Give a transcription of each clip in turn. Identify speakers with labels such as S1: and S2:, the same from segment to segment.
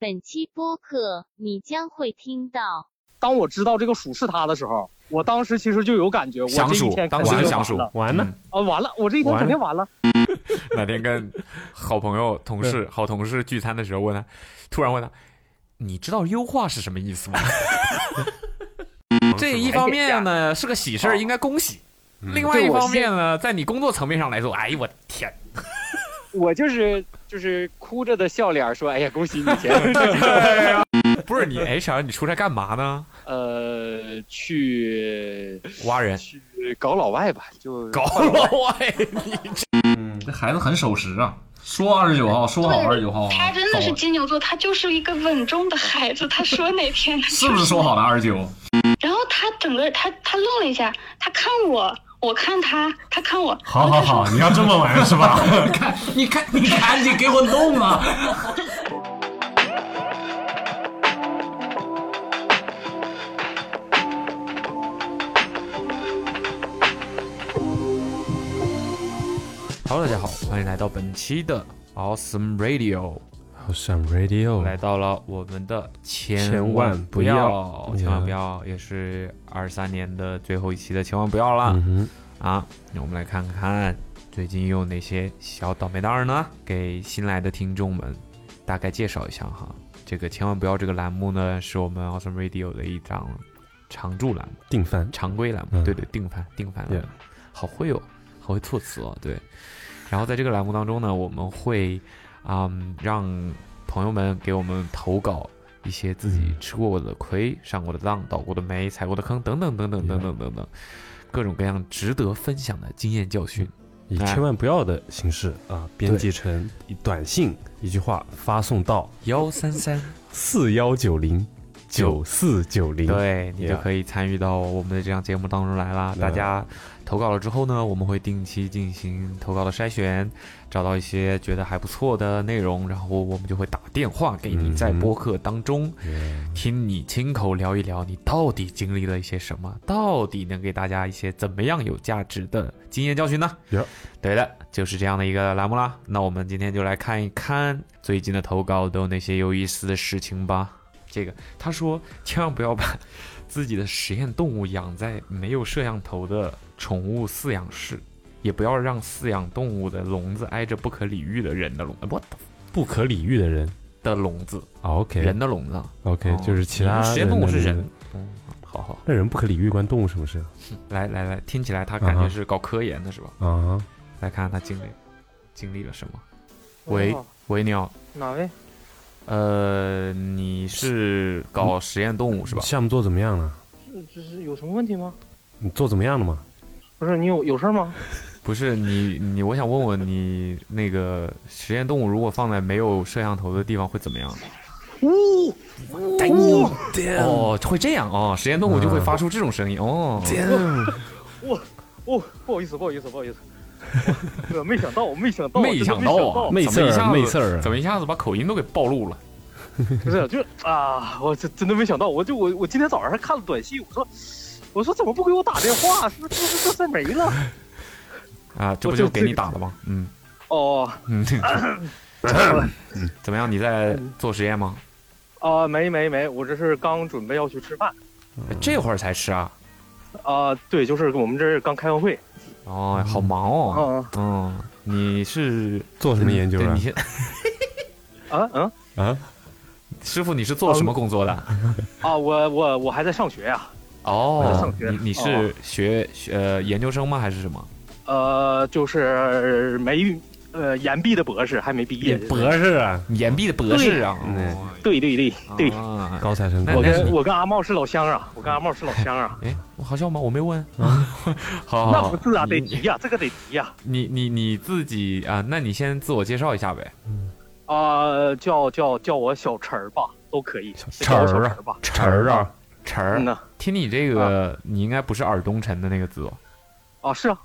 S1: 本期播客你将会听到。
S2: 当我知道这个鼠是他的时候，我当时其实就有感觉，我这
S3: 想
S2: 一
S3: 鼠
S2: 天，肯
S3: 当
S2: 定
S3: 时
S2: 就
S3: 就
S2: 完
S3: 想鼠
S2: 了，
S4: 完
S3: 嗯
S4: 了，
S2: 啊，完了，我这一天
S4: 完
S2: 肯定完了。
S3: 哪天跟好朋友、同 事、好同事聚餐的时候，问他，突然问他，你知道优化是什么意思吗？ 这一方面呢是个喜事儿，应该恭喜；另外一方面呢，在你工作层面上来说，哎呦我的天，
S2: 我就是就是哭着的笑脸说：“哎呀，恭喜你前！”
S3: 不 是你 HR 你出差干嘛呢？
S2: 呃，去
S3: 挖人，
S2: 去搞老外吧，就
S3: 搞老外，
S4: 嗯，
S5: 这孩子很守时啊，说二十九号，说好二十九号啊，
S6: 他真的是
S5: 到
S6: 金牛座，他就是一个稳重的 孩子。他说哪天他
S5: 是不是说好的二十九？
S6: 然后他整个他他愣了一下，他看我，我看他，他看我，
S4: 好好好，你要这么玩是吧？
S5: 看，你看，你赶紧哎给我弄啊！
S3: Hello，大家好，欢迎来到本期的 Awesome Radio。
S4: 好上 radio
S3: 来到了我们的千
S4: 哦千万不
S3: 不
S4: 要嗯
S3: 千万不要，也是二三年的最后一期的，千万不要了、
S4: 嗯
S3: 啊！那我们来看看最近又有哪些小倒霉蛋儿呢？给新来的听众们大概介绍一下哈。这个千万不要这个栏目呢，是我们 Awesome Radio 的一张常驻栏目。
S4: 哼，定番，
S3: 常规栏目，
S4: 嗯
S3: 对对，定番定番栏目
S4: Yeah
S3: 好会哦，好会措辞哦，对。然后在这个栏目当中呢，我们会啊、嗯让朋友们给我们投稿一些自
S4: 嗯
S3: 己吃过的亏、上过的当、倒过的霉、踩过的坑等等等等等等等等，各种各样值得分享的经验教训。
S4: 以千万不要的形式啊，编辑成一短信一句话发送到
S3: 幺三三，
S4: 四幺九零九四九零，
S3: 对你就
S4: Yeah
S3: 可以参与到我们的这档节目当中来啦。大家投稿了之后呢，我们会定期进行投稿的筛选，找到一些觉得还不错的内容，然后我们就会打电话给你，
S4: 嗯
S3: 在播客当中、听你亲口聊一聊，你到底经历了一些什么，到底能给大家一些怎么样有价值的经验教训呢
S4: Yeah
S3: 对的，就是这样的一个栏目啦。那我们今天就来看一看最近的投稿都有哪些有意思的事情吧。这个他说，千万不要把自己的实验动物养在没有摄像头的宠物饲养室，也不要让饲养动物的笼子挨着不可理喻的人的笼，不
S4: 不可理喻的人
S3: 的笼子，
S4: 啊，OK，
S3: 人的笼子啊。
S4: OK，
S3: 哦
S4: 就是其他
S3: 实验动物是
S4: 的
S3: 人。嗯，好好，
S4: 那人不可理喻关动物什么事
S3: 来来来，听起来他感
S4: 啊哈
S3: 觉是搞科研的是吧？
S4: 啊？
S3: 来看看他经历经历了什么。喂
S2: 哦
S3: 喂，你好，
S2: 哪位？
S3: 呃，你是搞实验动物是吧？
S4: 项目做怎么样了？
S2: 这是有什么问题吗？
S4: 你做怎么样了吗？
S2: 不是你有有事吗？
S3: 不是你你，我想问问你，那个实验动物如果放在没有摄像头的地方会怎么样？呜，
S4: 嗯
S3: 哦，会这样哦，实验动物就会发出这种声音哦。
S2: 哦，不好意思，不好意思，不好意思。 我没想到，我没想到，
S3: 没
S2: 真的
S3: 想
S2: 没
S3: 到
S2: 想
S3: 啊，
S2: 到，
S4: 没
S3: 怎么一下子
S4: 妹刺儿啊
S3: 怎么一下子把口音都给暴露了？
S2: 不是，就是啊，我这真的没想到，我就我我今天早上还看了短信，我说我说怎么不给我打电话？是不是是不是这事儿没了？
S3: 啊，这不
S2: 我
S3: 就
S2: 就
S3: 给你打了吗？ 嗯
S2: 哦
S3: 嗯，怎么样？你在做实验吗？
S2: 啊、没没没，我这是刚准备要去吃饭
S3: 这会儿才吃啊？
S2: 啊、对，就是我们这儿刚开完会
S3: 哦，好忙哦。
S2: 啊
S3: 嗯，你是
S4: 做什么研究
S3: 对
S4: 啊
S3: 你？先，
S2: 啊嗯
S4: 啊，
S3: 师傅，你是做什么工作的？
S2: 啊，我我我还在上学呀、在
S3: 哦
S2: 上，学
S3: 你你是学学呃研究生吗？还是什么？
S2: 呃，就是没呃研毕的博士还没毕业，
S4: 博士啊，
S3: 研毕的博士啊？
S4: 对
S3: 哦
S2: 对对对对，
S3: 啊
S4: 高材生。
S3: 那
S2: 我
S3: 那
S2: 跟我跟阿茂是老乡啊，我跟阿茂是老乡啊，
S3: 哎，我好笑吗？我没问。
S4: 啊
S3: 好，好
S2: 那
S3: 好
S2: 不是啊，得
S3: 哦你
S2: 提呀、这个得提呀、
S3: 你你你自己啊？那你先自我介绍一下呗。
S2: 啊，叫叫叫我小陈儿吧，都可以，
S4: 陈
S2: 叫我小
S4: 儿
S2: 陈
S4: 啊
S2: 儿吧，
S4: 陈儿啊，
S3: 晨
S2: 嗯
S3: 儿，
S2: 呐，
S3: 听你这个，你应该不是尔东城的那个字 哦。
S2: 啊是啊，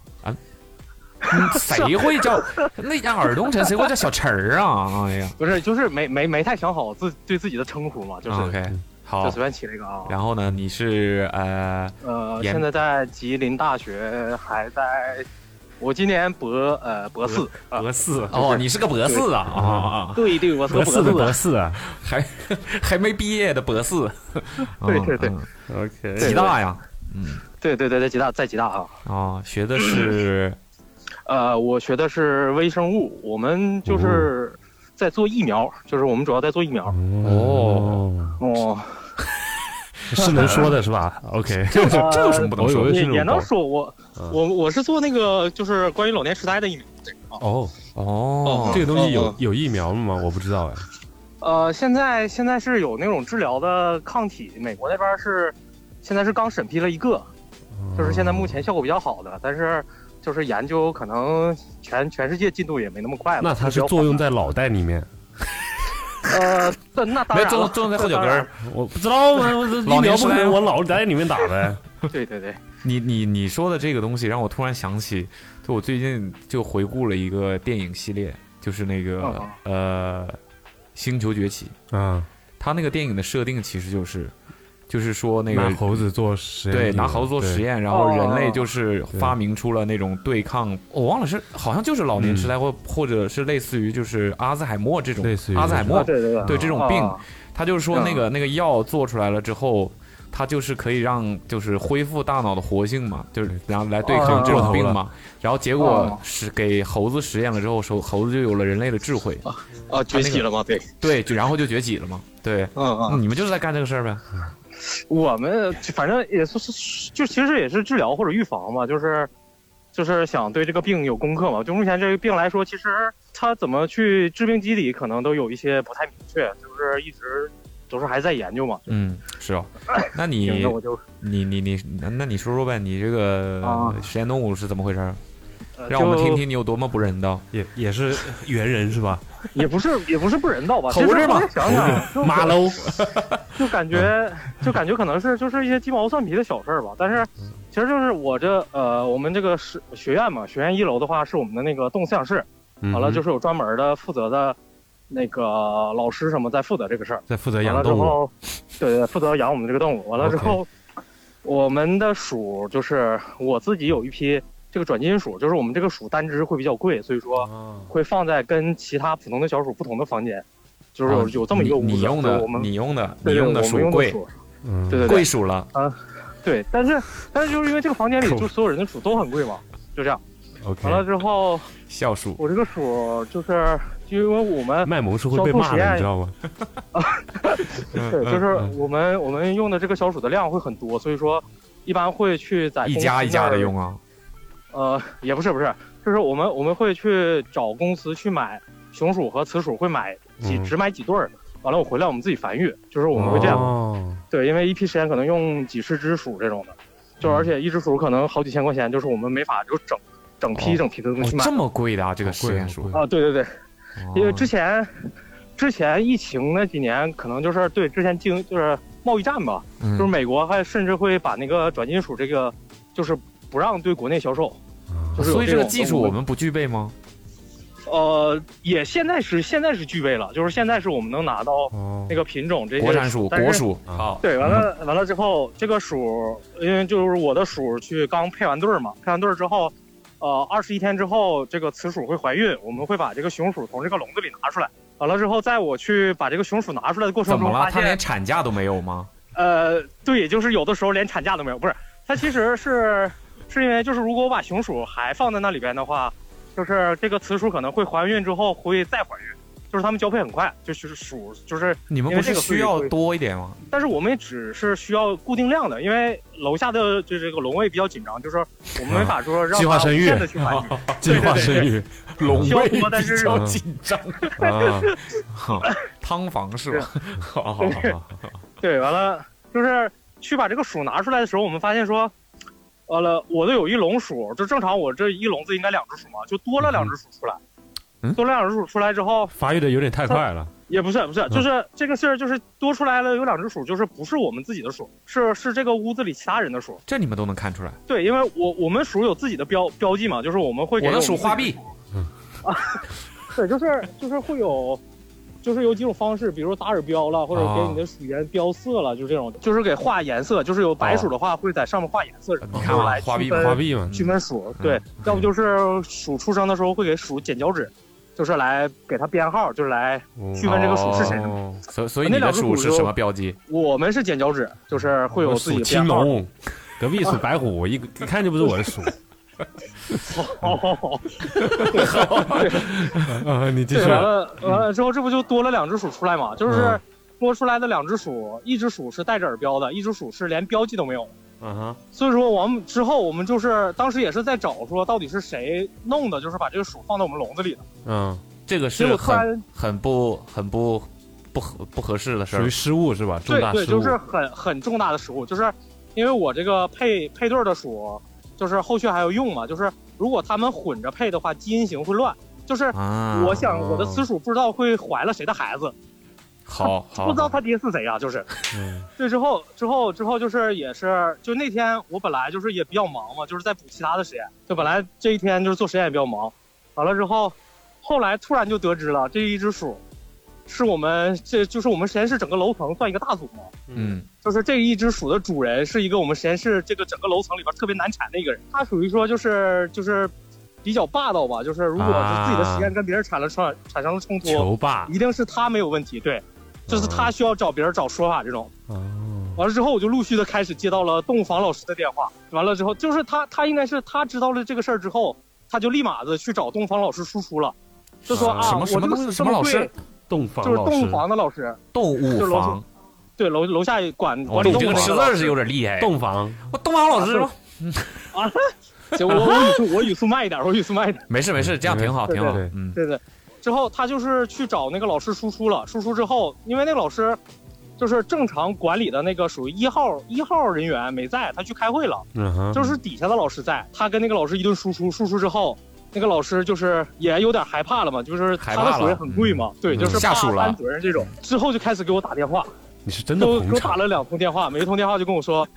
S3: 谁会叫那家尔东城？谁会叫小陈儿啊？哎呀
S2: 不是就是没没没太想好自对自己的称呼嘛，就是、
S3: 啊，OK，
S2: 就
S3: 好
S2: 随。便起了一个啊。
S3: 然后呢，你是呃
S2: 呃，
S3: 研
S2: 现在在吉林大学还在我今年博呃博士啊，
S3: 博士
S2: 就
S3: 哦，
S2: 是
S3: 你是个博士啊啊啊！
S2: 对对，我是
S4: 博
S2: 博
S4: 士的博
S2: 士，
S4: 士啊
S3: 还 还没毕业的 博士，
S2: 对对对
S3: 嗯，嗯
S4: ，OK，
S3: 吉大呀，
S2: 对对对，在吉大在吉大啊，
S3: 哦，学的是
S2: 呃，我学的是微生物，我们就是在做疫苗，就是我们主要在做疫苗。
S3: 哦，
S2: 哦，
S4: 是能说的是吧？OK，
S3: 这有什
S2: 啊
S3: 这有什么不能
S4: 呃我以
S3: 说
S4: 为
S3: 的？嗯
S2: 也
S4: 是那
S2: 也能
S4: 种
S2: 说我我我是做那个就是关于老年痴呆的疫苗。
S4: 哦，
S3: 哦，
S4: 这个东西有
S2: 哦
S4: 有疫苗吗？我不知道哎。
S2: 呃，现在现在是有那种治疗的抗体，美国那边是现在是刚审批了一个，
S3: 嗯
S2: 就是现在目前效果比较好的，但是就是研究可能全全世界进度也没那么快了。
S4: 那它是作用在脑袋里面，
S2: 呃，那那当
S3: 没
S2: 然
S3: 坐
S2: 了，
S3: 坐在后脚
S2: 当
S3: 跟
S2: 然
S3: 儿。
S4: 我不知道 吗？我这
S3: 老
S4: 疫
S3: 年
S4: 苗
S3: 痴
S4: 不
S3: 呆
S4: 可能
S3: 吗
S4: 往脑袋里面打呗。
S2: 对对对，
S3: 你你你说的这个东西让我突然想起，就我最近就回顾了一个电影系列，就是那个、
S2: 哦
S3: 呃《星球崛起》，
S4: 啊，
S3: 它那个电影的设定其实就是，就是说那
S4: 拿
S3: 个
S4: 猴子做实验，
S3: 对拿猴子做实
S4: 对，
S3: 验，然后
S2: 哦
S3: 人类就是发明出了那种对抗，我忘了是好像就是老年痴呆或、或者是类似于就是阿兹海默这种
S4: 类似于
S3: 阿兹海
S4: 哦
S3: 默
S2: 啊对嗯对对
S3: 对这种病
S2: 啊
S3: 他就是说那个那个药做出来了之后，它就是可以让就是恢复大脑的活性嘛，就是然后来对抗这种病嘛。然后结果
S2: 哦
S3: 是给猴子实验了之后，猴猴子就有了人类的智慧，
S2: 啊崛起了吗？对，
S3: 对，就然后就崛起了嘛。对，
S2: 嗯嗯。
S3: 你们就是在干这个事儿呗。
S2: 我们反正也是是，就其实也是治疗或者预防嘛，就是就是想对这个病有攻克嘛。就目前这个病来说，其实它怎么去治病机理，可能都有一些不太明确，就是一直都是还在研究嘛。
S3: 嗯，是哦。那
S2: 行
S3: 你
S2: 那我就
S3: 你你你，那那你说说呗，你这个
S2: 啊
S3: 实验动物是怎么回事儿？
S2: 呃
S3: 让我们
S2: 就
S3: 听听你有多么不人道。
S4: 也也是猿人是吧？
S2: 也不是也不是不人道吧，
S3: 猴子嘛嗯
S2: 嘛，想想就
S4: 马喽，
S2: 就感觉就感觉可能是就是一些鸡毛蒜皮的小事儿吧，但是其实就是我这呃我们这个是学院嘛，学院一楼的话是我们的那个动向室，
S4: 嗯
S2: 完了就是是有专门的负责的那个老师什么在负责这个事儿，
S4: 在负责
S2: 完
S4: 养
S2: 了之
S4: 动物，
S2: 后，对对，负责养我们这个动物，完了之后，我们的鼠就是我自己有一批这个转基因鼠，就是我们这个鼠单只会比较贵，所以说
S4: 哦
S2: 会放在跟其他普通的小鼠不同的房间，就是有、
S3: 啊
S2: 有这么一个
S3: 你
S2: 屋
S3: 你
S2: 子，就
S3: 用的
S2: 我们
S3: 你用的你
S2: 对对
S3: 用
S2: 我
S3: 的
S2: 们
S3: 鼠
S2: 用
S3: 贵
S2: 鼠
S4: 嗯，
S2: 对对
S3: 贵鼠了。
S2: 对，但是但是就是因为这个房间里
S4: 口
S2: 就所有人的鼠都很贵嘛，就这样，完了
S4: ，OK，
S2: 之后
S3: 笑鼠，
S2: 我这个鼠就是就因为我们。
S4: 卖萌是会被骂的，你知道吗？
S2: 对，
S4: 嗯
S2: 就是
S4: 嗯
S2: 我们我们用的这个小鼠的量会很多，所以说一般会去在
S3: 一
S2: 公司
S3: 家一家
S2: 那
S3: 的
S2: 儿。
S3: 用啊。
S2: 呃，也不是不是，就是我们我们会去找公司去买雄鼠和雌鼠，会买几
S4: 嗯
S2: 只买几对儿。完了，我回来我们自己繁育，就是我们会这样。
S3: 哦
S4: 样，
S2: 对，因为一批实验可能用几十只鼠这种的，
S3: 嗯
S2: 就而且一只鼠可能好几千块钱，就是我们没法就整整批
S3: 哦
S2: 整批的东
S3: 哦
S2: 西，买。
S3: 这么哦贵的啊，这个
S4: 好
S3: 实
S4: 贵
S3: 验
S4: 好
S3: 鼠
S4: 贵，
S2: 啊，对对对，因为之
S3: 前
S2: 前之前疫情那几年，可能就是对之前经就是贸易战吧，
S3: 哦嗯
S2: 就是美国还甚至会把那个转基属这个，就是不让对国内销售，就是有
S3: 所以这个
S2: 种
S3: 技术我们不具备吗？
S2: 呃也现在是现在是具备了，就是现在是我们能拿到
S4: 哦
S2: 那个品种这些
S3: 国产鼠、
S2: 但是
S3: 国鼠，
S4: 啊
S3: 好，
S2: 对，完了完了之后，这个鼠因为就是我的鼠去刚配完对儿嘛，配完对儿之后，呃二十一天之后，这个雌鼠会怀孕，我们会把这个雄鼠从这个笼子里拿出来。完了之后，在我去把这个雄鼠拿出来的过程
S3: 怎么
S2: 中，发
S3: 了？它
S2: 现
S3: 连产假都没有吗？
S2: 呃，对，就是有的时候连产假都没有，不是，它其实是是因为就是如果我把雄鼠还放在那里边的话，就是这个雌鼠可能会怀孕之后会再怀孕，就是它们交配很快，就是鼠就是，
S3: 你们
S2: 因
S3: 不
S2: 为
S3: 是
S2: 这个
S3: 需要多一点 吗？
S2: 但是我们只是需要固定量的，因为楼下的就这个笼位比较紧张，就是我
S3: 啊
S2: 们没法说让
S4: 计划
S2: 它
S4: 生育
S2: 无限的去 繁育，
S4: 计划 生育，
S3: 笼
S2: 需要多，但是
S3: 较紧张，
S4: 啊，
S3: 哈汤房是吧？ 好好好好，
S2: 对，完了就是去把这个鼠拿出来的时候，我们发现说，完了我的有一笼鼠，就正常我这一笼子应该两只鼠嘛，就多了两只鼠出来。
S3: 嗯
S2: 多了两只鼠出来之后，
S4: 发育的有点太快了，
S2: 也不是不是，就是这个事儿，就是多出来了有两只鼠，就是不是我们自己的鼠，是是这个屋子里其他人的鼠。
S3: 这你们都能看出来。
S2: 对，因为我我们鼠有自己的标标记嘛，就是我们会给
S3: 我的
S2: 们
S3: 鼠
S2: 自己
S3: 花臂，
S2: 对，就是就是会有，就是有几种方式，比如打耳标了，或者给你的鼠盐标色了，就是这种，哦哦就是给画颜色，就是有白鼠的话会在上面画颜色，
S3: 你看
S2: 然后
S3: 嘛
S2: 来，
S3: 花臂
S2: 区分
S3: 嘛
S4: 花，臂嘛，
S2: 区分鼠，
S3: 嗯
S2: 对，要不就是鼠出生的时候会给鼠剪脚趾，就是来给它编号，就是来
S4: 嗯
S2: 区分这个鼠是谁。
S3: 哦所所以
S2: 呃那
S3: 你的
S2: 两个
S3: 鼠
S2: 鼠
S3: 是
S2: 就
S3: 什么标记？
S2: 我们是剪脚趾，就是会有自己
S4: 我
S2: 的
S4: 属青
S2: 编号。
S4: 龙，隔壁属白 虎，一一看就不是我的鼠。
S2: 哦，
S4: 啊，你继
S2: 对，
S4: 续。
S2: 完了完了之后，这不就多了两只鼠出来嘛？就是
S4: 嗯
S2: 摸出来的两只鼠，一只鼠是带着耳标的，一只鼠是连标记都没有。
S4: 嗯哼，
S2: 所以说，我们之后我们就是当时也是在找，说到底是谁弄的，就是把这个鼠放到我们笼子里的。
S4: 嗯，
S3: 这个
S2: 结
S3: 是
S2: 果突然
S3: 很很不很不不合不合适的事
S4: 属
S3: 儿
S4: 于。失误是吧？重
S2: 对
S4: 大
S2: 对，
S4: 失误
S2: 就。是很很重大的失误，就是因为我这个配配对的鼠，就是后续还有用嘛，就是如果它们混着配的话，基因型会乱。就是
S3: 啊，
S2: 我想我的雌鼠不知道会怀了谁的孩子，
S3: 好好，
S2: 不知道他爹是谁啊，就是。
S4: 嗯
S2: 对，之后之后之后就是也是，就那天我本来就是也比较忙嘛，就是在补其他的实验。就本来这一天就是做实验也比较忙，完了之后，后来突然就得知了这一只鼠，是我们这就是我们实验室整个楼层算一个大组嘛，
S3: 嗯
S2: 就是这一只鼠的主人是一个我们实验室这个整个楼层里边特别难缠的一个人，他属于说就是就是比较霸道吧，就是如果是自己的实验跟别人产了产产生了冲突，
S4: 球霸。
S2: 一定是他没有问题，对，就是他需要找别人找说法这种。
S4: 哦，
S2: 完了之后，我就陆续的开始接到了洞房老师的电话。完了之后，就是他，他应该是他知道了这个事儿之后，他就立马的去找洞房老师输出了，就说啊，
S3: 什么
S2: 我
S3: 什
S2: 这
S3: 么
S2: 个
S3: 东西
S2: 这
S3: 什么老
S2: 对
S3: 师
S4: 洞房
S2: 就是
S4: 老师
S2: 洞，房的老师，
S3: 动物
S2: 就楼
S3: 房，
S2: 对楼楼下管
S3: 我
S2: 管理
S3: 哦你
S2: 洞
S3: 这个
S2: 房
S3: 识
S2: 的
S3: 字
S2: 老
S3: 儿
S2: 师
S3: 是有点厉害。
S4: 洞房
S3: 我洞房老师吗？
S2: 啊，行，我我语速我语速慢一点，我语速慢一点，
S3: 没事没事，这样挺好
S2: 对
S3: 挺好
S4: 对对。
S3: 嗯，
S2: 对对。之后他就是去找那个老师输出了，输出之后，因为那个老师就是正常管理的那个属于一号一号人员没在，他去开会了。
S4: 嗯哼，
S2: 就是底下的老师在，他跟那个老师一顿输出，输出之后，那个老师就是也有点害怕了嘛，就是
S3: 害
S2: 他
S3: 怕了
S2: 的主任很贵嘛，对，
S4: 嗯
S2: 就是
S3: 下
S2: 怕
S3: 属了
S2: 担责任这种。之后就开始给我打电话，
S4: 你是嗯真
S2: 给
S4: 的
S2: 我给
S4: 捧
S2: 我打
S4: 场。
S2: 了两通电话，每一通电话就跟我 说，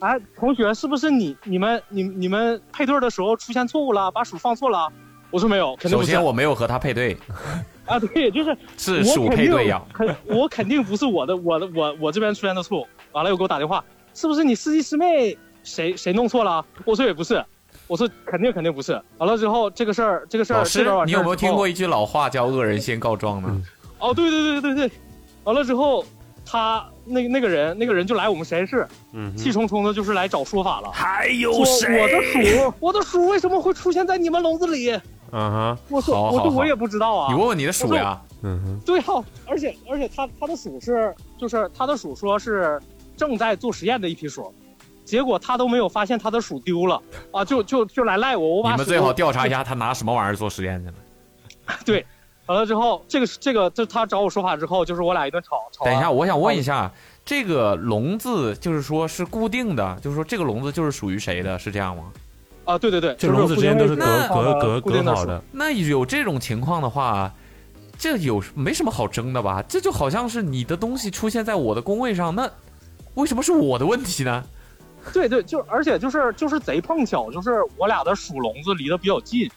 S2: 哎，同学，是不是你你们你你们配对的时候出现错误了，把鼠放错了？我说没有，肯定
S3: 首
S2: 不是
S3: 先我没有和他配对，
S2: 啊，对，就是
S3: 是
S2: 我
S3: 鼠
S2: 肯
S3: 配
S2: 定
S3: 对呀。
S2: 肯我肯定不是我的，我的我我这边出现的错误。完了又给我打电话，是不是你师弟师妹谁谁弄错了啊？我说也不是，我说肯定肯定不是。完了之后这个事儿这个事儿
S3: 老
S2: 这哦
S3: 师
S2: 边，完
S3: 你
S2: 事儿
S3: 有没有
S2: 之
S3: 听
S2: 后
S3: 过一句老话叫“恶人先告状”呢？
S2: 哦，对对对对对，完了之后他那那个人那个人就来我们实验室，
S4: 嗯
S2: 气冲冲的就是来找说法了。
S4: 还
S2: 说
S4: 有
S2: 我的？鼠，我的鼠为什么会出现在你们笼子里？
S4: 嗯哼，
S2: 我说，
S3: 好好
S2: 我说
S3: 好
S2: 我也不知道啊。
S3: 你问问你的鼠呀。
S4: 嗯哼，
S2: 对啊，而且而且他他的鼠是就是他的鼠说是正在做实验的一批鼠，结果他都没有发现他的鼠丢了啊，就就就来赖我，我把
S3: 你们
S2: 鼠
S3: 最好调查一下他拿什么玩意儿做实验去了。
S2: 完了之后，这个这个这他找我说法之后，就是我俩一顿吵吵。
S3: 等一下，，我想问一下，这个笼子就是说是固定的，就是说这个笼子就是属于谁的，是这样吗？
S2: 啊，对对对，
S4: 这笼子之间都是
S2: 固
S4: 隔
S2: 定位置
S4: 隔隔
S2: 固
S4: 隔
S2: 定的
S4: 好
S2: 鼠。
S4: 的，
S3: 那有这种情况的话，这有没什么好争的吧？这就好像是你的东西出现在我的工位上，那为什么是我的问题呢？
S2: 对对，就而且就是就是贼碰巧，就是我俩的鼠笼子离得比较近，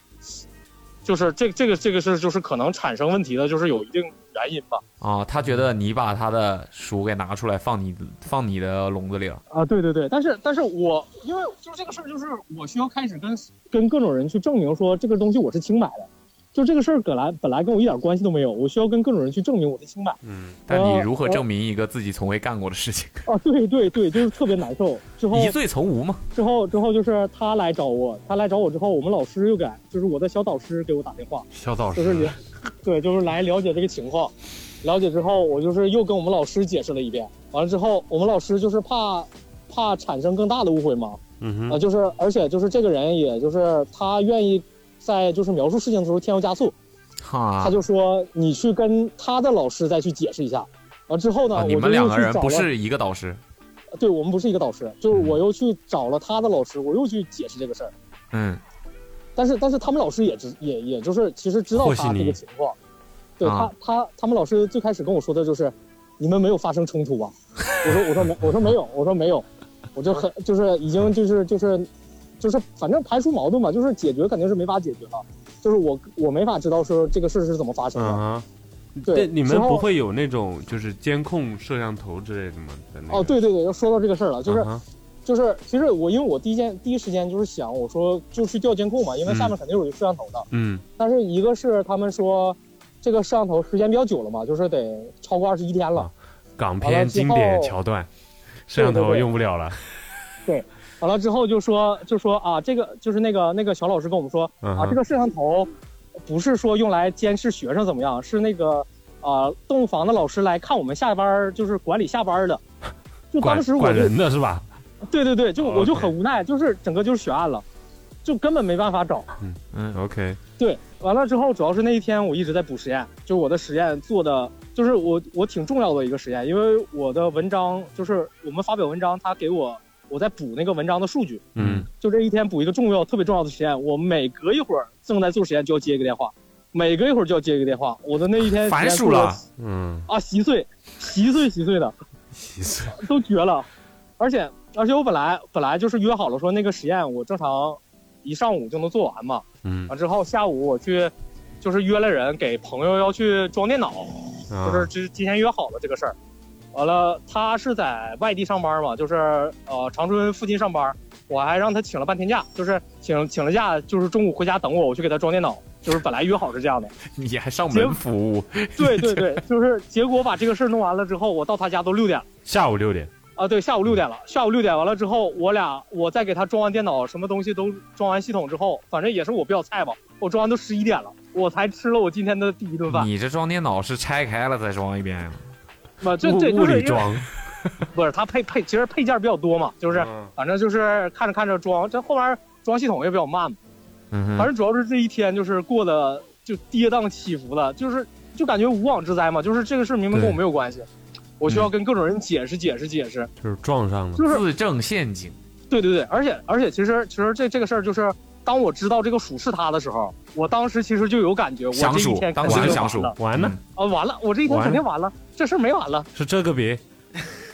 S2: 就是这这个这个是就是可能产生问题的，就是有一定原因吧。
S3: 啊，他觉得你把他的鼠给拿出来放你放你的笼子里了，
S2: 啊，对对对，但是但是我因为就是这个事儿，就是我需要开始跟跟各种人去证明说这个东西我是清白的，就这个事儿本来本来跟我一点关系都没有，我需要跟各种人去证明我是清白。
S4: 嗯，
S3: 但你
S2: 哦
S3: 如何
S2: 哦
S3: 证明一个自己从未干过的事情？
S2: 啊，对对对，就是特别难受。之后
S3: 疑罪从无嘛。
S2: 之后之后就是他来找我，他来找我之后，我们老师又给就是我的小导师给我打电话，
S4: 肖导
S2: 就是
S4: 师
S2: 了，对，就是来了解这个情况。了解之后，我就是又跟我们老师解释了一遍。完了之后，我们老师就是怕怕产生更大的误会嘛，
S4: 嗯
S2: 啊、
S4: 哼，
S2: 就是而且就是这个人，也就是他愿意在就是描述事情的时候添油加醋，
S3: 哈啊
S2: 他，就说你去跟他的老师再去解释一下。完之后呢，
S3: 啊
S2: 我
S3: 你
S2: 就
S3: 们两
S2: 又
S3: 个
S2: 去
S3: 人
S2: 找
S3: 不
S2: 了，
S3: 是嗯一个导师。
S2: 对我们不是一个导师，就是我又去找了他的老师，我又去解释这个事儿。
S3: 嗯，
S2: 但是但是他们老师也知也也就是其实知道
S4: 和稀
S2: 他
S4: 泥
S2: 这个情况，对他、
S3: 啊
S2: 他他们老师最开始跟我说的就是，你们没有发生冲突吧？啊我说我说没我说没有我说没有，我就很就是已经就是就是就是反正排除矛盾吧，就是解决肯定是没法解决了，就是我我没法知道说这个事是怎么发生的，
S4: 嗯哼，
S2: 啊对
S4: 那你们
S2: 之后
S4: 不会有那种就是监控摄像头之类的吗？在那个
S2: 哦，，对对对，要说到这个事儿了，就是、
S4: 啊哈
S2: 就是，其实我因为我第一件第一时间就是想，我说就去调监控嘛，因为
S4: 嗯
S2: 下面肯定有摄像头的。
S4: 嗯
S2: 但是一个是他们说，这个摄像头时间比较久了嘛，就是得超过二十一天了。
S4: 啊港
S2: 完
S4: 片
S2: 了之
S4: 经典
S2: 后
S4: 桥段，摄像
S2: 对对
S4: 头
S2: 对
S4: 用不了了。
S2: 完了之后就说就说啊，这个就是那个那个小老师跟我们说
S4: 嗯
S2: 啊，
S4: 哼
S2: 这个摄像头不是说用来监视学生怎么样，是那个啊、动物房的老师来看我们下班儿，就是管理下班 儿的。就
S4: 管
S2: 当时我
S4: 管
S2: 就
S4: 人的是吧？
S2: 对对对，就我就
S4: OK
S2: 很无奈，就是整个就是悬案了，就根本没办法找。
S3: 嗯，
S4: OK，
S2: 对，完了之后，主要是那一天我一直在补实验，就是我的实验做的，就是我我挺重要的一个实验，因为我的文章就是我们发表文章，他给我我在补那个文章的数据，
S4: 嗯，
S2: 就这一天补一个重要特别重要的实验，我每隔一会儿正在做实验就要接一个电话，每隔一会儿就要接一个电话，我的那一天
S3: 烦
S2: 实验
S3: 死
S2: 做得
S3: 了
S4: 嗯，
S2: 啊，稀碎，稀碎稀碎的，
S4: 其实
S2: 都绝了，而且而且我本来本来就是约好了说那个实验我正常一上午就能做完嘛。
S4: 嗯
S2: 完之后下午我去，就是约了人给朋友要去装电脑，
S4: 啊
S2: 就是之提前约好了这个事儿。完了，他是在外地上班嘛，就是呃长春附近上班，我还让他请了半天假，就是请请了假，就是中午回家等我，我去给他装电脑，就是本来约好是这样的。
S3: 你还上门服务，
S2: 对对对，就是结果把这个事儿弄完了之后，我到他家都六点了。
S4: 下午六点，
S2: 啊，对，下午六点了。下午六点完了之后，我俩我再给他装完电脑，什么东西都装完系统之后，反正也是我比较菜吧，我装完都十一点了，我才吃了我今天的第一顿饭。
S3: 你这装电脑是拆开了再装一遍呀？
S2: 啊，这
S4: 物
S2: 对，
S4: 物
S2: 就是
S4: 理
S2: 因为
S4: 装，
S2: 不是它配配，其实配件比较多嘛，就是
S4: 嗯
S2: 反正就是看着看着装，这后面装系统也比较慢嘛，
S3: 嗯
S2: 反
S3: 哼，
S2: 正主要是这一天就是过得就跌宕起伏的，就是就感觉无妄之灾嘛，就是这个事明明跟我
S4: 对嗯
S2: 没有关系，我需要跟各种人解释解释解释。
S4: 就是撞上了，
S2: 就是
S3: 自证陷阱，
S2: 对对对，而且而且，其实其实这这个事儿就是，当我知道这个鼠是他的时候，我当时其实就有感觉，我
S3: 想
S2: 这一
S3: 数
S2: 天，肯
S3: 当
S2: 定
S3: 时
S2: 完了
S3: 就想数，
S4: 完了
S3: 嗯。
S2: 啊，完了，我这一天
S4: 完了
S2: 肯定完了，这事儿没完了。
S4: 是这个别，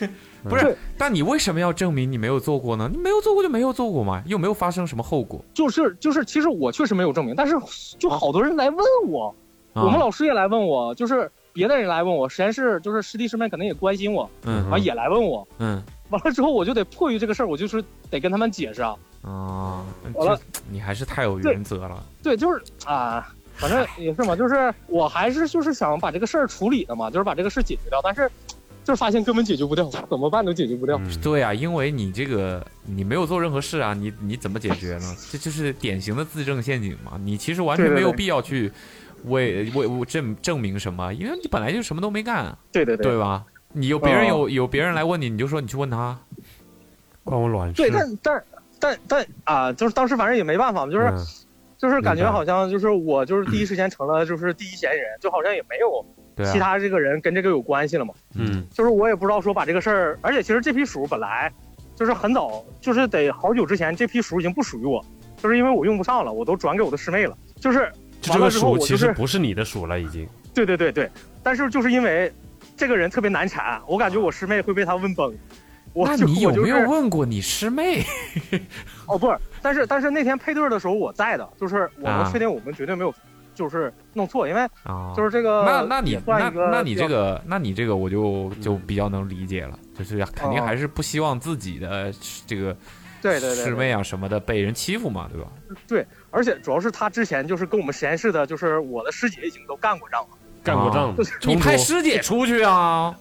S3: 嗯不是
S2: 对，
S3: 但你为什么要证明你没有做过呢？你没有做过就没有做过嘛，又没有发生什么后果。
S2: 就是就是，其实我确实没有证明，但是就好多人来问我，
S3: 啊
S2: 我们老师也来问我，就是别的人来问我，实验室就是师弟师妹肯定也关心我，
S3: 嗯
S2: 完、也来问我，
S3: 嗯
S2: 完了之后我就得迫于这个事儿，我就是得跟他们解释啊。
S7: 嗯
S3: 啊，
S2: 完了
S3: 这你还是太有原则了。
S2: 对，就是啊，反正也是嘛，就是我还是就是想把这个事儿处理的嘛，就是把这个事儿解决掉，但是就是发现根本解决不掉，怎么办都解决不掉。
S4: 嗯
S3: 对啊，因为你这个你没有做任何事啊，你你怎么解决呢？这就是典型的自证陷阱嘛。你其实完全
S7: 对对
S3: 没有
S7: 对
S3: 必要去为为为证证明什么，因为你本来就什么都没干，
S7: 对对
S3: 对吧？你有别人
S7: 嗯
S3: 有有别人来问你，你就说你去问他。
S4: 关我卵事
S7: 对，，但但但但啊，就是当时反正也没办法嘛，就是、
S4: 嗯
S7: 就是感
S4: 明
S7: 觉
S4: 白
S7: 好像就是我就是第一时间成了就是第一嫌疑人，就好像也没有
S3: 对
S7: 其
S3: 啊，
S7: 他这个人跟这个有关系了嘛。
S4: 嗯
S7: 就是我也不知道说把这个事儿，而且其实这批鼠本来就是很早，就是得好久之前，这批鼠已经不属于我，就是因为我用不上了，我都转给我的师妹了。就是
S4: 就这
S7: 完了
S4: 个
S7: 之后我
S4: 鼠其
S7: 就是
S4: 实不是你的鼠了，已经。
S7: 对对对对，但是就是因为这个人特别难缠，我感觉我师妹会被他问崩。我
S3: 那
S7: 就
S3: 你有
S7: 我就
S3: 没有
S7: 是
S3: 问过你师妹？
S7: 哦，不是，但是但是那天配对的时候我在的，就是我
S3: 啊
S7: 能确定我们绝对没有，就是弄错，因为
S3: 啊，
S4: 哦
S7: 就是这个、
S3: 那那你
S7: 也算
S3: 那
S7: 一个
S3: 那你这
S7: 比较
S3: 个那你这个我
S4: 嗯
S3: 就就比较能理解了，就是肯定
S7: 哦
S3: 还是不希望自己的这个
S7: 对对对
S3: 师
S7: 对
S3: 妹啊什么的被人欺负嘛，对吧？
S7: 而且主要是他之前就是跟我们实验室的，就是我的师姐已经都干过仗了。
S4: 干过仗
S7: 就，
S3: 你
S4: 冲突
S3: 派师姐出去啊！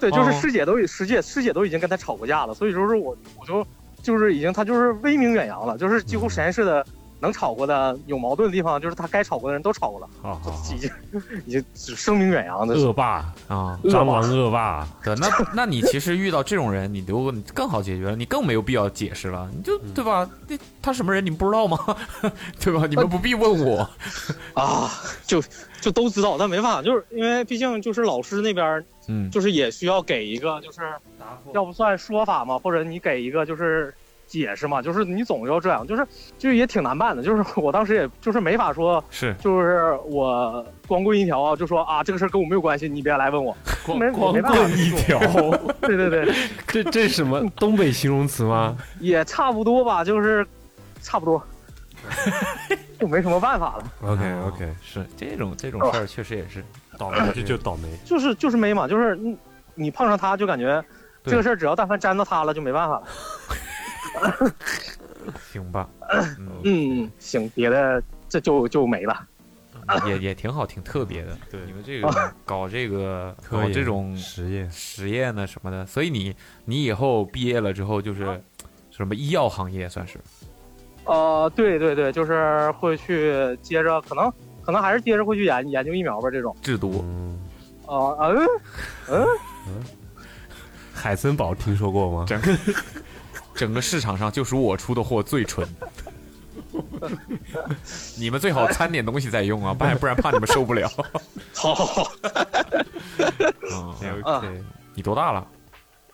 S7: 对，就是
S3: 哦
S7: 师姐都已师姐师姐都已经跟他吵过架了，所以说是我我就就是已经他就是威名远扬了，就是几乎实验室的能吵过的有矛盾的地方，就是他该吵过的人都吵过了，
S4: 好好好
S7: 已经已经声名远扬的。
S4: 恶霸，
S3: 啊，
S4: 蟑螂恶霸，
S3: 对，那那你其实遇到这种人，你就更好解决了，你更没有必要解释了，你
S4: 嗯
S3: 就对吧？那他什么人你们不知道吗？ 对吧？你们不必问我。
S7: 啊，
S2: 就就都知道，但没办法，就是因为毕竟就是老师那边儿
S3: 嗯，
S2: 就是也需要给一个就是
S7: 要不算说法嘛，或者你给一个就是解释嘛，就是你总要这样，就是就是也挺难办的，就是我当时也就是没法说，
S3: 是
S7: 就是我光棍一条啊，就说啊这个事儿跟我没有关系，你别来问我，
S4: 光
S7: 没
S4: 光
S7: 没办法
S4: 棍 一条，
S7: 对对对，
S4: 这这是什么东北形容词吗？
S7: 也差不多吧，就是差不多，就没什么办法了。
S4: OK，OK
S3: 是这种这种
S7: 是吧哦
S3: 事儿确实也是，
S4: 倒霉这就倒霉，
S2: 就是就是没嘛，就是你你碰上他就感觉
S3: 对
S2: 这个事儿只要但凡沾到他了就没办法了。
S3: 行 吧，嗯，
S2: 嗯，行，别的这就就没了。
S3: 啊也也挺好，挺特别的。
S4: 对
S3: 你们这个 搞这个
S4: 科
S3: 搞
S4: 研
S3: 这种
S4: 实验
S3: 实验呢什么的，所以你你以后毕业了之后
S4: 啊
S3: 就是什么医药行业算是
S2: 呃，对对对，就是会去接着，可能可能还是接着会去研研究疫苗吧，这种。
S3: 制毒，
S4: 嗯，
S2: 啊、嗯，
S4: 海森堡听说过吗？
S3: 整 个整个市场上就属我出的货最纯。你们最好掺点东西再用啊，不然不然怕你们受不了。
S2: 好，
S3: 嗯，
S4: OK，
S3: 你多大了？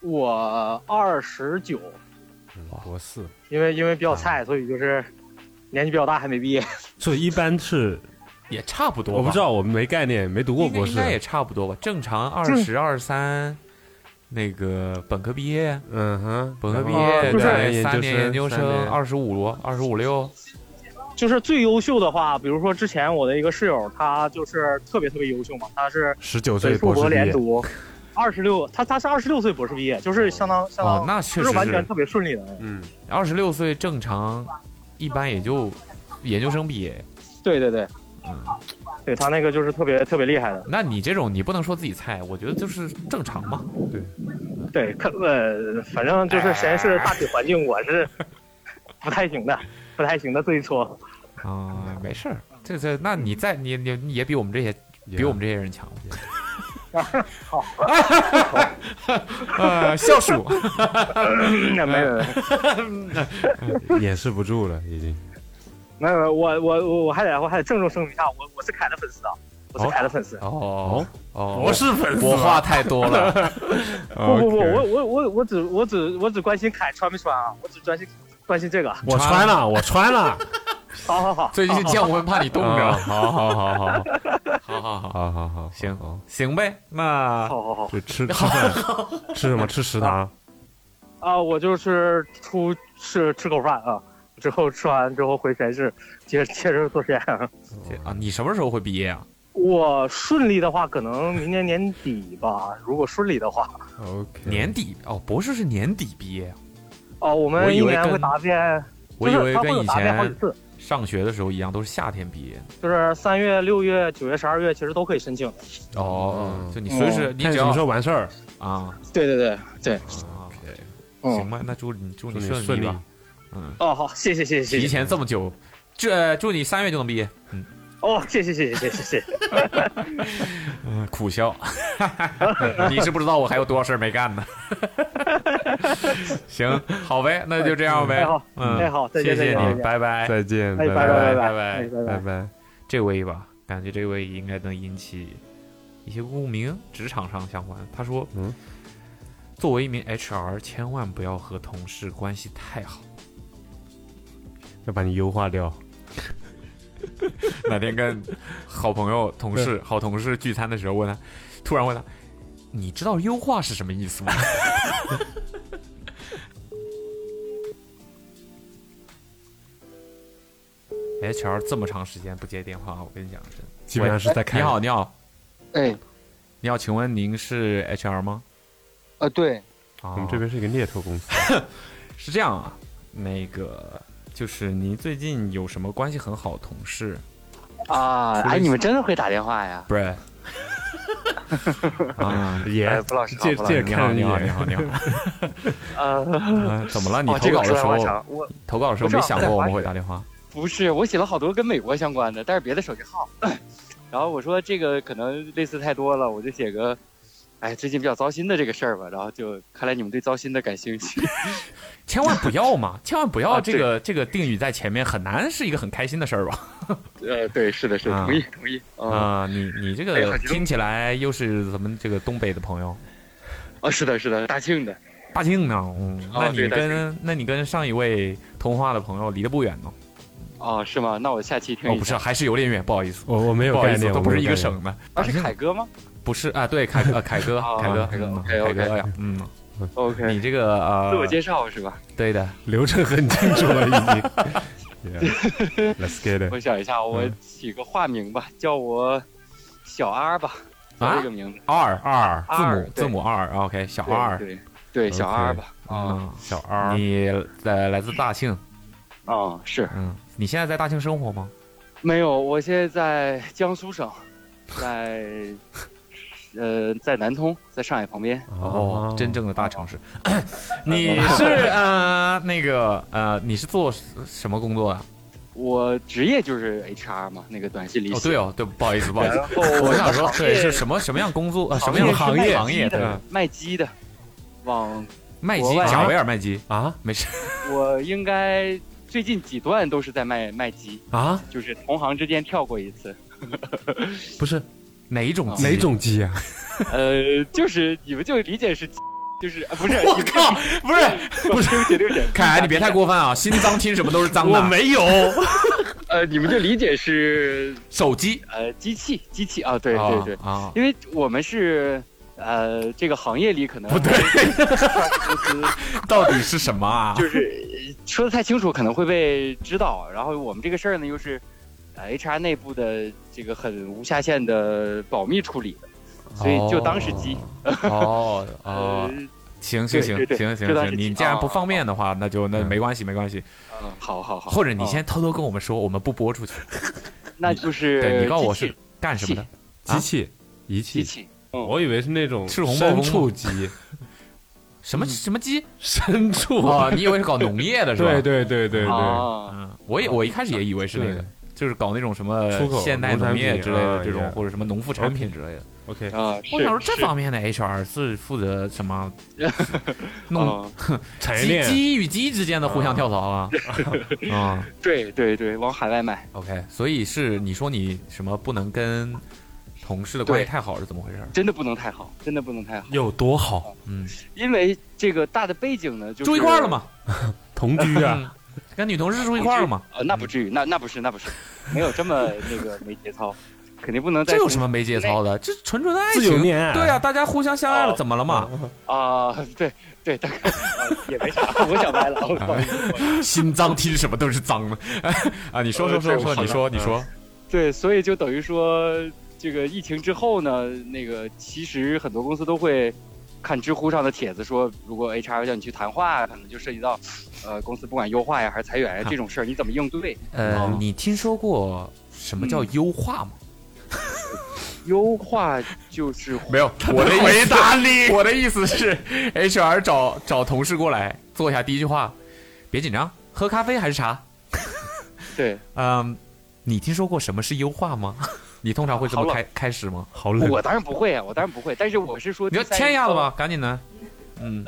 S2: 我二十九，
S4: 嗯博士，
S2: 因为因为比
S3: 啊
S2: 较菜，所以就是年纪比较大，还没毕业。
S4: 所以一般是
S3: 也差不多吧，
S4: 我不知道，我没概念，没读过
S3: 应该
S4: 博士
S3: 应，该也差不多吧。正常二十二三，那个本科毕业，
S4: 嗯哼，
S3: 本科毕
S2: 然后
S3: 业
S2: 哦就是哦
S3: 对三年研究
S4: 三
S3: 生，
S4: 年
S3: 二十五二十五六，
S2: 就是最优秀的话，比如说之前我的一个室友，他就是特别特别优秀嘛，他是
S4: 十九岁
S2: 美术
S4: 博士
S2: 博
S4: 毕
S2: 连
S4: 业，
S2: 读，二十六，他他是二十六岁博士毕业，就是相当相
S3: 哦
S2: 当，，
S3: 那确
S2: 就
S3: 实
S2: 是完全
S3: 是
S2: 特别顺利的。
S4: 嗯，
S3: 二十六岁正常，一般也就研究生毕业。
S2: 对对对，
S3: 嗯，
S2: 对他那个就是特别特别厉害的。
S3: 那你这种你不能说自己菜，我觉得就是正常嘛。
S2: 对，可呃，反正就是实验室大体环境我是
S3: 哎
S2: 不太行的，不太行的，自己 说。
S3: 啊、没事儿，这这，那你在你你你也比我们这些比
S4: 也
S3: 我们这些人强嘛。
S2: 好，
S3: 呃，笑鼠，
S2: 那没有没有
S4: 掩饰不住了，已经。
S2: 没有没有，我我我我还得我还得郑重声明一下，我我是凯的粉丝啊，我是凯的粉丝。
S3: 哦哦，
S4: 博士粉丝啊
S3: 我话太多了。
S2: 不不
S4: 不
S2: 不，我我我我只我只我只关心凯穿没穿啊，我只专心关心这个。
S4: 我穿了，我穿了，
S2: 好好 好，
S3: 最近降温，怕你冻
S4: 啊
S3: 着。
S4: 好好好好好
S3: 好好好，
S4: 哦好好好，
S3: 行
S4: 好
S3: 行呗，那
S2: 好好好
S4: 就吃吃饭，吃什么？吃食堂。
S2: 啊，我就是出吃吃口饭啊，之后吃完之后回实验室接接着做实验。
S3: 这啊，你什么时候会毕业啊？
S2: 我顺利的话，可能明年年底吧，如果顺利的话。
S4: OK，
S3: 年底哦，博士是年底毕业啊。
S2: 哦，我
S3: 我
S2: 们
S3: 以
S2: 一
S3: 为
S2: 年
S3: 跟
S2: 会答辩，
S3: 我以
S2: 就
S3: 为
S2: 是他会
S3: 跟
S2: 有
S3: 以
S2: 答辩好几
S3: 前
S2: 次，
S3: 上学的时候一样，都是夏天毕业。
S2: 就是三月、六月、九月、十二月，其实都可以申请的。
S3: 哦，
S4: 嗯
S3: 就你随时你
S4: 看
S3: 只
S4: 你什么时
S3: 要
S4: 候完事儿。
S3: 啊，
S2: 对对对对，
S3: 啊行
S2: 嗯，
S3: 吧，那祝你祝你
S4: 祝你
S3: 顺
S4: 顺利
S3: 吧。嗯，
S2: 哦好，谢谢谢谢
S3: 提
S2: 谢谢，
S3: 前这么久，这祝你三月就能毕业。嗯，
S2: 哦谢谢谢谢谢谢谢谢，
S3: 苦笑， 你是不知道我还有多少事儿没干呢。 行，好呗，那就这样呗
S2: 哎好。哎
S3: 嗯，
S2: 好，再
S3: 谢
S2: 见再
S3: 谢
S2: 见再
S3: 你，
S2: 见，
S3: 拜拜。
S4: 再见，
S2: 哎拜
S4: 拜
S2: 拜拜
S3: 拜
S2: 哎拜拜
S4: 拜。拜。
S3: 这位吧，感觉这位应该能引起一些共鸣，职场上相关。他说，
S4: 嗯，
S3: 作为一名 HR，千万不要和同事关系太好。
S4: 要把你优化掉。
S3: 哪天跟好朋友、同事、好同事聚餐的时候，问他，突然问他，你知道优化是什么意思吗？HR 这么长时间不接电话，我跟你讲，真的
S4: 基本上是在
S3: 你
S4: 开。
S3: 好，你好，
S8: 哎，
S3: 你好，请问您是 HR 吗？
S8: 呃，对，
S3: 啊
S4: 我们这边是一个猎头公司，
S3: 是这样啊，那个就是您最近有什么关系很好的同事？
S8: 啊，
S3: 除了
S8: 哎，你们真的会打电话呀？
S3: 不是啊，
S4: 也
S8: 哎，付老师好，
S4: 借
S8: 付老
S4: 借
S8: 师
S3: 你好，
S4: 看
S3: 你好，
S4: 一眼
S3: 你好，你好，
S8: 呃，
S3: 啊怎么了？你投
S8: 哦，这个
S3: 稿的
S8: 我
S3: 时
S8: 说来话
S3: 候，
S8: 长，我
S3: 投稿的时候没想过我们会打电话
S8: 不是我写了好多跟美国相关的，但是别的手机号， 然后我说这个可能类似太多了，我就写个。哎，最近比较糟心的这个事儿吧，然后就看来你们对糟心的感兴趣。
S3: 千万不要嘛，千万不要
S8: 啊
S3: 这个这个定语在前面，很难是一个很开心的事儿吧？
S8: 呃，对，是的，是的，
S3: 啊
S8: 同意，同意。啊、
S3: 啊，你你这
S8: 哎呀
S3: 个
S8: 好激动
S3: 听起来又是咱们这个东北的朋友，
S8: 啊，是的，是的，大庆的。
S3: 大庆呢？嗯，
S8: 哦
S3: 那你
S8: 对大庆
S3: 跟那你跟上一位通话的朋友离得不远呢？
S8: 哦，是吗？那我下期听
S3: 哦，
S8: 一
S3: 不
S8: 下。
S3: 是，还是有点远，不好意思，
S4: 我我没
S3: 不
S4: 有
S3: 好
S4: 概
S3: 意思，
S4: 念，
S3: 都不
S4: 我
S3: 是
S4: 没
S3: 一
S4: 有
S3: 个
S4: 概念。
S3: 省的。
S8: 啊，是凯哥吗
S3: 不是啊，对，凯呃凯哥，
S8: 哦
S3: 凯哥，
S8: 凯哥
S3: 嗯
S8: OK，OK
S3: 凯哥呀，嗯，
S8: ？OK，
S3: 你这个呃，
S8: 自我介绍是吧？
S3: 对的，
S4: 流程很清楚了，已经。Yeah,
S3: 嗯
S4: Let's get it。
S8: 我想一下，我
S4: 嗯
S8: 起个化名吧，叫我小阿吧。叫
S3: 啊
S8: 这个名字。
S3: 二二字
S9: 二
S3: 母字母二，OK，小二
S8: 对对，小二吧。
S3: 啊，
S4: 小二，
S3: 你来来自大庆，
S8: 啊，是
S3: 嗯，你现在在大庆生活吗？
S8: 没有，我现在在江 苏省，在呃，在南通，在上海旁边。
S3: 哦，真正的大城市。 你是呃那个呃，你是做什么工作啊？
S8: 我职业就是 HR 嘛，那个短信里
S3: 哦，
S8: 写
S3: 对哦，对，不好意思，不好意思，
S8: 然后我
S3: 我想说
S8: 的行
S3: 对
S8: 业
S3: 是什么什么样工作啊？什么样
S8: 行
S3: 的
S8: 业
S3: 行
S8: 是
S3: 业行业？
S8: 卖鸡的
S3: 对，
S8: 卖鸡的，往
S3: 卖鸡
S8: 国，外
S3: 贾维尔卖鸡
S4: 啊
S3: 没事
S8: 我应该最近几段都是在卖卖鸡，
S4: 啊，
S8: 就是同行之间跳过一次。
S4: 不是
S3: 哪一种鸡？
S4: 哪？种鸡啊？
S8: 呃，就是你们就理解是鸡，就是、啊、不是？我
S3: 靠，不是，
S8: 不是，对不起，对不起，
S3: 凯凯，
S8: 对不
S3: 你
S8: 起
S3: 别太。过分啊！心脏听什么都是脏的。
S4: 没有，
S8: 呃，你们就理解是
S3: 手机。
S8: 呃机器，机器啊，对
S3: 啊
S8: 对对，
S3: 啊，
S8: 因为我们是呃这个行业里可能
S3: 不对，
S8: 公司
S3: 到底是什么啊？
S8: 就是 呃说的太清楚可能会被知道，然后我们这个事儿呢又是呃 HR 内部的这个很无下限的保密处理的，所以就当是鸡。
S3: 哦
S8: 呃
S3: 哦，，行行行
S8: 对对对
S3: 行行
S8: 就当
S3: 行，
S8: 是
S3: 你
S8: 鸡
S3: 既然
S8: 啊
S3: 不方便的话，那就那
S4: 嗯
S3: 没关系没关系，
S8: 嗯，好好好，
S3: 或者你
S8: 嗯
S3: 先偷偷跟我们说，我们不播出去。
S8: 那就是
S3: 对你告诉我
S8: 机器
S3: 是干什么的？
S4: 机器仪
S8: 机
S4: 器，
S8: 器，
S4: 我以为是那种
S3: 赤红暴风
S4: 牲
S3: 吗
S4: 畜鸡，
S3: 什么什么鸡？
S4: 牲畜，
S3: 哦，你以为是搞农业的是吧？
S4: 对对对对对，
S8: 啊，
S3: 嗯，我也我一开始也以为是那个
S4: 对，
S3: 就是搞那种什么
S4: 出口
S3: 现代农业之类的
S4: 农产品啊
S3: 这种，
S4: yeah
S3: 或者什么农副产品之类的。
S4: ，OK，
S8: 啊，
S3: 我想说
S8: 是
S3: 这方面的 HR 是负责什么？ 弄
S8: 啊，
S4: 产业
S3: 鸡
S4: 链
S3: 鸡与鸡之间的互
S8: 哦
S3: 相跳槽 啊？啊
S8: 对对对，往海外卖，
S3: ，OK，所以是你说你什么不能跟同事的关系太好是怎么回事？
S8: 真的不能太好，真的不能太好，
S4: 有多好？
S3: 嗯，
S8: 因为这个大的背景呢，就是
S3: 住一块儿了嘛？
S4: 同居啊，
S3: 嗯，跟女同事住一块儿了嘛？
S8: 呃，那不至于，那那不是，那不是，没有这么那个没节操，肯定不能再
S3: 这有什么没节操的？这纯纯的爱
S4: 自由
S3: 情，
S4: 恋爱
S3: 对啊，大家互相相爱了，
S8: 哦
S3: 怎么了嘛？
S8: 啊？对对，大概、
S2: 哦
S8: 呃也 没啥，我想歪了，我不好意思我
S3: 心脏听什么都是脏的 啊！你说说说说，你说你说，
S8: 对，所以就等于说，这个疫情之后呢，那个其实很多公司都会看知乎上的帖子说，如果 HR 叫你去谈话，可能就涉及到，呃，公司不管优化呀还是裁员呀这种事儿，你怎么应对？
S3: 呃，你听说过什么
S8: 嗯
S3: 叫优化吗？
S8: 优化就是
S3: 没有，我的回答你， 我的意思是，HR 找找同事过来坐下，第一句话，别紧张，喝咖啡还是茶？
S8: 对，
S3: 嗯，你听说过什么是优化吗？ 你通常会这
S8: 好
S3: 么
S8: 冷
S3: 开开始吗？
S4: 好冷，
S8: 我当然不会啊，我当然不会，但是我是说
S3: 你要
S8: 第三
S3: 签
S8: 人
S3: 下子
S8: 称
S3: 吧，赶紧的。 嗯，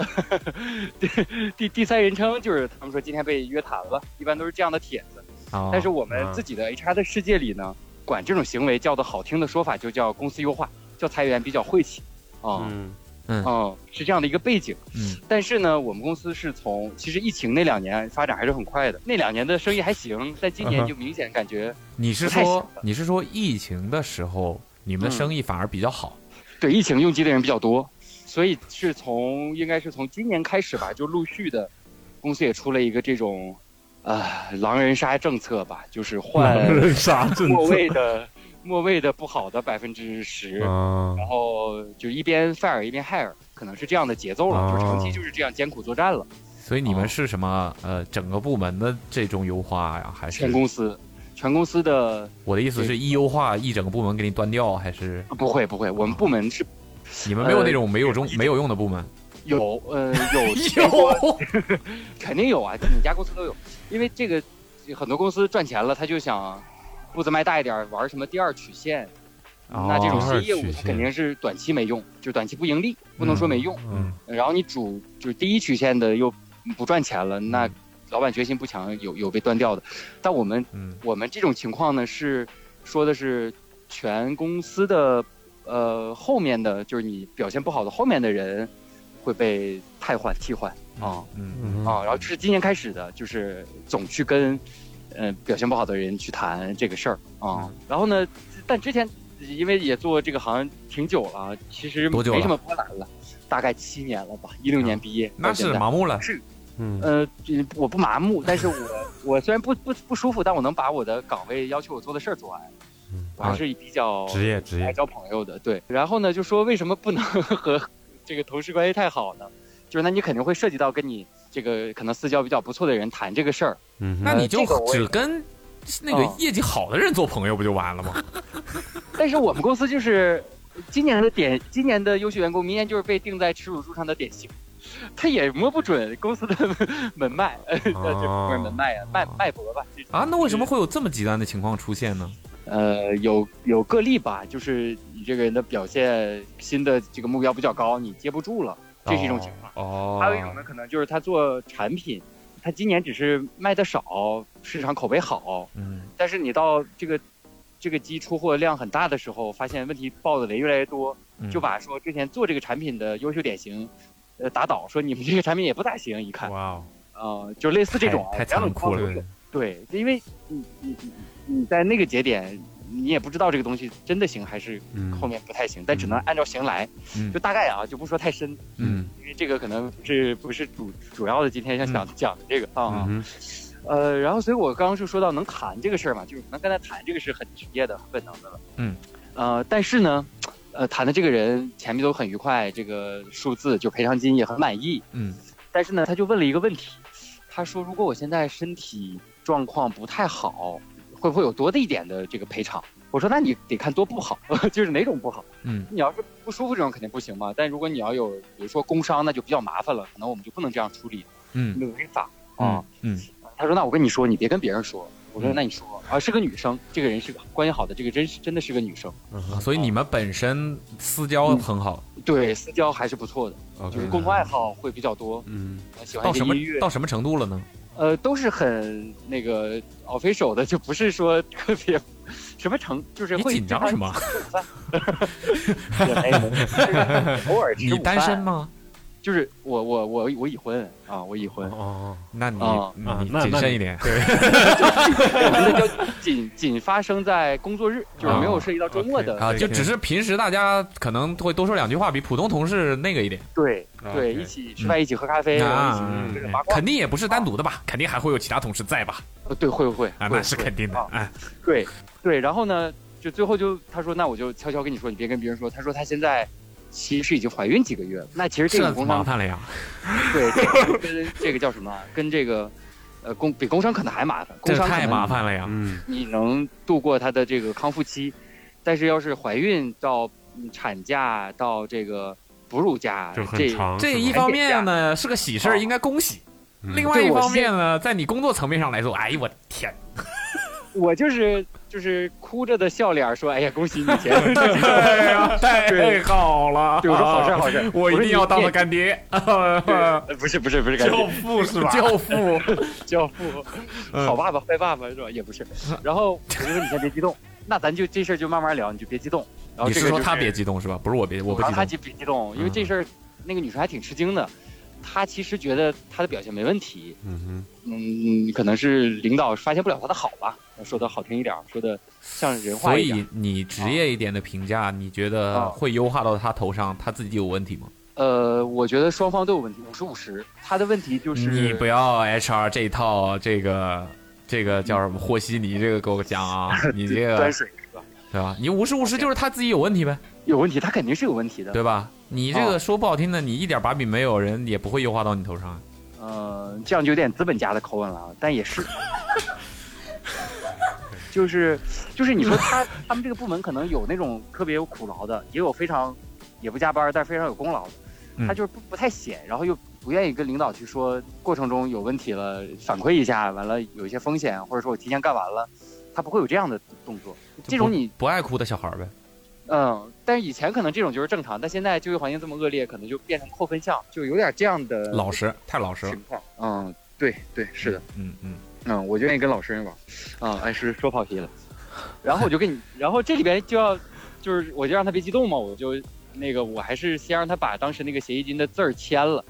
S8: 第第三人称就是他们说今天被约谈了，一般都是这样的帖子。
S3: 哦
S8: 但是我们
S4: 啊
S8: 自己的 HR 的世界里呢，管这种行为叫的好听的说法就叫公司优化，叫裁员比较晦气啊。
S4: 嗯，
S8: 嗯，是这样的一个背景。
S3: 嗯，
S8: 但是呢，我们公司是从其实疫情那两年发展还是很快的，那两年的生意还行，但
S4: 嗯
S8: 今年就明显感觉、
S3: 你是
S8: 不太
S3: 说
S8: 行了
S3: 你是说疫情的时候，你们的
S8: 嗯
S3: 生意反而比较好？
S8: 对疫情用机的人比较多，所以是从应该是从今年开始吧，就陆续的，公司也出了一个这种，啊、狼人杀政策吧，就是换
S4: 狼人杀政
S8: 末
S4: 策
S8: 位的末位的不好的百分之十，
S3: 嗯
S4: 啊，
S8: 然后就一边 fire 一边 hire，可能是这样的节奏了，就是长期
S4: 哦
S8: 就是这样艰苦作战了。
S3: 所以你们
S8: 哦
S3: 是什么？呃，整个部门的这种优化呀，还是
S8: 全公司，全公司的
S3: 我的意思是一优化一整个部门给你端掉，还是
S8: 呃不会不会，我们部门
S4: 哦
S8: 是
S3: 你们没有
S8: 呃
S3: 那种没有中没有用的部门？
S8: 有呃有 谁说 肯定有啊，每家公司都有，因为这个很多公司赚钱了，他就想步子迈大一点儿，玩什么第二曲线。
S3: 哦
S8: 那这种
S4: 第二
S8: 新业务
S4: 曲
S8: 它
S4: 线
S8: 肯定是短期没用，就短期不盈利，不能说没用。
S4: 嗯，
S8: 然后你主就是第一曲线的又不赚钱了，那
S4: 嗯
S8: 老板决心不强，有有被端掉的。但我们
S3: 嗯，
S8: 我们这种情况呢，是说的是全公司的呃后面的，就是你表现不好的后面的人会被汰换替换啊
S3: 嗯
S4: 嗯
S8: 啊，然后这是今年开始的，就是总去跟呃表现不好的人去谈这个事儿啊。
S3: 嗯
S8: 然后呢，但之前因为也做这个行挺久了，其实
S3: 多久了嗯
S8: 没什么波澜了，大概七年了吧，一六年毕业，
S3: 那
S8: 到现
S3: 是
S8: 在
S3: 麻木了。哦
S4: 嗯，
S8: 呃，这我不麻木，但是我我虽然不不不舒服，但我能把我的岗位要求我做的事儿做完
S4: 嗯。
S8: 我还是比较
S4: 职业职
S8: 爱
S4: 业，
S8: 交朋友的，对。然后呢，就说为什么不能 和这个同事关系太好呢？就是那你肯定会涉及到跟你这个可能私交比较不错的人谈这个事儿，
S4: 嗯哼，
S3: 那你就
S8: 这个我也
S3: 只跟那个
S8: 嗯
S3: 业绩好的人做朋友不就完了吗？
S8: 但是我们公司就是今年的点，今年的优秀员工，明年就是被定在耻辱柱上的典型。他也摸不准公司的 门脉，呃，这不是门脉啊，脉脉搏吧？这种
S3: 啊，那为什么会有这么极端的情况出现呢？
S8: 呃，有有个例吧，就是你这个人的表现，新的这个目标比较高，你接不住了，这是一种情况。
S3: 哦，
S8: 还有一种呢，可能就是他做产品，他今年只是卖的少，市场口碑好，
S3: 嗯，
S8: 但是你到这个这个机出货量很大的时候，发现问题爆的雷越来越多，
S3: 嗯
S8: 就把说之前做这个产品的优秀典型，呃，打倒，说你们这个产品也不咋行，一看啊、
S3: 哇哦，
S8: 就类似这种啊
S3: 太太
S8: 两种
S3: 残
S8: 情况
S3: 酷
S8: 都
S3: 了嗯
S8: 有。对，因为你你你你在那个节点，你也不知道这个东西真的行还是
S4: 嗯
S8: 后面不太行，但只能按照行来，
S3: 嗯
S8: 就大概啊，就不说太深，
S3: 嗯
S8: 因为这个可能不是不是主主要的今天想讲、讲的这个啊。
S4: 嗯哼，
S8: 呃，然后所以我刚刚就说到能谈这个事儿嘛，就是能跟他谈这个是很职业的、很本能的了。
S3: 嗯，
S8: 呃，但是呢，呃，谈的这个人前面都很愉快，这个数字就赔偿金也很满意，
S3: 嗯
S8: 但是呢，他就问了一个问题，他说如果我现在身体状况不太好，会不会有多的一点的这个赔偿？我说那你得看多不好， 就是哪种不好。
S3: 嗯
S8: 你要是不舒服这种肯定不行嘛，但如果你要有比如说工伤，那就比较麻烦了，可能我们就不能这样处理，
S3: 嗯
S8: 没有办法啊
S3: 嗯。嗯
S8: 他说那我跟你说，你别跟别人说。我说
S3: 嗯
S8: 那你说啊，是个女生，这个人是个关系好的，这个真是真的是个女生，
S4: 嗯
S3: 啊，
S4: 哼
S3: 所以你们本身私
S8: 嗯
S3: 交很好，
S8: 对私交还是不错的，
S4: 啊，OK，
S8: 就是共 同爱好会比较多，
S4: 嗯
S8: 呃喜
S3: 嗯
S8: 欢
S3: 到
S8: 一些
S3: 什么
S8: 音乐
S3: 到什么程度了呢？
S8: 呃，都是很那个 official 的，就不是说 特别什么成，就是
S3: 你
S8: 会
S3: 紧张什么？
S8: 也没有，就是偶尔吃
S3: 你
S8: 午
S3: 单
S8: 饭
S3: 身？吗？
S8: 就是我我我我已婚啊，我已婚
S4: 哦，哦，
S3: 那你
S8: 啊
S4: 啊
S3: 你
S4: 那
S3: 谨
S4: 那
S3: 慎
S4: 你
S3: 一点，
S8: 我们的交仅仅发生在工作日，就是
S3: 哦
S8: 没有涉及到周末的。
S3: 啊，就只是平时大家可能会多说两句话，比普通同事那个一点，
S8: 对对，
S4: OK
S8: 一起吃饭，一起喝咖啡，然后
S3: 嗯啊
S8: 一起就是八卦
S3: 肯。定也不是单独的吧？肯定还会有其他同事在吧？
S8: 呃对，会会
S3: 啊，
S8: 会
S3: 那是肯定的
S8: 啊
S3: 啊，
S8: 对对，然后呢，就最后就他说，那我就悄悄跟你说，你别跟别人说。他说他现在其实已经怀孕几个月了。那其实这
S3: 这
S8: 种工
S3: 麻
S8: 伤，
S3: 烦啊了呀。
S8: 对，这个跟这个叫什么啊？跟这个呃工比工伤可能还麻烦，工
S3: 这
S8: 伤
S3: 太麻
S8: 烦。
S3: 烦了呀！
S4: 嗯
S8: 你能度过他的这个康复期，但是要是怀孕到嗯产假到这个哺乳假，
S4: 嗯就很
S8: 这
S4: 长，
S3: 这
S4: 是
S3: 一
S4: 吧
S3: 方面呢是个喜事儿，应该恭喜；
S4: 嗯
S3: 另外一方面呢，在你工作层面上来说，哎呦我的天，
S8: 我就是就是哭着的笑脸儿说：“哎呀，恭喜你结 婚！”
S3: 哎呀，太好了！
S8: 对，我说好事儿好事儿，
S3: 我一定要当他干爹，
S8: 对。呃不是不是不
S4: 哎
S8: 是干爹，
S3: 父是吧？教 父，
S8: 教父，
S3: 嗯
S8: 好爸爸坏爸爸是吧？也不是。然后我就说你先别 激动，那咱就这事儿就慢慢聊，你就别激动。然后
S3: 你
S8: 这
S3: 是
S8: 个
S3: 说
S8: 就
S3: 他别激动是吧？不是我别，我不
S8: 然
S3: 激
S8: 后他
S3: 动。
S8: 就别激动，因为
S3: 嗯
S8: 这事儿那个女生还挺吃惊的，她其实觉得她的表现没问题，
S4: 嗯
S8: 嗯，可能是领导发现不了她的好吧，说的好听一点儿，说的像人话
S3: 所
S8: 一点儿。
S3: 以你职业一点的评价，你觉得
S8: 啊
S3: 会优化到他头上，他自己有问题吗？
S8: 呃，我觉得双方都有问题，五十五十。她的问题就是
S3: 你不要 HR 这一套，这个这个叫什么和稀泥，这个给我讲 啊，你这个
S8: 端水是吧
S3: 对吧？你无时无时就是他自己有问题呗，
S8: 有问题，她肯定是有问题的。
S3: 对吧？你这个
S8: 哦
S3: 说不好听的，你一点把柄没有，人也不会优化到你头上啊。
S8: 呃，这样就有点资本家的口吻了，啊，但 也是，就是就是你说他他们这个部门可能有那种特别有苦劳的，也有非常也不加班但是非常有功劳的，
S3: 嗯
S8: 他就是不不太显，然后又不愿意跟领导去说过程中有问题了，反馈一下，完了有一些风险，或者说我提前干完了，他不会有这样的动作。这种你
S3: 不爱哭的小孩儿呗，
S8: 嗯，但是以前可能这种就是正常，但现在就业环境这么恶劣，可能就变成扣分项，就有点这样的
S3: 老实，太老实了
S8: 情。况。嗯，对对是的。
S3: 嗯嗯，
S8: 嗯，我就愿意跟老实人玩。啊，哎，是说跑题了。然后我就跟你，然后这里边就要，就是我就让他别激动嘛，我就那个我还是先让他把当时那个协议金的字儿签了。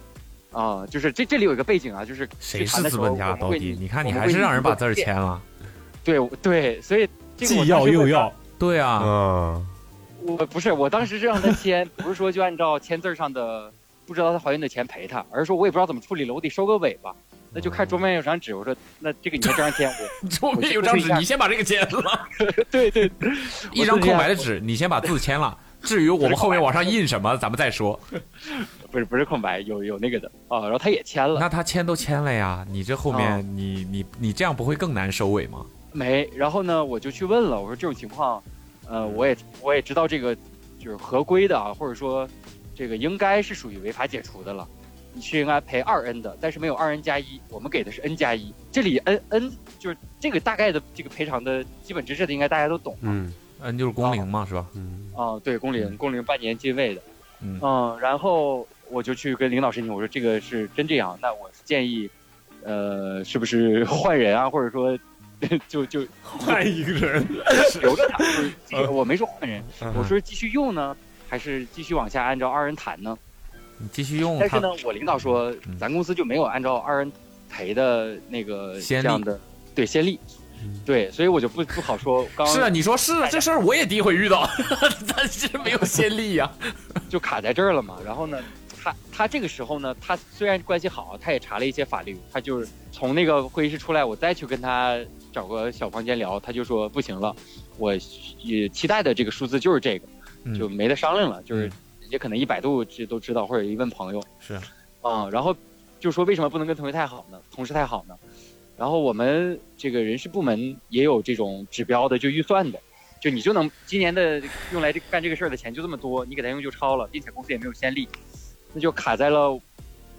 S8: 啊，就是这这里有一个背景啊，就是
S3: 谁
S8: 去
S3: 是
S8: 谈的时
S3: 资
S8: 候
S3: 本家
S8: 我们
S3: 到
S8: 会
S3: 底？你看你
S8: 我们
S3: 还
S8: 会
S3: 是让人把
S8: 一
S3: 字儿
S8: 遍
S3: 签了。
S8: 对我对，所以这个我
S4: 既
S8: 当
S4: 要
S8: 时
S4: 又
S8: 会让
S4: 要，
S3: 对啊，
S4: 嗯
S8: 我不是，我当时是让他签，不是说就按照签字儿上的不知道她怀孕的钱赔她，而是说我也不知道怎么处理了，我得收个尾巴。那就看桌面有张纸。我说那这个你要这样签， 我
S3: 桌面有张纸，你先把这个签了，
S8: 对对，
S3: 一张空白的纸，你先把字签了。至于我们后面往上印什么，咱们再说。
S8: 不是不是空白，有有那个的啊。然后他也签了，
S3: 那他签都签了呀，你这后
S8: 哦
S3: 面你你你这样不会更难收尾吗？
S8: 没，然后呢，我就去问了，我说这种情况，呃，我也我也知道这个就是合规的啊，或者说这个应该是属于违法解除的了，你是应该赔二 n 的，但是没有二 n 加一，我们给的是 n 加一，这里 n n 就是这个大概的这个赔偿的基本知识的，应该大家都懂
S4: 嗯
S3: 嗯，就是工龄嘛，是吧？
S4: 嗯
S8: 啊、对，工龄工龄半年进位的，
S3: 嗯
S8: 然后我就去跟领导申请，我说这个是真这样，那我建议，呃，是不是换人啊，或者说就 就
S4: 换一个人，
S8: 留着它。就是这
S3: 嗯
S8: 个我没说换人，我说继续用呢，还是继续往下按照二 n 谈呢？
S3: 你继续用
S8: 但是
S3: 它
S8: 呢，我领导说
S3: 嗯
S8: 咱公司就没有按照二 n 赔的那个
S3: 先例
S8: 这样的对先例
S4: 嗯，
S8: 对，所以我就不不好说。刚
S3: 是啊，你说是啊，这事儿我也第一回遇到， 咱是没有先例啊呀、
S8: 就卡在这儿了嘛。然后呢，他他这个时候呢，他虽然关系好，他也查了一些法律，他就是从那个会议室出来，我再去跟他找个小房间聊，他就说不行了，我也期待的这个数字就是这个，
S3: 嗯
S8: 就没得商量了，就是
S3: 嗯
S8: 也可能一百度这都知道，或者一问朋友
S3: 是
S8: 啊、然后就说为什么不能跟同学太好呢？同事太好呢？然后我们这个人事部门也有这种指标的，就预算的，就你就能今年的用来这干这个事儿的钱就这么多，你给他用就超了，并且公司也没有先例，那就卡在了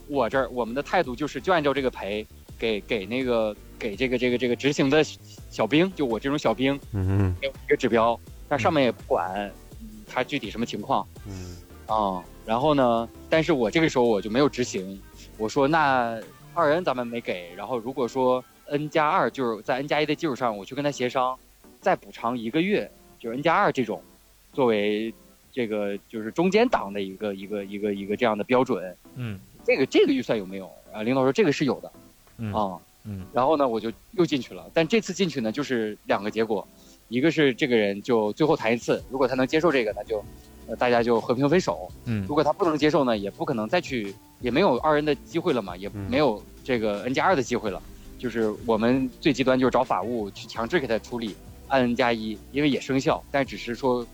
S8: 我这儿。我们的态度就是就按照这个赔，给给那个给这个这个这个执行的小兵，就我这种小兵，
S4: 嗯
S8: 给我一个指标，但上面也不管嗯他具体什么情况
S4: 嗯
S8: 啊、然后呢，但是我这个时候我就没有执行，我说那二 n 咱们没给，然后如果说 n 加二就是在 n 加一的基础上，我去跟他协商，再补偿一个月，就是 n 加二这种，作为这个就是中间档的一个一个一个一个这样的标准，
S3: 嗯
S8: 这个这个预算有没有？啊，领导说这个是有的，
S3: 嗯
S8: 啊，
S3: 嗯，
S8: 然后呢，我就又进去了，但这次进去呢，就是两个结果，一个是这个人就最后谈一次，如果他能接受这个，那就，呃，大家就和平分手；
S3: 嗯
S8: 如果他不能接受呢，也不可能再去，也没有二人的机会了嘛，也
S4: 嗯
S8: 没有这个 N 加二的机会了，就是我们最极端就是找法务去强制给他处理按 N 加一，因为也生效，但只是说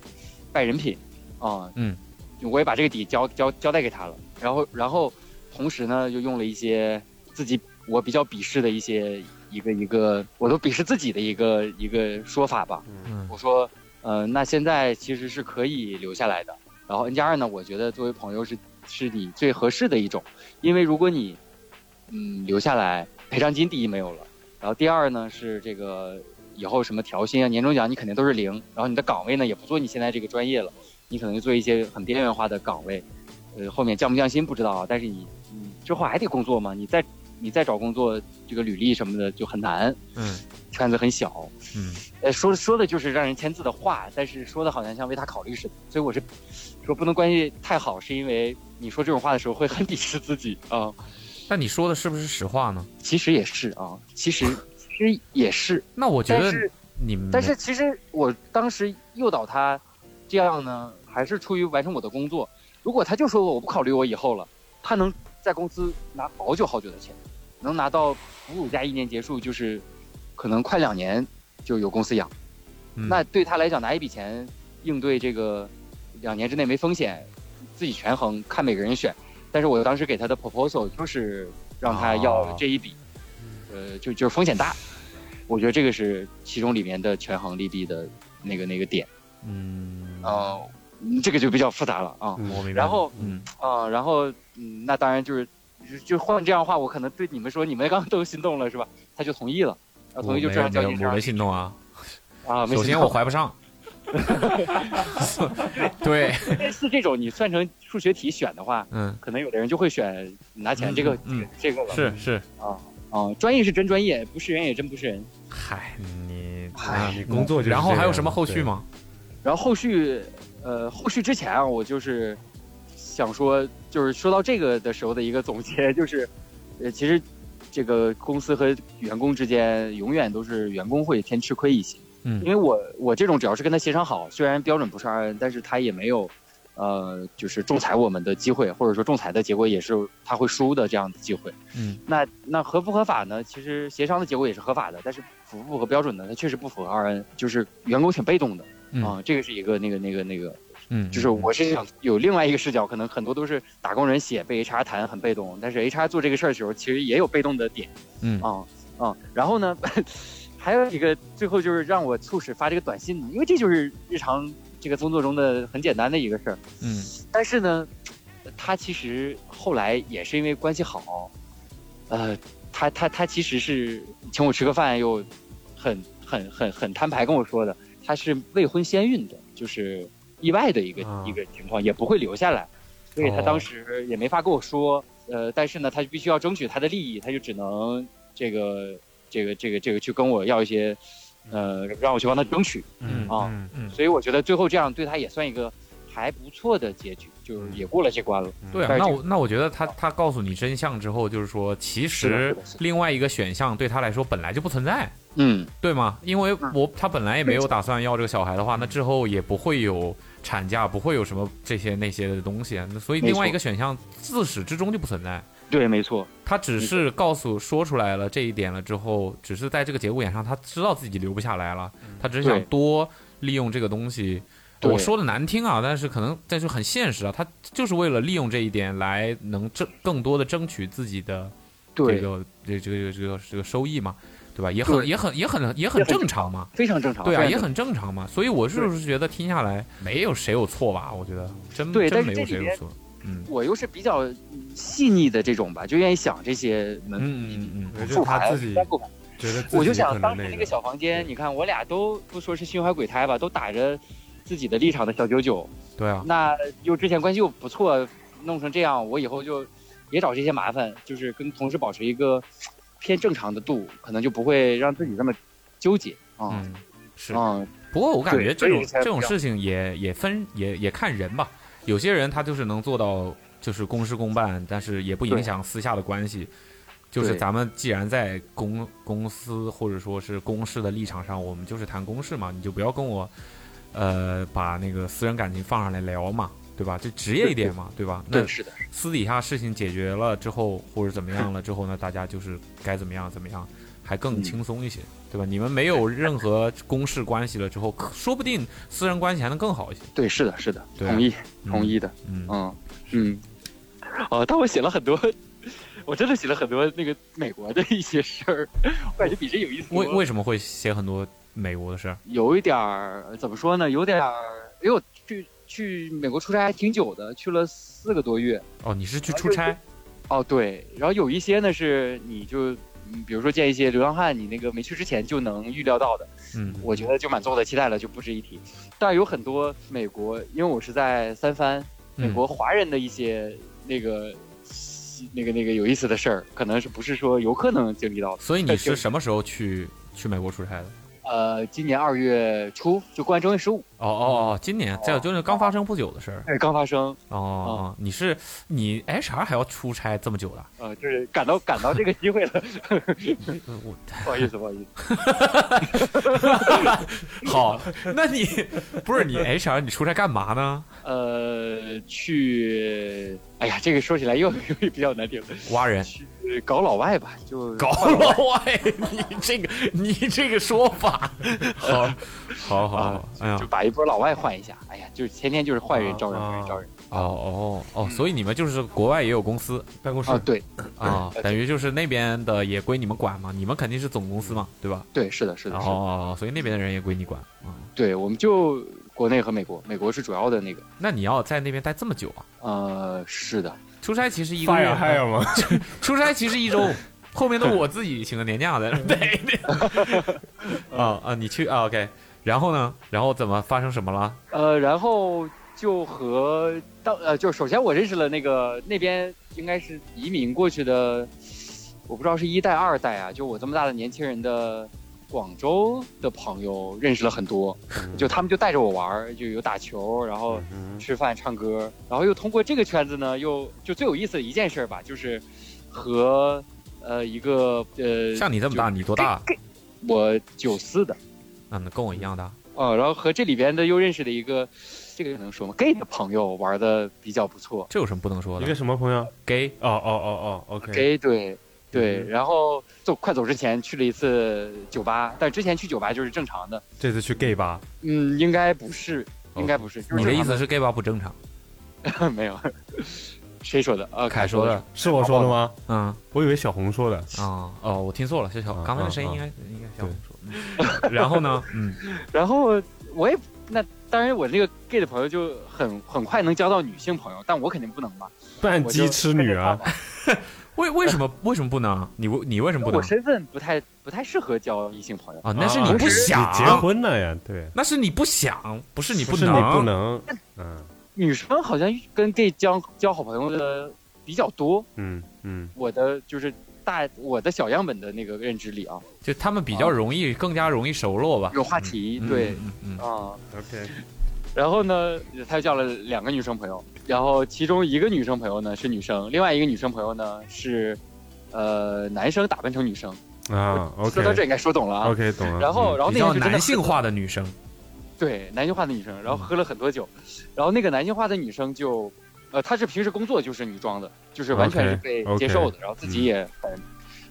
S8: 败人品，啊，
S3: 嗯，
S8: 我也把这个底交交交代给他了，然后然后同时呢，又用了一些自己我比较鄙视的一些一个一个，我都鄙视自己的一个一个说法吧。
S3: 嗯
S8: 我说，呃，那现在其实是可以留下来的。然后 N 加二呢，我觉得作为朋友是是你最合适的一种，因为如果你嗯留下来，赔偿金第一没有了，然后第二呢是这个以后什么调薪啊、年终奖你肯定都是零，然后你的岗位呢也不做你现在这个专业了，你可能就做一些很边缘化的岗位，呃，后面降不降薪不知道啊，但是你你之后还得工作嘛，你再你再找工作，这个履历什么的就很难，
S3: 嗯，
S8: 圈子很小，
S3: 嗯，
S8: 呃，说说的就是让人签字的话，但是说的好像像为他考虑似的，所以我是说不能关系太好，是因为你说这种话的时候会很鄙视自己啊、
S3: 那你说的是不是实话呢？
S8: 其实也是啊，其实其实也是，
S3: 那我觉
S8: 但
S3: 得
S8: 是
S3: 你们
S8: 但是其实我当时诱导他这样呢，还是出于完成我的工作。如果他就说我不考虑我以后了，他能在公司拿好久好久的钱，能拿到哺乳假一年结束，就是可能快两年就有公司养。
S3: 嗯
S8: 那对他来讲，拿一笔钱应对这个两年之内没风险，自己权衡，看每个人选。但是我当时给他的 proposal 就是让他要
S3: 哦
S8: 这一笔，呃，就就是风险大。我觉得这个是其中里面的权衡利弊的那个那个点。
S3: 嗯，
S8: 哦、这个就比较复杂了啊
S3: 我明白。
S8: 然后
S3: 嗯，
S8: 啊、然后嗯，那当然就是就就换这样的话，我可能对你们说，你们刚刚都心动了是吧？他就同意了，那同意就
S3: 我
S8: 这样
S3: 没
S8: 交
S3: 有
S8: 接
S3: 没
S8: 这
S3: 有我
S8: 样
S3: 没心动啊。
S8: 啊。没
S3: 首
S8: 心
S3: 先
S8: 动
S3: 我怀不 上。对，
S8: 类似这种你算成数学题选的话，
S3: 嗯，
S8: 可能有的人就会选拿钱
S3: 嗯
S8: 这个这
S3: 嗯
S8: 个这个了
S3: 是是，
S8: 啊，专业是真专业，不是人也真不是人。
S3: 嗨，你
S4: 啊，你工作就是
S3: 然后
S4: 这
S3: 还有
S4: 样
S3: 什么后续？吗？
S8: 然后后续，呃，后续之前啊，我就是想说，就是说到这个的时候的一个总结， 就是，呃，其实这个公司和员工之间永远都是员工会先吃亏一些，
S3: 嗯
S8: 因为我我这种只要是跟他协商好，虽然标准不是二 n，但是他也没有呃，就是仲裁我们的机会，或者说仲裁的结果也是他会输的这样的机会。
S3: 嗯，
S8: 那那合不合法呢？其实协商的结果也是合法的，但是符不符合标准呢？它确实不符合 RN，就是员工挺被动的
S3: 嗯
S8: 啊、这个是一个那个那个那个，
S3: 嗯，
S8: 就是我是想有另外一个视角，可能很多都是打工人写被 HR 谈很被动，但是 HR 做这个事儿的时候其实也有被动的点。
S3: 嗯
S8: 啊啊，然后呢， 还有一个最后就是让我促使发这个短信，因为这就是日常这个工作中的很简单的一个事儿。
S3: 嗯
S8: 但是呢，他其实后来也是因为关系好，呃，他他他其实是请我吃个饭，又很很很很摊牌跟我说的，他是未婚先孕的，就是意外的一个、
S4: 啊
S8: 一个情况，也不会留下来，所以他
S4: 哦
S8: 当时也没法跟我说，呃，但是呢，他必须要争取他的利益，他就只能这个这个这个这个去跟我要一些，呃，让我去帮他争取。
S3: 嗯
S8: 啊
S3: 嗯嗯，
S8: 所以我觉得最后这样对他也算一个还不错的结局，就是也过了这关了。
S3: 对啊，
S8: 但是
S3: 那
S8: 这
S3: 我那我觉得他他告诉你真相之后，就是说其实另外一个选项对他来说本来就不存在，
S8: 嗯，
S3: 对吗？因为我他本来也没有打算要这个小孩的
S8: 嗯
S3: 话，那之后也不会有产假，不会有什么这些那些的东西啊，那所以
S8: 没错
S3: 另外一个选项自始至终就不存在。
S8: 对，没错，
S3: 他只是
S8: 嗯
S3: 告诉说出来了这一点了之后，只是在这个节骨眼上，他知道自己留不下来了，他只是想
S8: 对
S3: 多利用这个东西。
S8: 嗯对
S3: 我说的难听啊，但是可能但是很现实啊，他就是为了利用这一点来能争更多的争取自己的这
S8: 对，
S3: 个这这个这个这个收益嘛，对吧？也很
S8: 对
S3: 也很也很也很
S8: 也很
S3: 正常嘛，
S8: 非常正常。
S3: 对啊，
S8: 非常
S3: 也很正常嘛。所以我就是觉得听下来没有谁有错吧？我觉得真
S8: 对但
S3: 真
S8: 是
S3: 没有
S8: 这
S3: 谁
S8: 里
S3: 有
S8: 边
S3: 错。嗯
S8: 我又是比较嗯细腻的这种吧，就愿意想这些门
S3: 嗯嗯嗯
S4: 我觉
S8: 复
S4: 得他
S8: 盘
S4: 自己
S8: 该复盘。
S4: 觉得自己
S8: 我就
S4: 可
S8: 想
S4: 能
S8: 当时那
S4: 那
S8: 个小房间，你看我俩都不说是心怀鬼胎吧，都打着自己的立场的小九九，
S3: 嗯，对啊，
S8: 那又之前关系又不错，弄成这样，我以后就别找这些麻烦，就是跟同事保持一个偏正常的度，可能就不会让自己这么纠结啊。
S3: 嗯，是
S8: 嗯，
S3: 不过我感觉
S8: 对
S3: 这
S8: 所以
S3: 种
S8: 才
S3: 这种
S8: 比较
S3: 事情也也分也也看人吧，有些人他就是能做到就是公事公办，但是也不影
S8: 对
S3: 响私下的关系。就是
S8: 对
S3: 咱们既然在公公司或者说是公事的立场上，我们就是谈公事嘛，你就不要跟我，呃，把那个私人感情放上来聊嘛，对吧？就职业一点嘛，对吧？那
S8: 对，是的，
S3: 私底下事情解决了之后，或者怎么样了之后呢，大家就是该怎么样怎么样，还更
S8: 嗯
S3: 轻松一些，对吧？你们没有任何公事关系了之后，可说不定私人关系还能更好一些。
S8: 对，是的，是的，
S3: 对啊
S8: 同意，
S3: 嗯
S8: 同意的，
S3: 嗯，
S8: 嗯嗯。哦，但我写了很多， 我真的写了很多那个美国的一些事儿，我感觉比这有意思多
S3: 为
S8: 了。
S3: 为什么会写很多美国的事儿？
S8: 有一点儿怎么说呢？有点儿，因为我去去美国出差还挺久的，去了四个多月。
S3: 哦，你是去出差？
S8: 哦，对，然后有一些呢是你就，嗯比如说见一些流浪汉，你那个没去之前就能预料到的，
S3: 嗯，
S8: 我觉得就满足我的期待了，就不值一提。但有很多美国，因为我是在三藩，美
S3: 嗯
S8: 国华人的一些那个、那个那个有意思的事儿，可能是不是说游客能经历到的。
S3: 所以你是什么时候去去美国出差的？
S8: 呃，今年二月初就过完正月十五，
S3: 哦
S8: 嗯
S3: 哦哦，今年这就是刚发生不久的事儿。
S8: 哎，刚发生，
S3: 哦哦，你是你 HR 还要出差这么久了？
S8: 呃，就是赶到赶到这个机会了，
S3: 呃我
S8: 不好意思，不好意思。
S3: 好，那你 不是你 HR 你出差干嘛呢？
S8: 呃，去，哎呀，这个说起来又又比较难听，
S3: 挖人。
S8: 去搞老外吧，就
S3: 搞老外， 你这个你这个说法，好，好好好
S8: 啊，
S3: 哎呀
S8: 就，把一波老外换一下。哎呀，就是天天就是换
S3: 啊
S8: 人招人，换人招人
S3: 哦哦哦，所以你们就是国外也有公司
S4: 办公室
S8: 啊，对
S3: 啊，等于就是那边的也归你们管嘛，你们肯定是总公司嘛，对吧？
S8: 对，是的，是
S3: 哦
S8: 的，
S3: 哦
S8: 是的，
S3: 哦，所以那边的人也归你管啊。
S8: 对，我们就国内和美国，美国是主要的那个，
S3: 那你要在那边待这么久啊？
S8: 呃，是的，
S3: 出差其实一个
S4: 发
S3: 月
S4: 呀，嗨呀嘛，
S3: 出差其实一周，后面都我自己请个年假的。对对。啊啊，你去啊，OK。然后呢？然后怎么发生什么了？
S8: 呃，然后就和当呃，就是首先我认识了那个那边应该是移民过去的，我不知道是一代二代啊，就我这么大的年轻人的广州的朋友认识了很多，就他们就带着我玩儿，就有打球，然后
S4: 嗯
S8: 吃饭、唱歌，然后又通过这个圈子呢，又就最有意思的一件事儿吧，就是和呃一个呃
S3: 像你这么大，你多大？啊
S8: 我九四的。
S3: 嗯，那跟我一样大。
S8: 哦，然后和这里边的又认识了一个，这个能说吗？gay 的朋友玩的比较不错
S3: 这有什么不能说
S4: 一
S3: 的
S4: 个什么朋友？
S3: ？gay
S4: 哦哦哦哦，OK，
S8: ，gay 对对，
S4: 嗯
S8: 然后走快走之前去了一次酒吧，但之前去酒吧就是正常的，
S4: 这次去 gay 吧，
S8: 嗯，应该不是，应该不是，就是
S3: 哦你的
S8: 正
S3: 意
S8: 常
S3: 思是 gay 吧不正常？
S8: 没有，谁说的？呃，
S3: 凯
S8: 说
S3: 说的，，
S4: 是我说的吗？
S3: 嗯啊
S4: 我以为小红说的。
S3: 哦，我听错了，是小
S8: 嗯
S4: 啊
S3: 刚才那声音
S4: 啊
S3: 应该应该小红说。嗯然后呢？嗯，
S8: 然后我也那当然，我那个 gay 的朋友就很很快能交到女性朋友，但我肯定不能吧？
S4: 扮
S8: 我就
S4: 鸡吃女啊，
S3: 为为什么为什么不能？你为你为什么不能
S8: 我？身份不太不太适合交异性朋友。
S3: 啊，那是
S4: 啊
S3: 你不
S4: 你
S3: 想，
S4: 结婚了呀？对，
S3: 那是你不想，不是你
S4: 不
S3: 不
S4: 是
S3: 能，
S4: 你不能，嗯
S8: 女生好像跟 gay 交交好朋友的比较多，
S4: 嗯嗯，
S8: 我的就是大我的小样本的那个认知里啊，
S3: 就他们比较容易，更加容易熟络吧。
S8: 有话题、
S3: 嗯
S8: 对
S3: 嗯嗯嗯
S8: 啊、
S4: OK，
S8: 然后呢，他就叫了两个女生朋友，然后其中一个女生朋友呢是女生，另外一个女生朋友呢是呃男生打扮成女生。
S4: 啊
S8: 说到
S4: ，OK，OK，
S8: 这应该说懂了啊。
S4: 懂了。
S8: 然后，
S4: 嗯
S8: 然后
S3: 比
S8: 那
S3: 较
S8: 个就真的
S3: 男性化的女生，
S8: 对男性化的女生，然后喝了很多酒，然后那个男性化的女生就，呃，她是平时工作就是女装的，就是完全是被
S4: OK，OK，
S8: 接受的，然后自己也很、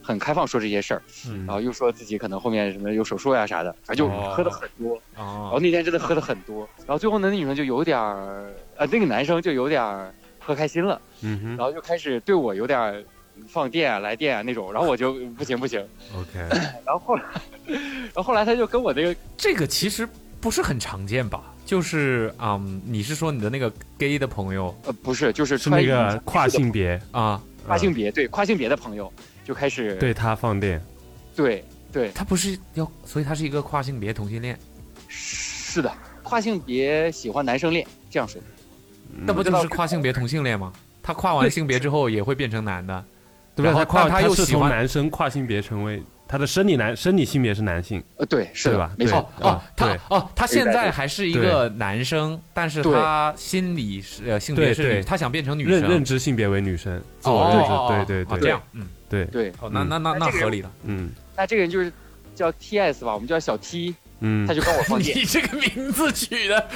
S8: 很开放说这些事儿，
S4: 嗯
S8: 然后又说自己可能后面什么有手术呀、啥的，反正就
S3: 哦
S8: 喝的很多，然后
S3: 哦，
S8: 那天真的喝的很多，然后最后呢，那女生就有点儿，呃，那个男生就有点儿喝开心了，
S4: 嗯
S8: 然后就开始对我有点儿放电啊、来电啊那种，然后我就不行不行，
S4: 哼，OK，
S8: 然后后来， 然后后来他就跟我那个
S3: 这个其实不是很常见吧？就是嗯，你是说你的那个 gay 的朋友
S8: 呃，不是，就是
S4: 是
S8: 穿
S4: 那
S8: 衣服
S4: 个跨性别，
S3: 啊，
S8: 跨性
S4: 嗯
S8: 别，对跨性别的朋友就开始
S4: 对他放电，
S8: 对对
S3: 他不是要，所以他是一个跨性别同性恋，
S8: 是的，跨性别喜欢男生恋，这样说
S4: 嗯
S3: 那不就是跨性别同性恋吗？他跨完性别之后也会变成男的，
S4: 对吧？
S3: 然后
S4: 他跨
S3: 但他又
S4: 是
S3: 喜
S4: 从
S3: 欢
S4: 男生跨性别成为他的生理男生理性别是男性，
S8: 呃，对，是
S4: 对
S8: 的
S4: 吧？
S8: 没
S4: 对
S8: 错，
S3: 哦
S4: 啊，
S3: 他
S4: 对
S3: 哦，他现在还是一个男生，但是他心理是呃性别
S4: 对
S3: 是女
S4: 对
S3: 他想变成女
S4: 认
S3: 生，
S4: 认知性别为女生，自
S3: 哦
S4: 我认知，
S3: 哦哦
S4: 对
S3: 哦
S4: 对
S3: 这
S4: 对
S3: 样，嗯，
S4: 对，
S8: 对，
S3: 哦，那
S4: 嗯
S3: 那那那
S8: 那这个
S3: 合理了。
S4: 嗯
S8: 那这个人就是叫 T S 吧，我们叫小 T，
S4: 嗯
S8: 他，就跟我放 电，
S3: 你这个名字取的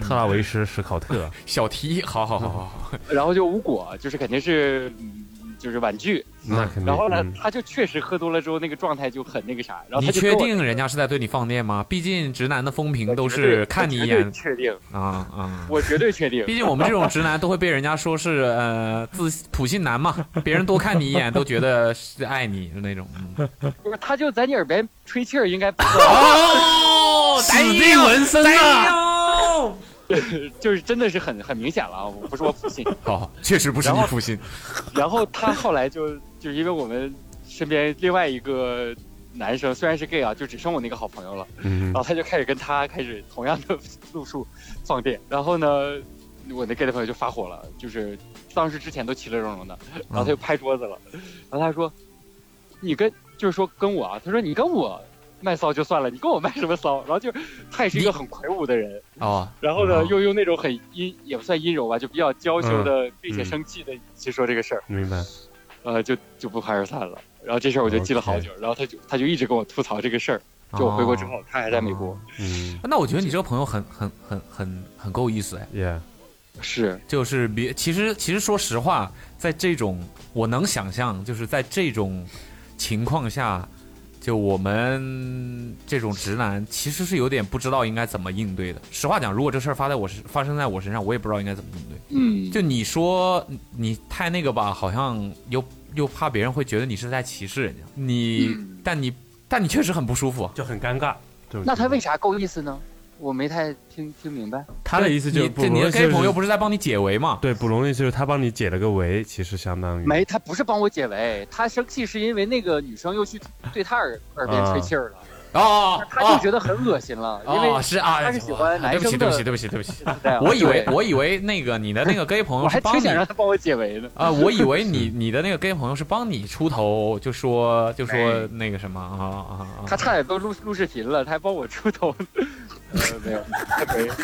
S4: 特拉维什史考特，
S3: 小题， 好好好好好，
S8: 然后就无果，就是肯定是嗯就是婉拒，
S4: 那肯定。
S8: 然后呢
S4: 嗯，
S8: 他就确实喝多了之后那个状态就很那个啥，然后
S3: 你
S8: 他就
S3: 确
S8: 跟我
S3: 定人家是在对你放电吗？毕竟直男的风评
S8: 我
S3: 都
S8: 绝
S3: 是
S8: 对
S3: 看你一
S8: 我绝对
S3: 眼
S8: 确定，
S3: 啊啊。
S8: 我绝对确 定，
S3: 毕竟我们这种直男都会被人家说是呃自普信男嘛，别人多看你一眼都觉得是爱你的那 种。嗯
S8: 不是他就在你耳边吹气儿，应该不知 道。
S3: 哦，死地纹身啊！
S8: 就是真的是很很明显了啊！我不是我不信。
S3: 好，确实不是你负心。
S8: 然后他后来就就是因为我们身边另外一个男生虽然是 gay 啊，就只剩我那个好朋友了，
S4: 嗯
S8: 然后他就开始跟他开始同样的路数放电，然后呢，我那 gay 的朋友就发火了，就是当时之前都其乐融融的，然后他就拍桌子了，然后他说：“你跟就是说跟我啊，他说你跟我卖骚就算了，你跟我卖什么骚？”然后就他也是一个很魁梧的人，
S3: 哦，
S8: 然后呢，
S3: 嗯
S8: 又用那种很阴，也不算阴柔吧，就比较娇羞的，并且生气的语气说这个事儿，
S4: 明白，
S8: 呃，就就不欢而散了。然后这事儿我就记了好久，然后他就他就一直跟我吐槽这个事儿。就我回国之
S3: 哦
S8: 后，他还在美国，
S4: 嗯
S3: 那我觉得你这个朋友很很很很很够意思哎，
S4: ，Yeah，
S8: 是
S3: 就是别其实其实说实话，在这种我能想象，就是在这种情况下，就我们这种直男其实是有点不知道应该怎么应对的。实话讲，如果这事儿发在我身发生在我身上，我也不知道应该怎么应对。
S8: 嗯，
S3: 就你说你太那个吧，好像又又怕别人会觉得你是在歧视人家，你、
S8: 嗯
S3: 但你但你确实很不舒服啊。
S4: 就很尴尬。这种
S8: 那他
S4: 情况
S8: 为啥够意思呢？我没太听听明白。
S4: 他的意思就
S3: 你
S4: 是不
S3: 这你的
S4: 容易
S3: gay
S4: 就是
S3: 朋友不是在帮你解围吗？
S4: 对不容易，就是他帮你解了个围，其实相当于
S8: 没，他不是帮我解围，他生气是因为那个女生又去对他耳耳边吹气儿了，
S3: 哦，
S8: 他就觉
S3: 得
S8: 得很恶心了，因
S3: 哦
S8: 为
S3: 是啊，
S8: 他是喜欢男
S3: 对不起
S8: 生的
S3: 对不起对不起对不起，
S8: 是这样
S3: 我以为
S8: 对
S3: 我以为那个你的 那个 gay 朋
S8: 我
S3: 友
S8: 还
S3: 是帮
S8: 挺
S3: 你
S8: 想让他帮我解围呢。
S3: 啊，我以为你你的那个 gay 朋友是帮你出头，就说就说
S8: 没
S3: 那个什么啊啊啊，
S8: 哎他差点都录录视频了，他还帮我出头。 呃，没有，太没有，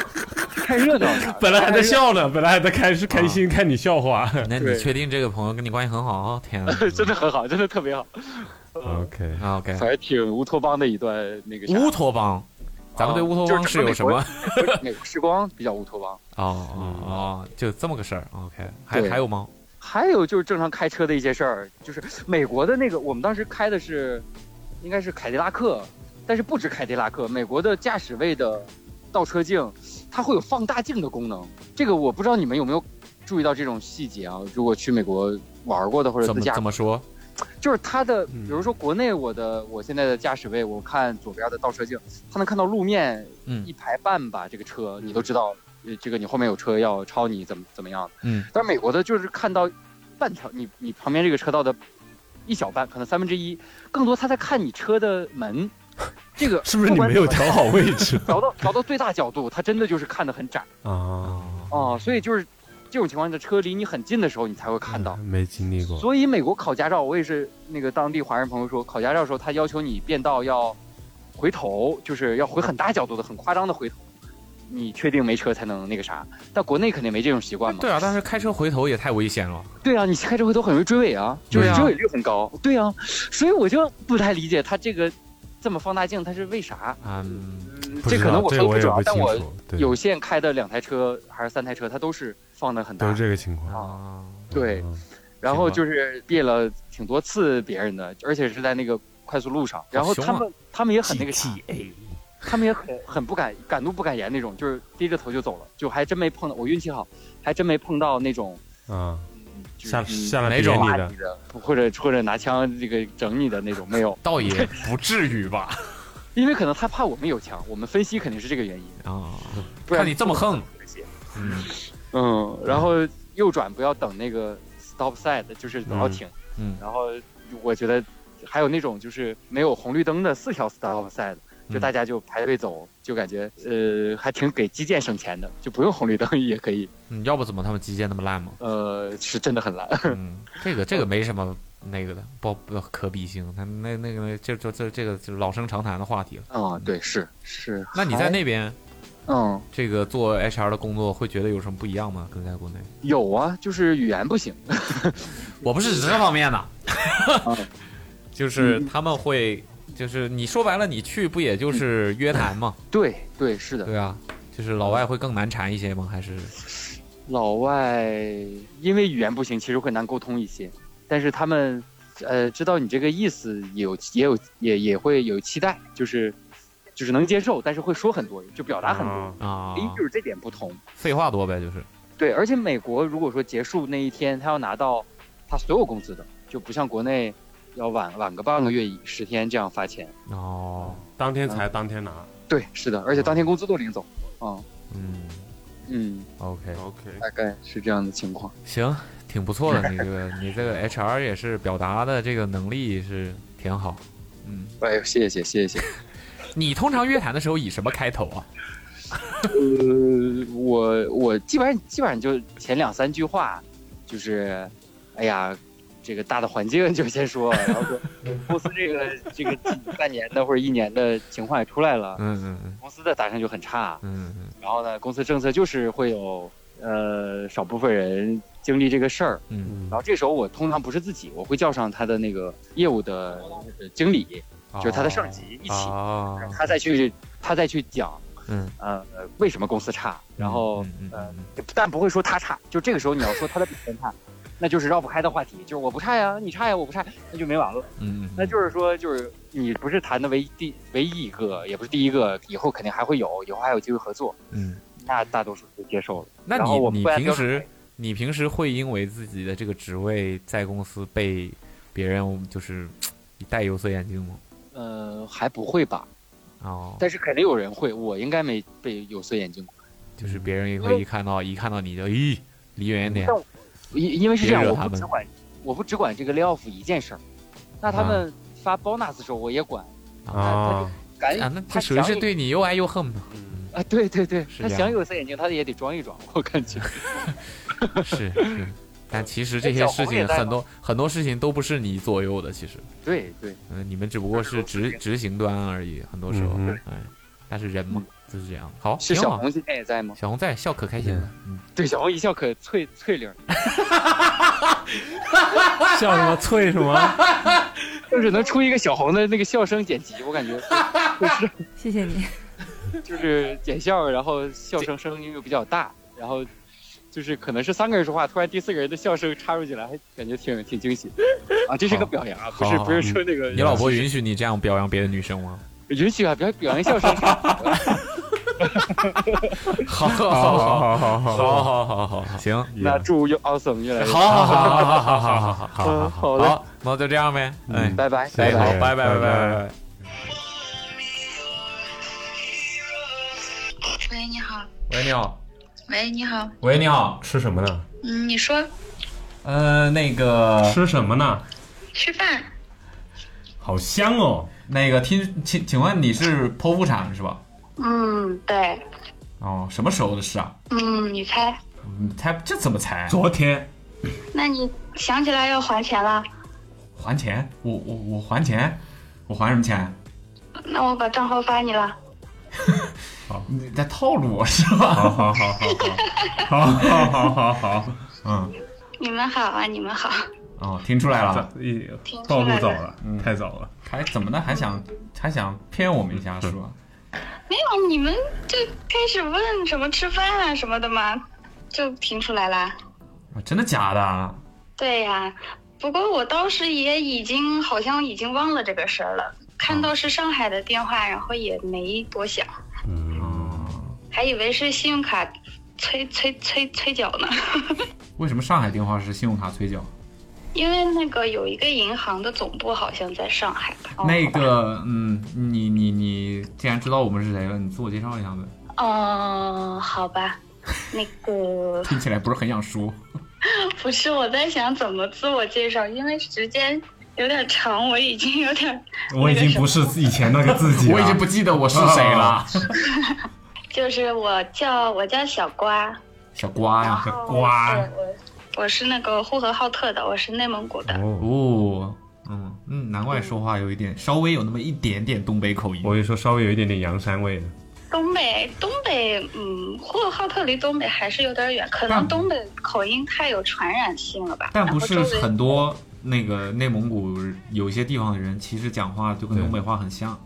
S8: 看热闹呢。
S4: 本来还在笑呢，本来还在开是开心看你笑话。
S3: 那你
S8: 对，
S3: 确定这个朋友跟你关系很好？天啊
S8: 真的很好，真的特别好。
S4: OK，
S3: 啊 OK，
S8: 反正挺乌托邦的一段那个啥。啊
S3: 乌托邦咱们对乌托邦
S8: 哦就是
S3: 是
S8: 整个
S3: 有
S8: 美
S3: 什
S8: 国
S3: 么？
S8: 美国时光比较乌托邦。
S3: 哦哦哦，就这么个事儿。OK，还
S8: 对
S3: 还有吗？
S8: 还有就是正常开车的一些事儿，就是美国的那个，我们当时开的是，应该是凯迪拉克，但是不止凯迪拉克，美国的驾驶位的倒车镜，它会有放大镜的功能。这个我不知道你们有没有注意到这种细节啊？如果去美国玩过的或者
S3: 怎
S8: 自
S3: 么
S8: 驾
S3: 怎么说？
S8: 就是它的，
S4: 嗯
S8: 比如说国内我的我现在的驾驶位，我看左边的倒车镜，它能看到路面
S3: 嗯
S8: 一排半吧，这个车你都知道，
S4: 嗯
S8: 呃，这个你后面有车要超你怎么怎么样的。
S3: 嗯
S8: 但是美国的就是看到半条，你你旁边这个车道的一小半，可能三分之一，更多他在看你车的 门。这个
S4: 是不是你
S8: 管
S4: 没有
S8: 怎么
S4: 调好位置
S8: 调到调到最大角度，他真的就是看得很窄
S4: 啊？
S8: 啊、所以就是这种情况下，车离你很近的时候，你才会看到。
S4: 没经历过，
S8: 所以美国考驾照，我也是那个当地华人朋友说，考驾照的时候他要求你变道要回头，就是要回很大角度的、很夸张的回头，你确定没车才能那个啥。 但国内肯定没这种习惯嘛。
S3: 对啊，但是开车回头也太危险了。
S8: 对啊，你开车回头很容易追尾啊，就
S3: 对
S8: 是
S3: 啊
S8: 追尾率很高。对啊，所以我就不太理解他这个这么放大镜，它是为啥？
S3: 嗯，
S4: 不
S8: 这
S4: 知
S8: 可能
S4: 道
S8: 我
S4: 这
S8: 分
S4: 我
S8: 不
S4: 也
S8: 着
S4: 不，
S8: 但
S4: 清
S8: 我
S4: 楚，对
S8: 有限开的两台车还是三台车，它都是放的很
S4: 都
S8: 大
S4: 是。这个情
S8: 哦
S4: 况。
S3: 啊，
S8: 对，
S4: 嗯，
S8: 然后就是别了挺多次别人的，而且是在那个快速路上。然后他
S3: 凶
S8: 们他们也很那个啥，他们也很很不敢敢怒不敢言那种，就是低着头就走了，就还真没碰到。我运气好，还真没碰到那种
S4: 啊，
S8: 就是
S4: 下
S8: 嗯
S4: 下来
S3: 哪
S4: 别
S3: 种
S4: 你
S8: 骂
S4: 的
S8: 你，的，或者或者拿枪这个整你的那种没有。
S3: 倒也不至于吧？
S8: 因为可能他怕我们有枪，我们分析肯定是这个原因。
S3: 啊，
S8: 不然
S3: 看你这么横，
S8: 分析，
S3: 嗯
S8: 嗯，然后右转不要等那个 stop sign，就是不要停。
S3: 嗯
S8: 然后我觉得还有那种就是没有红绿灯的四条 stop sign，就
S3: 嗯
S8: 大家就排队走，就感觉呃还挺给基建省钱的，就不用红绿灯也可以。
S3: 嗯，要不怎么他们基建那么 烂嘛？
S8: 呃，是真的很 烂。
S3: 嗯，这个这个没什么那个的，不不可比性。他那那个就就这这个就是老生常谈的话题了。
S8: 嗯，对，是是。
S3: 那你在那边
S8: 嗯
S3: 这个做 HR 的工作，会觉得有什么不一样吗？跟在国内？
S8: 有啊，就是语言不行。
S3: 我不是指这方面的，
S8: 嗯
S3: 就是他们会，就是你说白了，你去不也就是约谈嘛？
S8: 对对，是的。
S3: 对啊，就是老外会更难缠一些吗？还是
S8: 老外因为语言不行，其实会难沟通一些，但是他们呃知道你这个意思，有也有也也会有期待，就是就是能接受，但是会说很多，就表达很多。
S3: 啊
S8: 哎、，就是这点不同。
S3: 废话多呗，就是
S8: 对，而且美国如果说结束那一天，他要拿到他所有工资的，就不像国内要晚晚个半个月十天这样发钱。
S3: 哦，
S4: 当天
S8: 嗯
S4: 才当天拿。
S8: 对，是的，而且当天工资都领走。嗯
S3: 嗯
S8: 嗯，
S3: ，OK，
S4: OK，
S8: 大概是这样的情况。
S3: 行，挺不错的，你这个你这个 HR 也是表达的这个能力是挺好。嗯，
S8: 哎呦，谢谢谢谢。
S3: 你通常约谈的时候以什么开头啊？
S8: 呃，我我基本上基本上就前两三句话，就是，哎呀，这个大的环境就先说，然后说公司这个这个半年的或者一年的情况也出来了，
S3: 嗯嗯嗯
S8: 公司的打算就很差，
S3: 嗯嗯
S8: 然后呢，公司政策就是会有呃少部分人经历这个事儿，
S3: 嗯，
S4: 啊
S8: 然后这时候我通常不是自己，我会叫上他的那个业务的呃经理，
S3: 哦
S8: 就是他的上级一起，
S3: 啊，
S8: 让他再去他再去讲，
S3: 嗯，
S8: 呃，为什么公司差，然后。
S3: 嗯嗯嗯嗯
S8: 呃但不会说他差。就这个时候你要说他的表现差，那就是绕不开的话题，就是我不差呀，你差呀，我不差，那就没完了。
S3: 嗯，
S8: 那就是说，就是你不是谈的唯一第唯一一个，也不是第一个，以后肯定还会有，以后还有机会合作。
S3: 嗯。
S8: 那大多数就接受了。
S3: 那
S8: 然后
S3: 你
S8: 我
S3: 你
S8: 不按
S3: 平
S8: 标准
S3: 时你平时会因为自己的这个职位在公司被别人就是嘖戴有色眼镜吗？
S8: 呃，还不会吧？
S3: 哦，
S8: 但是肯定有人会，我应该没被有色眼镜过，
S3: 就是别
S8: 嗯
S3: 人也会一看到一看到你就咦离远点
S8: 但，我因因为是这样，
S3: 别惹
S8: 我
S3: 他
S8: 不
S3: 们
S8: 只管我不只管这个 layoff 一件事儿，那
S3: 啊
S8: 他们发 bonus 的时候我也管，
S4: 啊，
S8: 敢
S3: 啊，那这
S8: 他
S3: 属于
S8: 想
S3: 是
S8: 你
S3: 对你又爱又恨吧？
S8: 啊，对对对，
S3: 是
S8: 他
S3: 这样
S8: 想有色眼镜，他也得装一装，我感觉。
S3: 是是，但其实这
S8: 哎
S3: 些
S8: 小
S3: 事
S8: 红也
S3: 情
S8: 在
S3: 很
S8: 吗
S3: 多很多事情都不是你左右的，其实，
S8: 对对，
S3: 嗯、你们只不过是执执行端而已，很多时候，
S4: 嗯
S3: 哎，但是人嘛就是这样，好，
S8: 是
S3: 挺
S8: 小
S3: 好。
S8: 红今天也在吗？
S3: 小红在笑可开心了，嗯，
S8: 对，小红一笑可脆脆灵儿，
S4: 笑 什么脆什么？
S8: 就是能出一个小红的那个笑声剪辑，我感觉
S10: 谢谢你。
S8: 就是减笑，然后笑声声音又比较大，然后就是可能是三个人说话，突然第四个人的笑声插入进来，还感觉挺挺惊喜的啊！这是个表扬啊，不
S3: 好
S8: 是
S3: 好
S8: 不是说那个
S3: 你老婆允许你这样表扬别的女生吗？
S8: 允许啊，表表扬 笑声，
S3: 好好啊好好好好好好好好，行，
S8: 那祝 You Awesome 越来越
S3: 好好好好好好好好好
S8: 嗯好嘞
S3: 好，那就这样呗，哎，
S8: 拜拜
S3: 哎，
S8: 拜
S3: 好
S8: 拜，。
S3: 拜拜拜拜拜拜。
S6: 喂，你好。
S3: 喂，你好，
S6: 喂，你好。
S3: 喂，你好，
S4: 吃什么呢？
S6: 嗯，你说
S3: 呃，那个，
S4: 吃什么呢？
S6: 吃饭？
S4: 好香哦！
S3: 那个，听，请请问你是剖腹产是吧？
S6: 嗯，对。
S3: 哦，什么时候的事啊？
S6: 嗯，你猜？
S3: 你猜这怎么猜？
S4: 昨天
S6: 那你想起来要还钱了？
S3: 还钱？我我我还钱？我还什么钱？
S6: 那我把账号发你了。
S3: 你在套路我是吧？
S4: 好好好好好哦好好好好好，
S3: 嗯，
S6: 你们好啊，你们好。
S3: 哦，听出来了，
S4: 早一
S6: 听出
S4: 暴露
S6: 来
S4: 早
S6: 了
S4: 了，太早了。
S3: 还怎么的？还想还想骗我们一下是吧？
S6: 没有，你们就开始问什么吃饭啊什么的嘛，就听出来啦。
S3: 啊真的假的？
S6: 对呀、不过我当时也已经好像已经忘了这个事儿了，看到是上海的电话，然后也没多想，
S3: 嗯，
S6: 还以为是信用卡催催催催缴呢。
S3: 为什么上海电话是信用卡催缴？
S6: 因为那个有一个银行的总部好像在上海吧？
S3: 那个，嗯，你你你既然知道我们是谁了，你自我介绍一下呗。
S6: 哦，好吧，那个
S3: 听起来不是很想说。
S6: 不是我在想怎么自我介绍，因为时间有点长，我已经有点
S4: 我已经不是以前那个自己了，
S3: 我已经不记得我是谁 了。
S6: 就是我叫我叫小瓜，
S3: 小瓜
S6: 然
S3: 呀，
S6: 后
S4: 瓜
S6: 哦我我我是那个呼和浩特的，我是内蒙古
S3: 嗯
S6: 的。
S4: 哦，
S3: 哦，嗯嗯，难怪说话有一点，稍微有那么一点点东北口音。
S4: 我跟你说，稍微有一点点洋山味的。
S6: 东北东北，嗯，呼和浩特离东北还是有点远，可
S3: 但
S6: 能东北口音太有传染性了吧。
S3: 但不
S6: 然
S3: 是
S6: 后周围
S3: 很多那个内蒙古有一些地方的人，其实讲话就跟
S4: 对
S3: 东北话很像。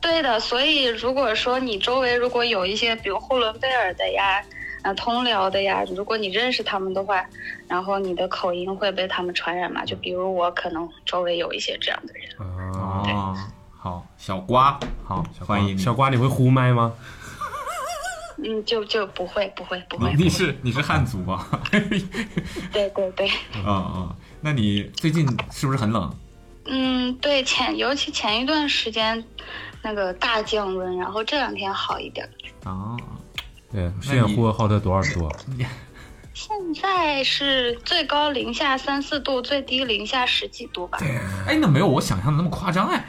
S6: 对的，所以如果说你周围如果有一些，比如呼伦贝尔的呀，呃，通辽的呀，如果你认识他们的话，然后你的口音会被他们传染嘛。就比如我可能周围有一些这样的
S4: 啊，
S6: 人，
S3: 哦，好，小瓜，好，欢迎你。
S4: 小瓜，你会呼麦吗？
S6: 嗯，就就不会不会不会，
S3: 你你是你是汉族啊 吧？
S6: 对对对，
S3: 啊啊，那你最近是不是很冷？
S6: 嗯，对前尤其前一段时间那个大降温，然后这两天好一点。
S4: 哦
S3: 啊，
S4: 对，现在呼和浩特多少度啊？
S6: 现在是最高零下三四度，最低零下十几度吧。
S3: 哎，那没有我想象的那么夸张哎。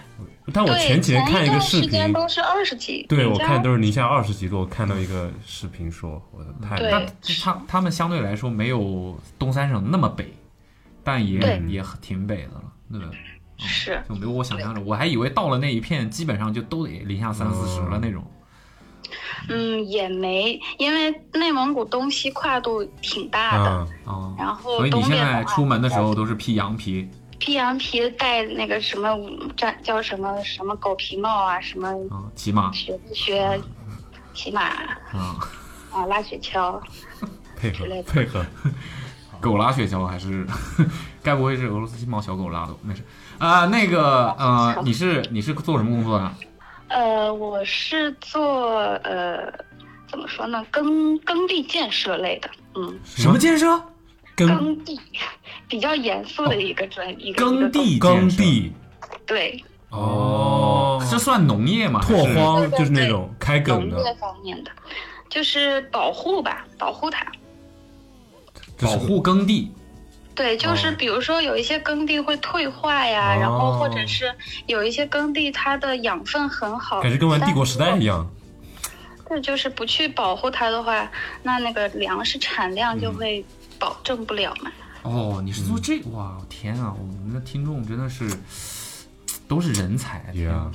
S4: 但我
S6: 对，
S4: 前几天看一个
S6: 段
S4: 视
S6: 时间
S4: 频，
S6: 都是二十几，
S4: 对
S6: 零
S4: 我
S6: 下
S4: 看都是零下二十几度，我看到一个视频说，我的太
S6: 对
S3: 那他他们相对来说没有东三省那么北，但也
S6: 对
S3: 也挺北的了，对吧？
S6: 是，
S3: 就没有我想象的，我还以为到了那一片，基本上就都得零下三四十了那种。
S6: 嗯，也没，因为内蒙古东西跨度挺大的，
S4: 啊，
S3: 哦，
S6: 然后
S3: 所以你
S6: 东
S3: 现
S6: 边
S3: 在
S6: 话
S3: 出门的时候都是披羊皮。
S6: 披羊皮戴那个什么叫叫什么什么狗皮帽啊，什么
S3: 啊，骑马
S6: 学学骑马
S3: 啊，
S6: 啊，拉雪橇，
S4: 配
S6: 之
S4: 合
S6: 类的
S4: 配合，
S3: 狗拉雪橇还是， 该不会是俄罗斯金毛小狗拉的？没事啊、那个呃，你是你是做什么工作的？
S6: 呃，我是做呃怎么说呢，耕耕地建设类的，嗯，
S3: 什么建设？
S4: 耕哦
S6: 耕地 比较严肃的一个专、一个
S3: 耕
S6: 一个
S3: 地
S4: 耕
S3: 建设
S4: 地
S6: 对
S4: 哦，
S3: 这算农业吗？
S4: 拓荒
S6: 对对
S4: 就是那种开
S6: 农
S4: 埂
S6: 业
S4: 的，
S6: 方面的，就是保护吧，保护它。
S4: 这
S3: 保
S4: 是
S3: 护耕地。
S6: 对，就是比如说有一些耕地会退化呀，
S4: 哦
S6: 然后或者是有一些耕地它的养分很好，
S4: 感觉跟玩帝国时代一
S6: 样。
S4: 样。
S6: 对，就是不去保护它的话，那那个粮食产量
S4: 嗯
S6: 就会保证不了嘛。
S3: 哦，你是做这？哇，天啊，我们的听众真的是都是人才。天啊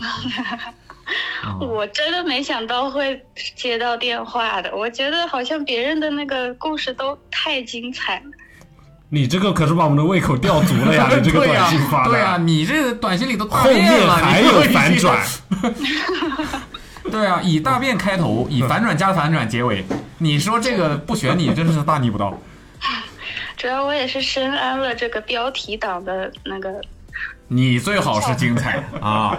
S3: 啊
S6: 我真的没想到会接到电话的，我觉得好像别人的那个故事都太精彩了。
S4: 你这个可是把我们的胃口吊足
S3: 啊
S4: 了呀！ 你这个短信发的，
S3: 对呀、对呀你这短信里都大
S4: 后面
S3: 变了
S4: 还有反转，
S3: 对啊，以大变开头，以反转加反转结尾。你说这个不选你，真是大逆不道。
S6: 主要我也是深谙了这个标题党的那个，
S3: 你最好是精 彩啊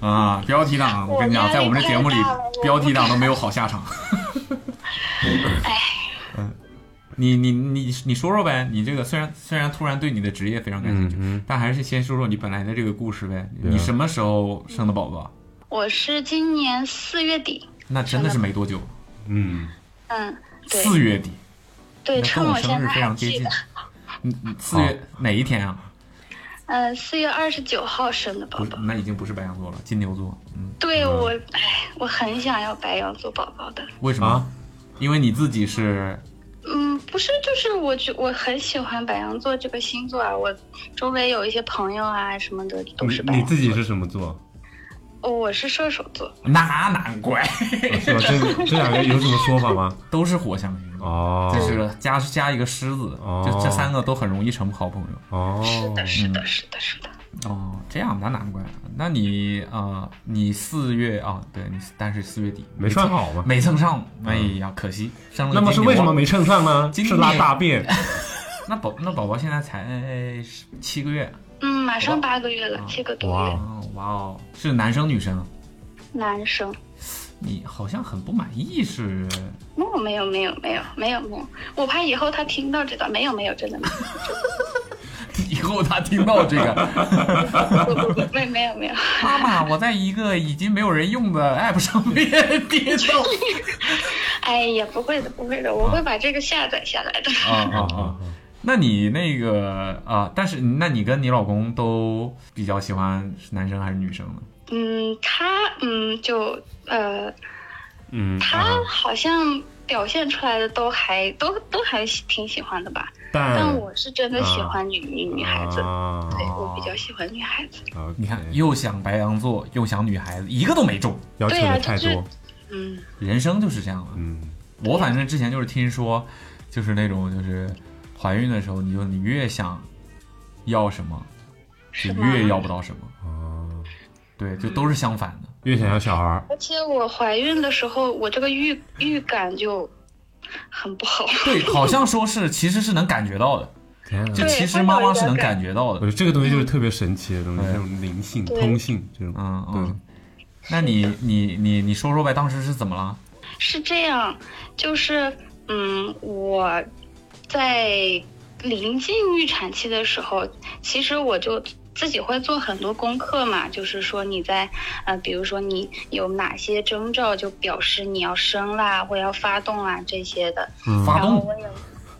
S3: 啊！标题党，我跟你讲，在我们这节目里，标题党都没有好下 场。哎嗯你你你你说说呗，你这个虽然虽然突然对你的职业非常感兴趣，但还是先说说你本来的这个故事呗。
S4: 嗯对啊
S3: 你什么时候生的宝宝？
S6: 我是今年四月底，
S3: 那真的是没多久，
S4: 嗯，
S6: 嗯，对
S3: 四月底，
S6: 对，
S3: 那
S6: 趁
S3: 跟我
S6: 现
S3: 生日
S6: 在
S3: 非
S6: 还
S3: 常接
S6: 记
S3: 近
S6: 得，。
S3: 嗯，嗯四月
S4: 哦
S3: 哪一天啊？
S6: 呃，四月二十九号生的宝
S3: 不是
S6: 宝，，
S3: 那已经不是白羊座了，金牛座。嗯，
S6: 对我，哎，我很想要白羊座宝宝的，
S3: 为什么？
S4: 啊
S3: 因为你自己 是
S6: 嗯，不是，就是我觉我很喜欢白羊座这个星座啊，我周围有一些朋友啊什么的都是白
S4: 你
S6: 羊
S4: 自己是什么 座？
S6: 哦，我是射手座，
S3: 那难怪
S4: 哦是吧？这这两个有什么说法 吗？
S3: 都是火象星座，
S4: 哦，
S3: 这是加加一个狮子，
S4: 哦
S3: 这这三个都很容易成好朋友。
S4: 哦，
S6: 是的，是的，是的，是的，
S3: 哦，这样那难怪。那你呃，你四月啊、对你，但是四月底
S4: 没穿好吗？嗯
S3: 没蹭上，哎呀，可惜。生了个
S4: 那么是
S3: 金牛
S4: 为什么？没称上呢？
S3: 今
S4: 是拉
S3: 年
S4: 大便。
S3: 那宝那宝宝现在才七个月，啊
S6: 嗯，马上八个月了，七个多
S4: 哇
S6: 月，
S3: 哦哇哦，是男生女生？
S6: 男生。
S3: 你好像很不满意是？
S6: 没有没有没有没有没有没有，我怕以后他听到这段，没有没有，真 的没有
S3: 以后他听到这 个，
S6: 不不不没没有没有，
S3: 妈妈，我在一个已经没有人用的 app 上面跌倒。
S6: 哎呀，不会的不会的，我会把这个下载下来的。
S3: 啊啊 啊！那你那个啊，但是那你跟你老公都比较喜欢男生还是女生呢？
S6: 嗯，他嗯就呃，
S4: 嗯，
S6: 他好像表现出来的都还都都还挺喜欢的吧，但
S4: 但
S6: 我是真的喜欢女女女孩子，
S4: 啊
S6: 对我比较喜欢女孩子。
S4: ，OK
S3: 你看，又想白羊座，又想女孩子，一个都没中。
S4: 要求
S6: 对啊
S4: 的太
S6: 就是
S4: 多，
S6: 嗯，
S3: 人生就是这样的。
S4: 嗯，
S3: 我反正之前就是听说，就是那种就是怀孕的时候，你就你越想要什么，就是
S6: 吗？
S3: 越要不到什么。
S4: 哦，
S3: 对，
S10: 嗯
S3: 就都是相反的。
S4: 越想要小孩儿，
S6: 而且我怀孕的时候，我这个预预感就很不好。
S3: 对，好像说是其实是能感觉到的，
S4: 天啊
S3: 就
S6: 对
S3: 其实妈妈是能感觉到
S4: 我
S3: 的
S4: 觉。得这个东西就是特别神奇的东西，
S3: 嗯
S4: 这种灵性、
S6: 嗯对
S4: 通性这种，哦
S3: 嗯
S4: 对
S3: 嗯。那你你你你说说呗，当时是怎么了？
S6: 是这样，就是嗯，我在临近预产期的时候，其实我就。自己会做很多功课嘛，就是说你在，呃，比如说你有哪些征兆，就表示你要生啦，或要发动啊这些的。
S3: 发
S6: 然后
S3: 动
S6: 我有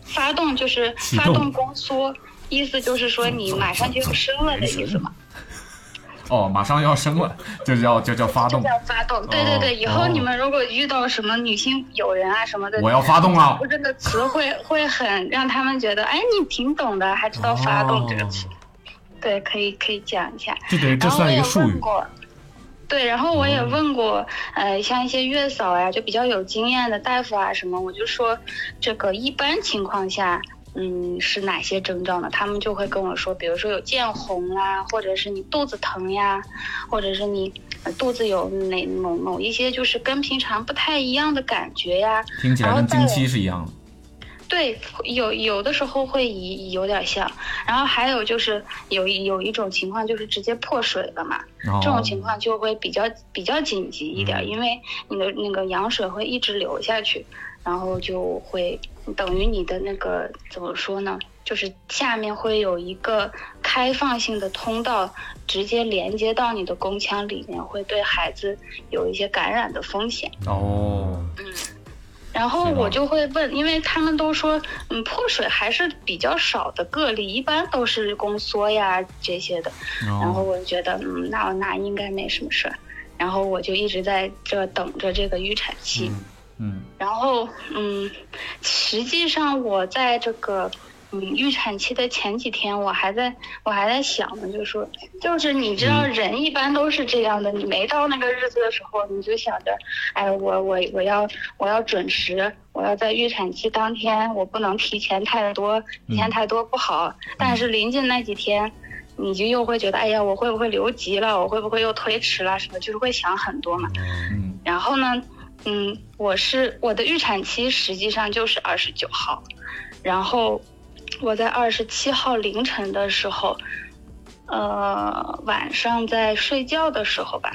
S6: 发动就是
S4: 启
S6: 发
S4: 动
S6: 动宫缩，意思就是说你马上就要生了的意思嘛。
S3: 哦，马上要生 了，就叫就叫发
S6: 就
S3: 动哦
S6: 是，要发动。对对对，以后你们如果遇到什么女性友人啊什么的，
S3: 我要发动了
S6: 我。这个词会会很让他们觉得，哎，你挺懂的，还知道发动这个
S3: 哦
S6: 词。对，可以可以讲一下。
S4: 这等于这
S6: 然后我
S4: 算一
S6: 也
S4: 个术
S6: 问
S4: 语，
S6: 过，对，然后我也问过，呃，像一些月嫂呀、就比较有经验的大夫啊什么，我就说，这个一般情况下。嗯，是哪些征兆呢？他们就会跟我说，比如说有见红啊，或者是你肚子疼呀，或者是你呃肚子有哪某某一些就是跟平常不太一样的感觉呀，
S3: 听起来
S6: 哦
S3: 跟经期是一样的。
S6: 对，有有的时候会以有点像，然后还有就是有一有一种情况就是直接破水了嘛，
S3: 哦
S6: 这种情况就会比较比较紧急一点，因为你的那个羊水会一直流下去，然后就会等于你的那个怎么说呢？就是下面会有一个开放性的通道，直接连接到你的宫腔里面，会对孩子有一些感染的风险。
S3: 哦，
S6: 然后我就会问，因为他们都说，嗯，破水还是比较少的个例，一般都是宫缩呀这些的。然后
S3: 哦
S6: 我就觉得，嗯，那那应该没什么事儿。然后我就一直在这等着这个预产期。
S3: 嗯
S6: 然后，嗯，实际上我在这个。嗯，预产期的前几天，我还在我还在想呢，就说，就是你知道，人一般都是这样的，你没到那个日子的时候，你就想着，哎，我我我要我要准时，我要在预产期当天，我不能提前太多，提前太多不好。但是临近那几天，你就又会觉得，哎呀，我会不会留级了？我会不会又推迟了？什么，就是会想很多嘛。
S3: 嗯
S6: 然后呢，嗯，我是我的预产期实际上就是二十九号，然后我在二十七号凌晨的时候，呃，晚上在睡觉的时候吧，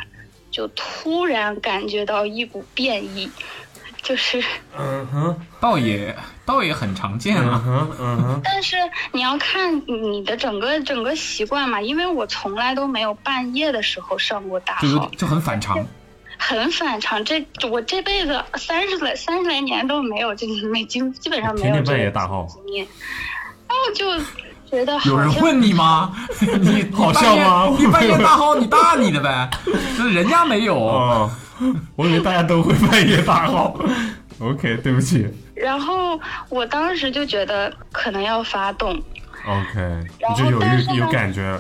S6: 就突然感觉到一股变异，就是。
S10: 嗯哼，
S5: 倒也倒也很常见啊。
S10: 哼，嗯哼，
S6: 但是你要看你的整个整个习惯嘛，因为我从来都没有半夜的时候上过大
S5: 就有
S6: 号，
S5: 就很反常，
S6: 很反常。这我这辈子三十来三十来年都没有，就是没经基本上没
S10: 天
S6: 有
S10: 天
S6: 这
S10: 半夜
S6: 个
S10: 大号，
S6: 经验，然后就觉得
S5: 有
S6: 好
S5: 人
S6: 像
S5: 问你 吗？你
S10: 好笑吗
S5: 你半夜你半夜大号，你大你的 呗，就是人家没有。
S10: 哦，我以为大家都会半夜大号。OK，对不起。
S6: 然后我当时就觉得可能要发动，
S10: OK，
S6: 然
S10: 你
S6: 后
S10: 就有
S6: 但是呢
S10: 有有感觉，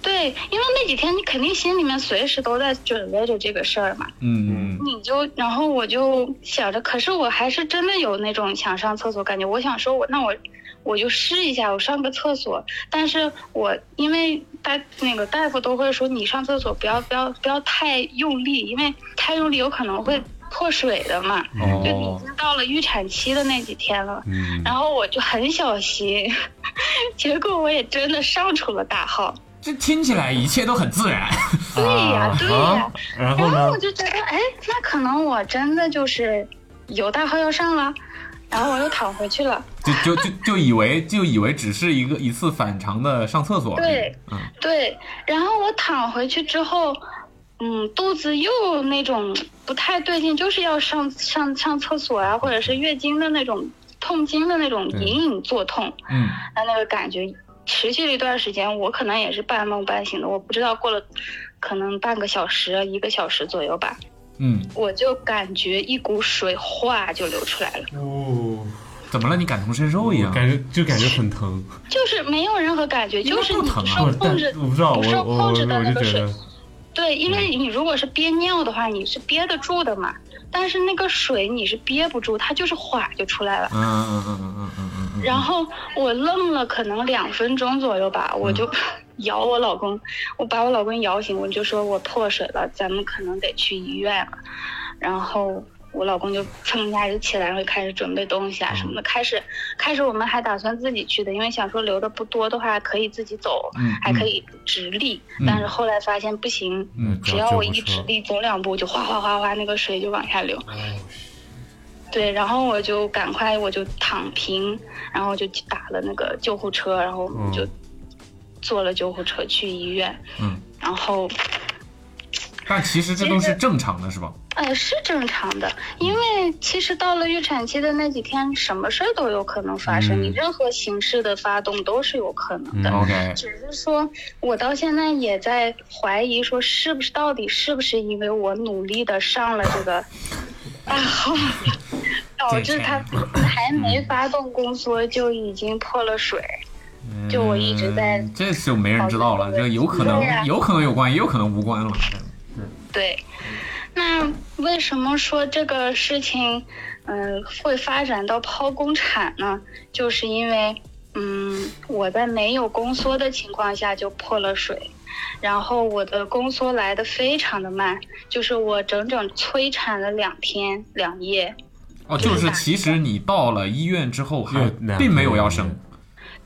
S6: 对，因为那几天你肯定心里面随时都在准备着这个事儿嘛。
S5: 嗯，嗯
S6: 你就，然后我就想着，可是我还是真的有那种想上厕所感觉。我想说我，那我我就试一下，我上个厕所。但是我因为大那个大夫都会说，你上厕所不要不要不要太用力，因为太用力有可能会破水的嘛。就已
S5: 哦，
S6: 经到了预产期的那几天了，
S10: 嗯
S6: 然后我就很小心， 结果我也真的上出了大号。
S5: 这听起来一切都很自然。
S6: 对呀、
S10: 啊
S6: 对呀、
S10: 啊然
S6: 然
S10: 后
S6: 后我
S10: 呢？
S6: 就觉得，哎，那可能我真的就是有大号要上了，然后我又躺回去了。
S5: 就就就就以为就以为只是一个一次反常的上厕所而已，
S6: 对
S5: 嗯，
S6: 对，然后我躺回去之后，嗯，肚子又那种不太对劲，就是要上上上厕所啊，或者是月经的那种痛经的那种
S5: 对
S6: 隐隐作痛，
S5: 嗯，
S6: 那那个感觉持续了一段时间，我可能也是半梦半醒的，我不知道过了可能半个小时、啊一个小时左右吧，
S5: 嗯，
S6: 我就感觉一股水哗就流出来了。
S10: 哦，
S5: 怎么了？你感同身受一样，
S10: 感觉就感觉很疼，
S6: 就是没有任何感觉，就是你不受
S10: 我但
S6: 控制，
S10: 我不知道，我
S6: 不受
S10: 我我
S6: 控
S10: 我
S6: 制
S10: 就
S6: 的那个
S10: 觉
S6: 水
S10: 得，
S6: 对，因为你如果是憋尿的话，你是憋得住的嘛，但是那个水你是憋不住，它就是哗就出来了。
S5: 嗯嗯嗯嗯嗯嗯嗯嗯，
S6: 然后我愣了可能两分钟左右吧，
S5: 嗯
S6: 我就摇我老公，我把我老公摇醒，我就说我破水了，咱们可能得去医院了。然后我老公就蹭一下就起来，然后开始准备东
S5: 嗯
S6: 西啊什么的。开始开始我们还打算自己去的，因为想说留的不多的话可以自己走，
S5: 嗯
S6: 还可以直立。
S5: 嗯
S6: 但是后来发现不行，
S5: 嗯
S6: 只
S10: 要
S6: 要
S10: 救护
S6: 我一直
S10: 车
S6: 立走两步，就哗哗哗哗那个水就往下流。
S5: 哦
S6: 对，然后我就赶快我就躺平，然后就打了那个救护车，然后我
S10: 嗯
S6: 们就坐了救护车去医院。
S5: 嗯，
S6: 然后
S5: 但其实这都是正常的，是吧？
S6: 哎，是正常的，
S10: 嗯
S6: 因为其实到了预产期的那几天，什么事儿都有可能发生，
S10: 嗯
S6: 你任何形式的发动都是有可能的。
S10: 嗯
S5: OK，
S6: 只是说，我到现在也在怀疑，说是不是到底是不是因为我努力的上了这个大 号，导致它还
S10: 嗯
S6: 没发动宫缩就已经破了水。就我一直在
S5: 嗯这就没人知道了，这有可能
S6: 对啊
S5: 有可能有关，也有可能无关了。
S6: 对，那为什么说这个事情，嗯、会发展到剖宫产呢？就是因为，嗯，我在没有宫缩的情况下就破了水，然后我的宫缩来的非常的慢，就是我整整催产了两天两夜。
S5: 哦，就是其实你到了医院之后还
S10: 又两
S5: 并没有要
S10: 天
S5: 生，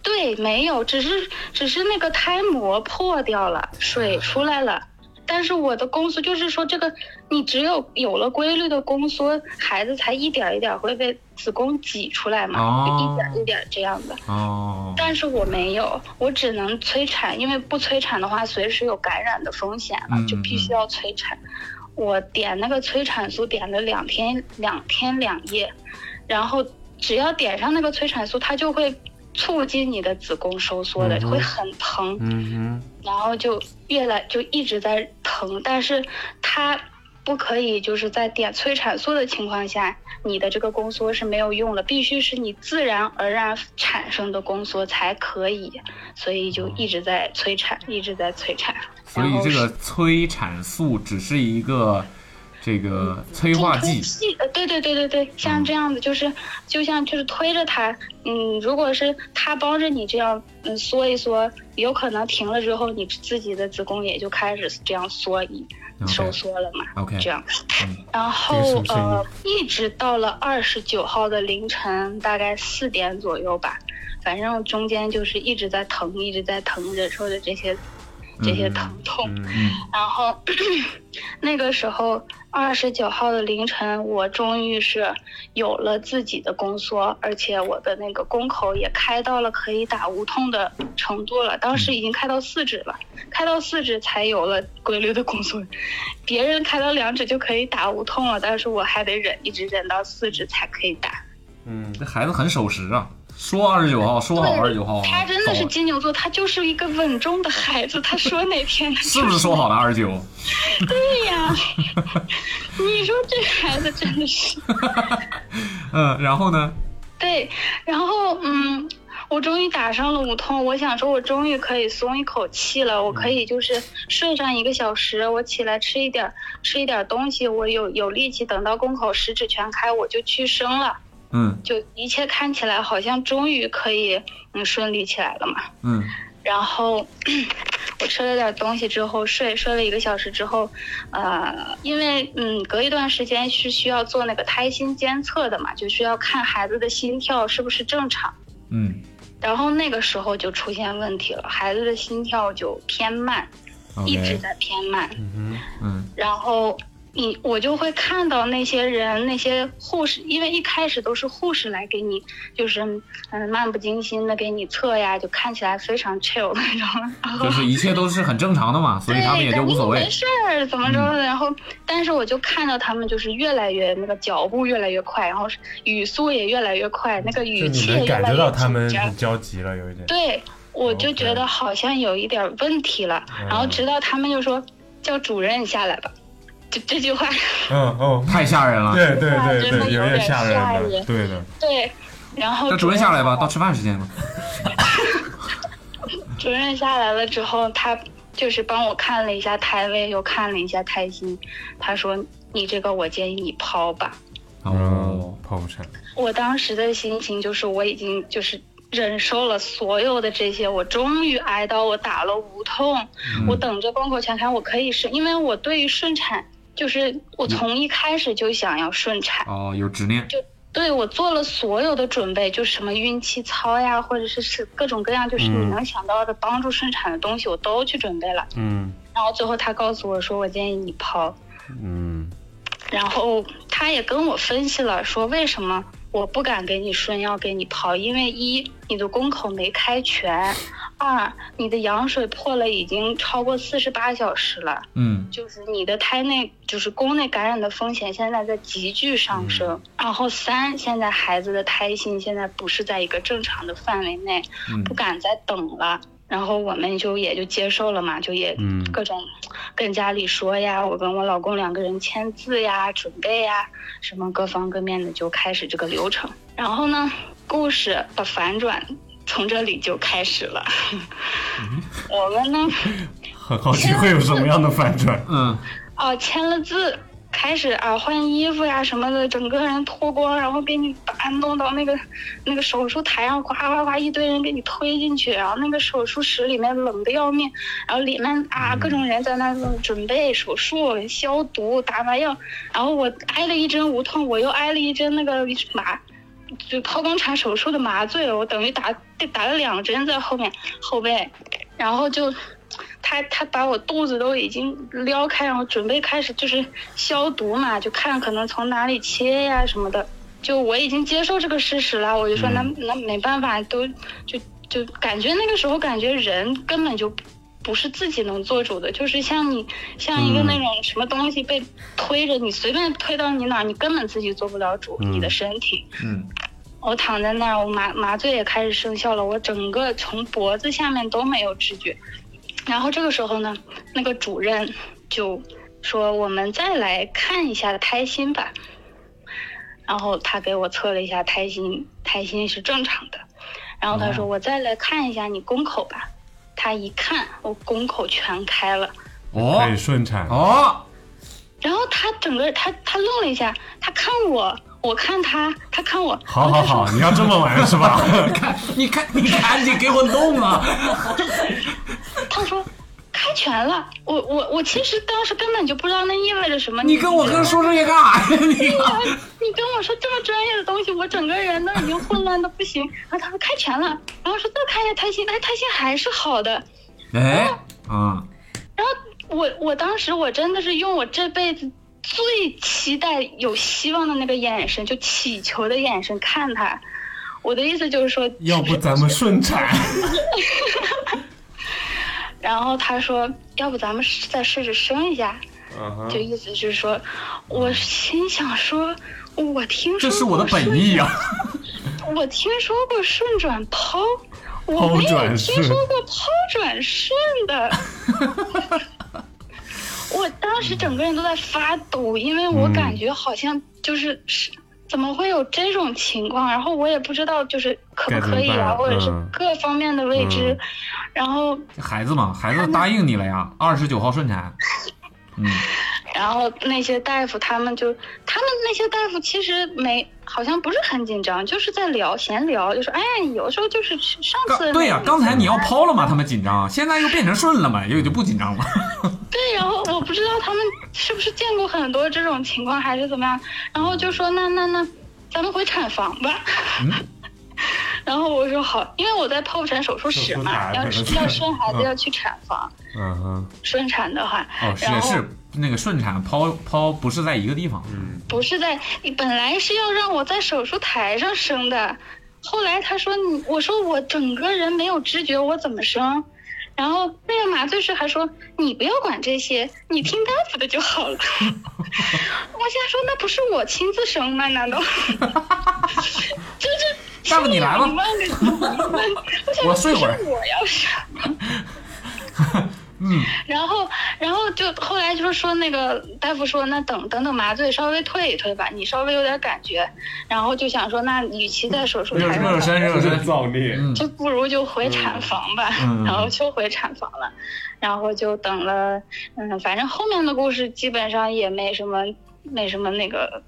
S6: 对，没有，只是只是那个胎膜破掉了，水出来了。但是我的宫缩就是说，这个你只有有了规律的宫缩，孩子才一点儿一点儿会被子宫挤出来嘛，就一点儿一点儿这样的。
S5: 哦，
S6: 但是我没有，我只能催产，因为不催产的话，随时有感染的风险了，
S5: 嗯
S6: 就必须要催产。我点那个催产素点了两天，两天两夜，然后只要点上那个催产素，它就会促进你的子宫收缩的，会很疼，
S4: 嗯
S6: 然后就越来就一直在疼，但是它。不可以，就是在点催产素的情况下，你的这个宫缩是没有用的，必须是你自然而然产生的宫缩才可以，所以就一直在催产，一直在催产。
S5: 所以这个催产素只是一个
S10: 这个催化剂。嗯
S6: 呃，对对对对对，像这样的就是，就像就是推着他，嗯，如果是他帮着你这样，嗯，缩一缩，有可能停了之后，你自己的子宫也就开始这样缩一
S10: OK
S6: 收缩了嘛
S10: OK，
S6: 这样。
S10: 嗯
S6: 然
S10: 这
S6: 后
S10: 个是不是
S6: 呃，一直到了二十九号的凌晨大概四点左右吧，反正中间就是一直在疼，一直在疼，忍受着这些这些
S10: 嗯
S6: 疼痛。
S10: 嗯
S6: 然后 那个时候二十九号的凌晨，我终于是有了自己的宫缩，而且我的那个宫口也开到了可以打无痛的程度了。当时已经开到四指了，开到四指才有了规律的宫缩。别人开到两指就可以打无痛了，但是我还得忍，一直忍到四指才可以打。
S10: 嗯，这孩子很守时啊，说二十九号，说好二十九
S3: 哦
S10: 号啊，
S6: 他真的是
S10: 走
S6: 金牛座，他就是一个稳重的孩子。他说哪天他
S10: 是不是说好了二十九？
S6: 对呀、 你说这孩子真的是
S10: 嗯，然后呢？
S6: 对，然后嗯，我终于打上了无痛，我想说，我终于可以松一口气了，我可以就是睡上一个小时，我起来吃一点儿吃一点儿东西，我有有力气，等到宫口十指全开，我就去生了，
S10: 嗯
S6: 就一切看起来好像终于可以嗯顺利起来了嘛。
S10: 嗯
S6: 然后 我吃了点东西之后睡，睡了一个小时之后，呃，因为嗯，隔一段时间是需要做那个胎心监测的嘛，就需要看孩子的心跳是不是正常。
S10: 嗯
S6: 然后那个时候就出现问题了，孩子的心跳就偏慢，一直
S10: ，OK，
S6: 在偏慢。
S10: 嗯
S6: 然后你我就会看到那些人，那些护士，因为一开始都是护士来给你，就是嗯漫不经心的给你测呀，就看起来非常 chill 的那种。然后
S10: 就是一切都是很正常的 嘛，所以他们也就无所
S6: 对咱
S10: 谓嗯
S6: 没。事儿，怎么着的？然后，但是我就看到他们就是越来越那个脚步越来越快，然后是语速也越来越快，那个
S11: 就
S6: 语
S11: 你
S6: 气也
S11: 能
S6: 越来
S11: 感
S6: 越
S11: 觉
S6: 紧
S11: 到他们
S6: 张
S11: 很焦急了，有一点。
S6: 对，我就
S11: OK 嗯
S6: 觉得好像有一点问题了。然后直到他们就说叫主任你下来吧，就这句话，
S11: 嗯哦，
S10: 太吓人了，
S11: 对对对
S6: 真的
S11: 对，
S6: 有
S11: 点
S6: 点
S11: 吓
S6: 吓
S11: 人的，
S6: 人
S11: 对的。
S6: 对。然后
S10: 叫主任下来吧，到吃饭时间了。
S6: 主任下来了之后，他就是帮我看了一下胎位，又看了一下胎心，他说你这个我建议你抛吧。
S10: 哦，
S11: 剖腹产，
S6: 我当时的心情就是，我已经就是忍受了所有的这些，我终于挨到我打了无痛，我等着宫口全开，我可以是，因为我对于顺产，就是我从一开始就想要顺产，
S10: 哦，有执念。
S6: 对我做了所有的准备，就是什么孕期操呀，或者是是各种各样，就是你能想到的帮助顺产的东西，我都去准备了。
S4: 嗯
S6: 然后最后他告诉我说，我建议你抛，
S4: 嗯
S6: 然后他也跟我分析了，说为什么我不敢给你顺，要给你抛，因为一你的宫口没开全，二你的羊水破了已经超过四十八小时了，
S10: 嗯
S6: 就是你的胎内就是宫内感染的风险现在在急剧上升。然后三现在孩子的胎心现在不是在一个正常的范围内，
S10: 嗯
S6: 不敢再等了。然后我们就也就接受了嘛，就也
S4: 嗯
S6: 各种跟家里说呀，我跟我老公两个人签字呀、准备呀，什么各方各面的就开始这个流程。然后呢，故事的反转从这里就开始了。 我们呢，
S11: 很好奇会有什么样的反转？
S10: 嗯，
S6: 哦，签了字，开始啊换衣服呀、什么的，整个人脱光，然后给你把弄到那个那个手术台上，哗哗哗一堆人给你推进去，然后那个手术室里面冷的要命，然后里面啊各种人在那儿准备手术、消毒、打麻药，然后我挨了一针无痛，我又挨了一针那个麻。就剖宫产手术的麻醉，我等于打打了两针在后面后背，然后就他他把我肚子都已经撩开，然后准备开始就是消毒嘛，就看可能从哪里切呀什么的。就我已经接受这个事实了，我就说那、那没办法，都就就感觉那个时候感觉人根本就不不是自己能做主的，就是像你像一个那种什么东西被推着，你随便推到你哪儿，你根本自己做不了主，你的身体。
S10: 嗯
S6: 我躺在那儿，我麻麻醉也开始生效了，我整个从脖子下面都没有知觉。然后这个时候呢，那个主任就说：“我们再来看一下胎心吧。”然后他给我测了一下胎心，胎心是正常的。然后他说：“我再来看一下你宫口吧。”他一看，我宫口全开了。
S11: 可
S10: 哦
S11: 以顺产，
S10: 哦，
S6: 然后他整个他他愣了一下，他看我，我看他，他看我，
S4: 好好好，你要这么玩是吧？ 看，
S3: 你看，你赶紧给我弄啊！
S6: 他说开拳了，我我我其实当时根本就不知道那意味着什么。
S3: 你跟我跟说这些干啥呀？你啊
S6: 你跟我说这么专业的东西，我整个人都已经混乱的不行。然后他说开拳了，然后说再看一下胎心，哎，胎心还是好的。
S3: 哎啊，
S6: 然后我我当时我真的是用我这辈子最期待有希望的那个眼神，就祈求的眼神看他。我的意思就是说，
S4: 要不咱们顺产？
S6: 然后他说，要不咱们再试着生一下。
S3: 嗯
S6: 就意思是说，我心想说，我听说
S3: 这是我的本意呀、啊。
S6: 我听说过顺转抛，
S4: 抛
S6: 我没有
S4: 转
S6: 听
S4: 顺
S6: 说过抛转顺 的。我当时整个人都在发抖，因为我感觉好像就是是怎么会有这种情况，然后我也不知道就是可不可以
S3: 该怎么
S6: 啊，
S3: 办
S6: 或者是
S3: 嗯
S6: 各方面的未知，然后
S3: 孩子嘛，孩子答应你了呀，二十九号顺产。嗯，
S6: 然后那些大夫他们就，他们那些大夫其实没，好像不是很紧张，就是在聊闲聊，就说哎，有时候就是上
S3: 刚
S6: 次
S3: 对呀、
S6: 那个
S3: 刚才你要抛了嘛，他们紧张，啊现在又变成顺了嘛，也就不紧张了。
S6: 对，然后我不知道他们是不是见过很多这种情况，还是怎么样，然后就说那那那，咱们回产房吧。
S3: 嗯
S6: 然后我说好，因为我在剖腹产手术室嘛，
S3: 手术
S6: 要
S3: 台
S6: 要生孩子
S3: 嗯
S6: 要去产房，
S3: 嗯哼，
S6: 顺产的话，
S3: 哦，是
S6: 然后
S3: 是那个顺产抛抛不是在一个地方，嗯，
S6: 不是在，本来是要让我在手术台上生的，后来他说你，我说我整个人没有知觉，我怎么生？然后那个麻醉师还说你不要管这些，你听大夫的就 好了。我现在说那不是我亲自生吗？难道？ 就是
S3: 大夫你来吧
S6: 心里有一万个疑问
S3: 我
S6: 我
S3: 睡
S6: 想
S3: 会儿
S6: 说不是我要生。
S3: 嗯
S6: 然后，然后就后来就是说那个大夫说，那等等等麻醉稍微退一退吧，你稍微有点感觉，然后就想说，那与其在手术
S4: 热
S6: 台
S4: 热
S6: 上
S4: 身，热身，
S3: 身
S4: 造孽。
S6: 就不如就回产房吧，
S4: 嗯
S6: 然后就回产房了，然后就等了，嗯，反正后面的故事基本上也没什么，没什么那个，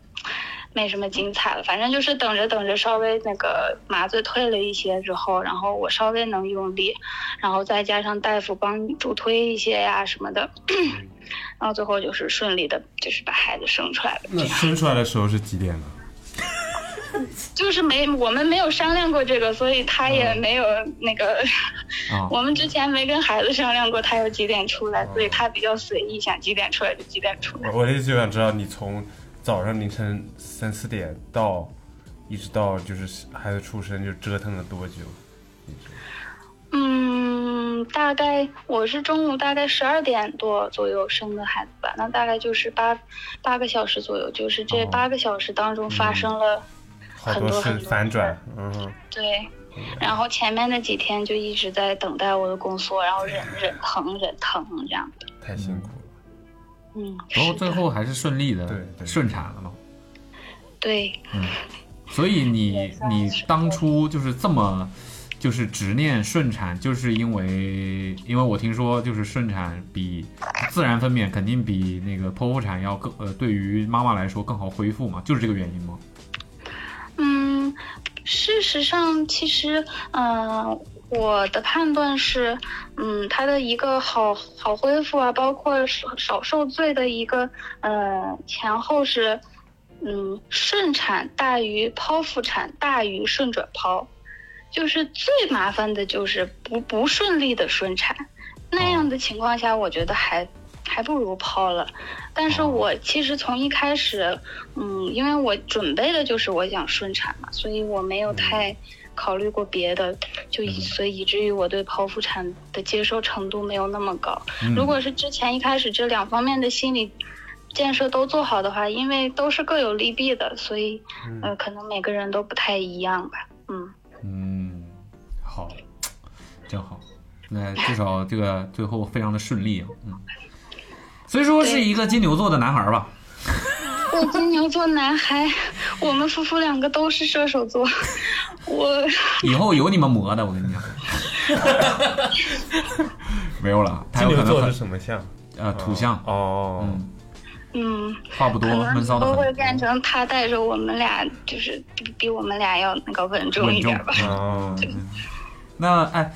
S6: 没什么精彩了，反正就是等着等着，稍微那个麻醉退了一些之后，然后我稍微能用力，然后再加上大夫帮助推一些呀什么的，然后最后就是顺利的，就是把孩子生出来了。
S4: 那生出来的时候是几点呢？
S6: 就是没我们没有商量过这个，所以他也
S4: 嗯
S6: 没有那个，
S3: 哦
S6: 我们之前没跟孩子商量过他要几点出来，所以他比较随意，想几点出来就几点出来。
S4: 我我的意思就想知道，你从早上凌晨三四点到，一直到就是孩子出生，就折腾了多久？
S6: 嗯，大概我是中午大概十二点多左右生的孩子吧，那大概就是八八个小时左右，就是这八个小时当中发生了
S4: 好
S6: 很多
S4: 是
S6: 很多
S4: 反转，嗯哼，
S6: 对，然后前面的几天就一直在等待我的宫缩，然后忍忍疼忍疼这样的，
S4: 太辛苦了。
S6: 嗯，
S3: 不过最后还是顺利的，顺产了嘛。
S6: 对。
S3: 所以你你当初就是这么就是执念顺产，就是因为因为我听说就是顺产比自然分娩肯定比那个剖腹产要更呃对于妈妈来说更好恢复嘛，就是这个原因吗？
S6: 嗯，事实上，其实，呃，我的判断是，嗯，他的一个好好恢复啊，包括少少受罪的一个，呃，前后是，嗯，顺产大于剖腹产大于顺转剖，就是最麻烦的就是不不顺利的顺产，那样的情况下，我觉得还还不如剖了。但是我其实从一开始，嗯，因为我准备的就是我想顺产嘛，所以我没有太考虑过别的，就以所以以至于我对剖腹产的接受程度没有那么高。
S12: 嗯
S6: 如果是之前一开始这两方面的心理建设都做好的话，因为都是各有利弊的，所以呃，可能每个人都不太一样吧。嗯，
S3: 嗯，好，真好，那至少这个最后非常的顺利啊，嗯，虽说是一个金牛座的男孩儿吧，
S6: 我金牛座男孩，我们夫妇两个都是射手座，我。
S3: 以后有你们磨的，我跟你讲。 没有了，他
S4: 金
S3: 有
S4: 牛
S3: 可能
S4: 座
S3: 很
S4: 是什么象？
S3: 呃，土象
S4: 嗯哦，
S3: 嗯，
S6: 嗯，
S3: 话不多，闷骚的
S6: 都会
S3: 很，
S6: 变成他带着我们俩，就是比比我们俩要那个稳重
S3: 稳
S6: 一
S3: 重
S6: 点吧。。
S4: 哦
S3: 嗯那哎，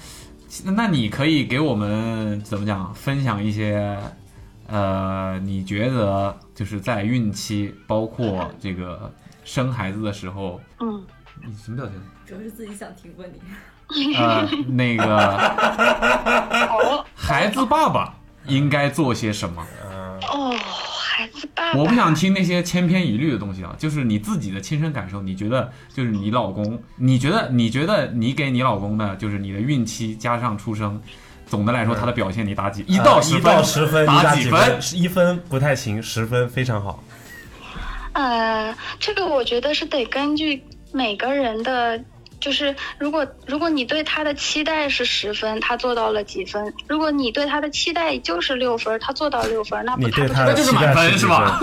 S3: 那你可以给我们怎么讲分享一些，呃，你觉得就是在孕期，包括这个生孩子的时候，
S6: 嗯，
S3: 你什么表情？
S13: 主要是自己想听吧你。
S3: 呃，那个孩子爸爸应该做些什么？
S6: 哦，孩子爸爸，
S3: 我不想听那些千篇一律的东西啊，就是你自己的亲身感受，你觉得就是你老公，你觉得你觉得你给你老公的，就是你的孕期加上出生，总的来说他的表现你打几？一到十
S4: 呃一
S3: 分，
S4: 到十分，你
S3: 打
S4: 几
S3: 分？？
S4: 一分不太行，十分非常好。
S6: 呃，这个我觉得是得根据每个人的，就是如果如果你对他的期待是十分，他做到了几分；如果你对他的期待就是六分，他做到六分，那不
S4: 你对他
S3: 那
S4: 的
S3: 就是
S4: 期
S3: 满
S4: 待
S3: 分是
S4: 几
S3: 吧？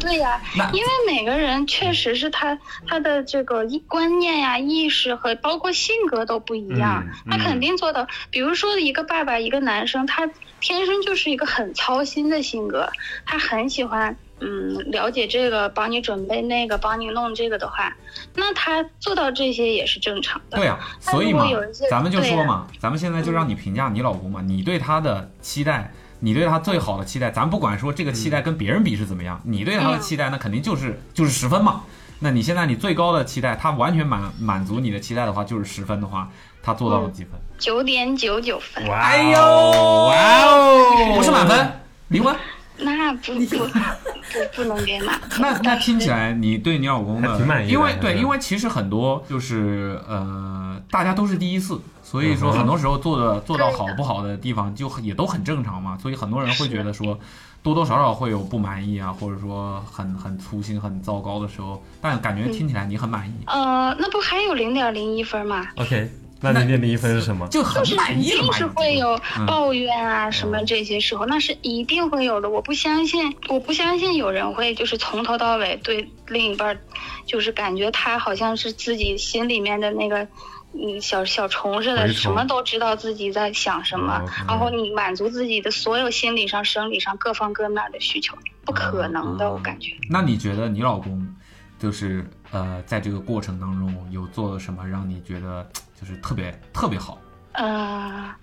S6: 对呀、因为每个人确实是他他的这个意观念呀、意识和包括性格都不一样，
S3: 嗯
S6: 他
S3: 嗯
S6: 肯定做到。比如说一个爸爸，一个男生，他天生就是一个很操心的性格，他很喜欢。嗯，了解这个，帮你准备那个，帮你弄这个的话，那他做到这些也是正常的。
S3: 对啊，
S6: 那
S3: 所以
S6: 如果
S3: 嘛
S6: 有一些，
S3: 咱们就
S6: 对
S3: 说
S6: 啊
S3: 嘛，咱们现在就让你评价你老公嘛，你对他的期待，你对他最好的期待，咱不管说这个期
S6: 嗯
S3: 待跟别人比是怎么样，你对他的期待那肯定就是就是十分嘛。那你现在你最高的期待，他完全满满足你的期待的话，就是十分的话，他做
S6: 嗯
S3: 到了几分？
S6: 九点九九分，
S4: 哦
S3: 哎呦，哇哦，不是满分，离婚。
S6: 那不不不不能给满 分。
S3: 那那听起来你对你老公的
S4: 还挺满意的
S3: 因为
S4: 还是
S3: 对，因为其实很多就是呃，大家都是第一次，所以说
S4: 嗯哼
S3: 很多时候做的做到好不好的地方就很也都很正常嘛，所以很多人会觉得说多多少少会有不满意啊，或者说很很粗心、很糟糕的时候，但感觉听起来你很满意，
S6: 呃，那不还有零点零一分吗？
S4: OK，那你那一分是什么？
S3: 就很
S6: 就是
S3: 满
S6: 一
S3: 意了
S6: 定
S3: 嘛。嗯
S6: 是会有抱怨啊什
S3: 哦
S6: 么这些时候，那是一定会有的。我不相信，我不相信有人会就是从头到尾对另一半儿，就是感觉他好像是自己心里面的那个。嗯，小小虫似的，
S4: 蛔虫
S6: 什么都知道自己在想什么，
S3: 哦
S4: OK
S6: 然后你满足自己的所有心理上、生理上各方各面的需求，不
S3: 哦
S6: 可能的，我感觉。
S3: 那你觉得你老公就是呃，在这个过程当中有做了什么让你觉得就是特别特别好？
S6: 呃，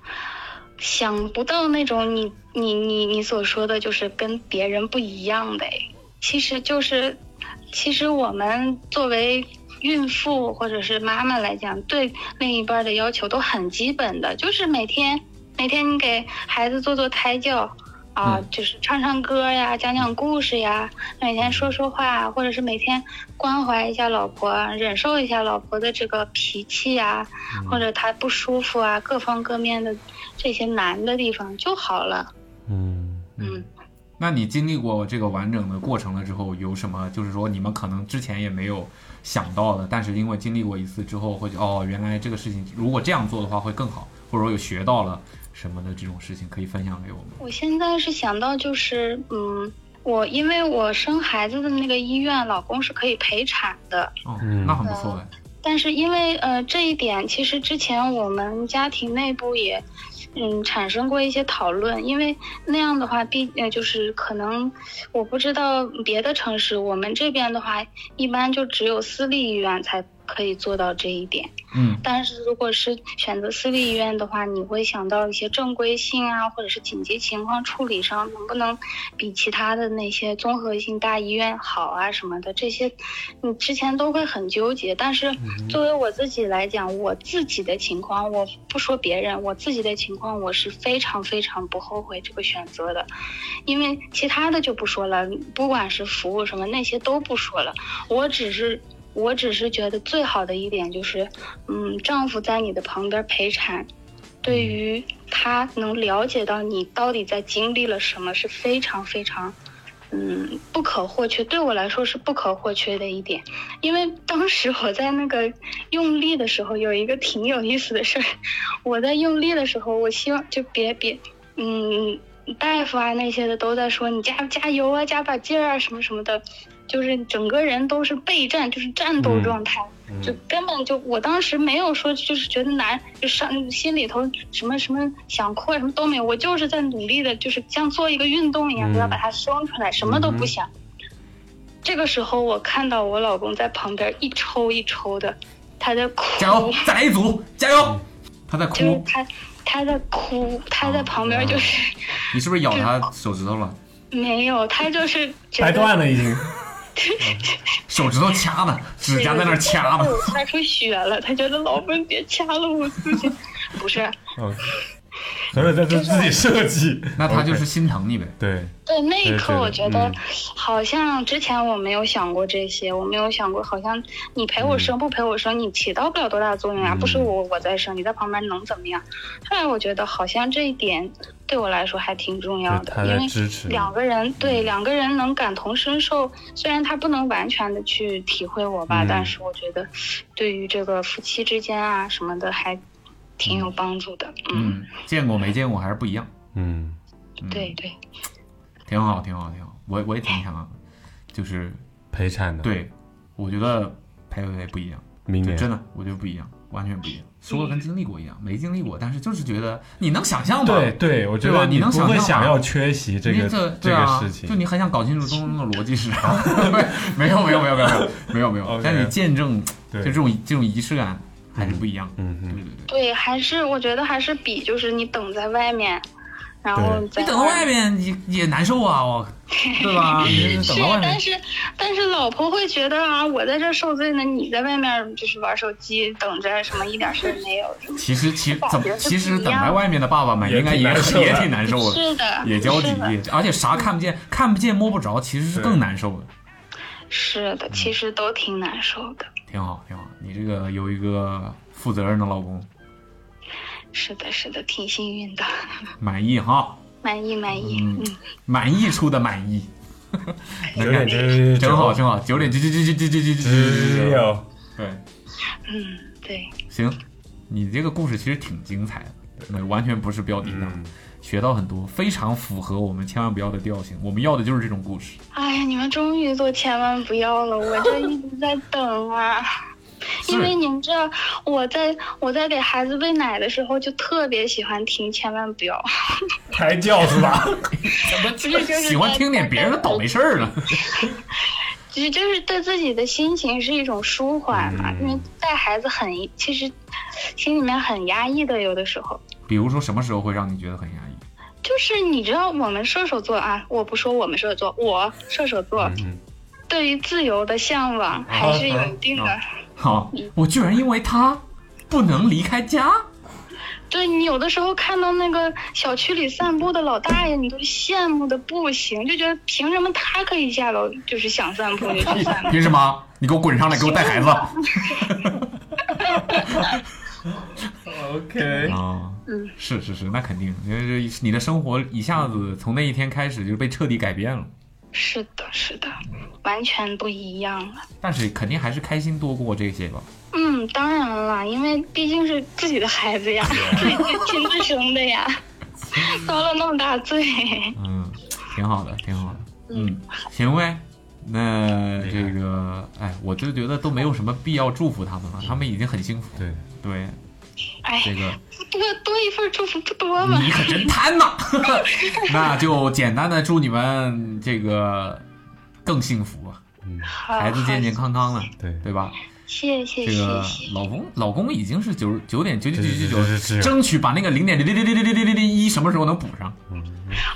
S6: 想不到那种你你你你所说的就是跟别人不一样的诶，其实就是，其实我们作为孕妇或者是妈妈来讲，对另一半的要求都很基本的，就是每天每天你给孩子做做胎教。啊，
S3: 嗯
S6: 就是唱唱歌呀，讲讲故事呀，每天说说话，或者是每天关怀一下老婆，忍受一下老婆的这个脾气呀，或者她不舒服啊，各方各面的这些难的地方就好了。
S14: 嗯，
S6: 嗯，
S3: 那你经历过这个完整的过程了之后，有什么就是说你们可能之前也没有想到的，但是因为经历过一次之后，会觉得哦，原来这个事情如果这样做的话会更好，或者说有学到了什么的这种事情，可以分享给我们。
S6: 我现在是想到就是，嗯，我因为我生孩子的那个医院，老公是可以陪产的，
S3: 哦，那很不错哎。
S6: 但是因为呃这一点，其实之前我们家庭内部也，嗯，产生过一些讨论。因为那样的话，毕呃就是可能我不知道别的城市，我们这边的话，一般就只有私立医院才可以做到这一点。
S3: 嗯
S6: 但是如果是选择私立医院的话，你会想到一些正规性啊，或者是紧急情况处理上能不能比其他的那些综合性大医院好啊什么的，这些你之前都会很纠结。但是作为我自己来讲，我自己的情况，我不说别人，我自己的情况，我是非常非常不后悔这个选择的，因为其他的就不说了，不管是服务什么那些都不说了，我只是。我只是觉得最好的一点就是，嗯，丈夫在你的旁边陪产，对于他能了解到你到底在经历了什么是非常非常，嗯，不可或缺。对我来说是不可或缺的一点，因为当时我在那个用力的时候，有一个 挺有意思的事儿，我在用力的时候，我希望就别别，嗯，大夫啊那些的都在说你加加油啊，加把劲儿啊，什么什么的，就是整个人都是备战，就是战斗状态，
S4: 嗯
S6: 就根本就我当时没有说就是觉得难，就上心里头什么什么想哭啊什么都没有，我就是在努力的，就是像做一个运动一样，
S15: 嗯
S6: 我要把它生出来，什么
S3: 嗯
S6: 都不想。这个时候我看到我老公在旁边一抽一抽的，他在哭。
S3: 加油，再来一组，加油！他在
S6: 就是
S3: 哭，啊
S6: 他他在哭，他在旁边就是、
S3: 你是不是咬他手指头了？
S6: 没有，他就是觉
S3: 掰
S6: 得
S3: 断了已经，手指头掐呢，指甲在那儿掐呢。
S6: 我掐哦出血了，他觉得老公别掐了我自己， 不是，
S4: 嗯，合着在这自己设计，
S3: 那他就是心疼你呗。
S4: 对，
S6: 对，那一刻
S4: 对
S6: 我觉得
S4: 嗯，
S6: 好像之前我没有想过这些，我没有想过，好像你陪
S4: 嗯
S6: 我生不陪我生，你起到不了多大作用啊，不是我我在生，你在旁边能怎么样？后来我觉得好像这一点对我来说还挺重要
S4: 对
S6: 的
S4: 他，在
S6: 因为
S4: 支持你嗯
S6: 两个人对两个人能感同身受，虽然他不能完全的去体会我吧，
S4: 嗯
S6: 但是我觉得对于这个夫妻之间啊什么的还挺有帮助的，
S3: 嗯，见过没见过还是不一样。
S4: 嗯，
S6: 对对，
S3: 挺好，挺好，挺好。我我也挺想，就是
S4: 陪产的，
S3: 对，我觉得陪陪陪不一样，
S4: 明
S3: 就
S4: 年
S3: 真的我觉得不一样，完全不一样。说的跟经历过一样，没经历过，但是就是觉得你能想象吗？
S4: 对对，我觉
S3: 吧
S4: 得
S3: 你能
S4: 不
S3: 想
S4: 会
S3: 象
S4: 想
S3: 吗
S4: 要缺席这个
S3: 你这
S4: 这
S3: 对啊
S4: 个事情，
S3: 就你很想搞清楚中中的逻辑是啥？没有没有没有没有没有没有没有，但你见证
S4: 对
S3: 就这种这种仪式感还是不一样。
S4: 嗯嗯，
S3: 对对对。
S6: 对，还是我觉得还是比就是你等在外面，然后
S3: 你
S6: 在
S3: 等到外面也也难受啊，我，对吧？你等
S6: 是
S3: 到外，面
S6: 但是但是老婆会觉得啊，我在这儿受罪呢，你在外面就是玩手机等着，什么一点事儿没有。什么
S3: 其实其
S6: 感
S3: 怎
S6: 觉是不一样
S3: 其实等在外面的爸爸们应该也
S4: 也挺难受的
S3: 也挺难受
S6: 是的
S3: 也焦急
S6: 是的，
S3: 而且啥看不见、看不见、摸不着，其实是更难受的。
S6: 是的，
S3: 嗯
S6: 其实都挺难受的。
S3: 挺好，挺好，你这个有一个负责任的老公，
S6: 是的，是的，挺幸运的，
S3: 满意哈，
S6: 满意满意。
S3: 嗯
S6: 嗯，
S3: 满意出的满意。
S4: 九点九
S3: 真好，真好，九点九九九九九九九
S4: 只有
S3: 对，
S6: 嗯，对，
S3: 行，你这个故事其实挺精彩的，那完全不是标题党，学到很多，非常符合我们千万不要的调性。我们要的就是这种故事。
S6: 哎呀，你们终于做千万不要了，我这一直在等啊。因为你们知道，我在我在给孩子喂奶的时候，就特别喜欢听，千万不要。
S4: 抬轿是 吧？
S3: 怎么
S6: 这个就是
S3: 喜欢听点别人的倒霉事儿呢？
S6: 其实就是对自己的心情是一种舒缓嘛，因为带孩子很，其实心里面很压抑的，有的时候。
S3: 比如说什么时候会让你觉得很压抑？
S6: 就是你知道，我们射手座啊，我不说我们射手座，我射手座，
S4: 嗯
S6: 对于自由的向往还是有一定的。
S3: 好，我居然因为他不能离开家，
S6: 对你有的时候看到那个小区里散步的老大爷，你都羡慕的不行，就觉得凭什么他可以下楼，就是想散步就去散步。
S3: 凭什么？你给我滚上来，给我带孩子！
S4: OK，
S3: 啊，
S6: 嗯，
S3: 是是是，那肯定，因为这你的生活一下子从那一天开始就被彻底改变了。
S6: 是的，是的，完全不一样了。
S3: 但是肯定还是开心多过这些吧。
S6: 嗯，当然了，因为毕竟是自己的孩子呀，自
S3: 啊
S6: 己亲自生的呀， 遭了那么大罪。
S3: 嗯，挺好的，挺好的。嗯，行呗。那这个，哎，我就觉得都没有什么必要祝福他们了，他们已经很幸福。
S4: 对
S3: 对，
S6: 哎，
S3: 这个
S6: 多多一份祝福不多吗？
S3: 你可真贪呐！ 那就简单的祝你们这个更幸福啊，
S4: 嗯
S6: 好
S3: 孩子健健
S6: 好
S3: 康康的，对对吧？
S6: 谢谢
S3: 这
S6: 谢
S3: 个
S6: 谢。
S3: 老公老公已经是九九点九九九
S4: 是
S3: 九九，争取把那个零点零零零零零零零零一什么时候能补上？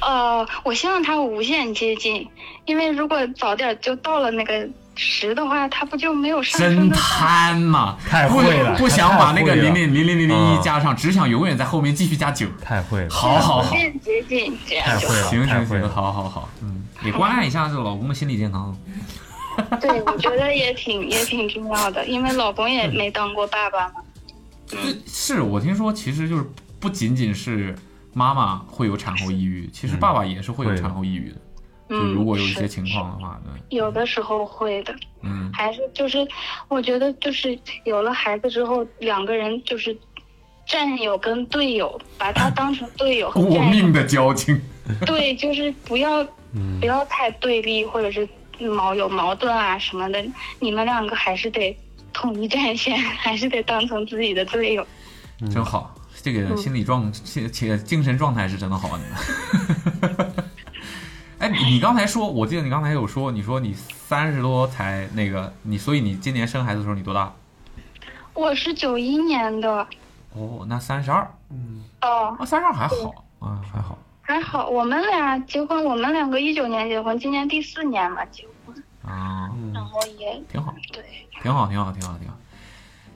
S6: 呃，我希望他无限接近，因为如果早点就到了那个十的话，他不就没有上升
S3: 真
S6: 的？
S3: 贪呐！
S4: 太会了
S3: 不不想把那个
S4: 太会
S3: 零
S4: 了
S3: 点零零零零一
S4: 嗯
S3: 加上，只想永远在后面继续加九。
S4: 太会了，
S3: 好好好
S6: 无，限接近，这样
S4: 太
S6: 就
S4: 会了，
S3: 行
S4: 太
S3: 行
S4: 会
S3: 行，
S4: 了，
S3: 好好好，嗯，也关爱一下这老公的心理健康。
S6: 对，我觉得也挺也挺重要的，因为老公也没当过爸爸嘛。
S3: 就
S6: 嗯
S3: 是是我听说，其实就是不仅仅是妈妈会有产后抑郁，其实爸爸也是会有
S4: 会的
S3: 产后抑郁的。就
S6: 嗯，
S3: 如果有一些
S6: 是
S3: 情况的话，对，
S6: 有的时候会的，
S3: 嗯，
S6: 还是就是，我觉得就是有了孩子之后，两个人就是战友跟队友，把他当成队友和
S3: 过
S6: 战友。
S3: 命的交情。
S6: 对，就是不要
S4: 嗯
S6: 不要太对立，或者是矛有矛盾啊什么的，你们两个还是得统一战线， 还是得当成自己的队友。
S3: 真好，
S6: 嗯
S3: 这个心理状、且且精神状态是真的好，你啊们。 哎，你你刚才说，我记得你刚才有说，你说你三十多才那个，你所以你今年生孩子的时候你多大？
S6: 我是九一年的，
S3: 哦，那三十二，
S6: 哦，
S3: 三十二还好啊，还好。
S6: 还好，我们俩结婚，我们两个一九年结婚，今年第四年嘛结婚，
S3: 啊，
S6: 然后也
S3: 挺好，
S6: 对，
S3: 挺好，挺好，挺好，挺好。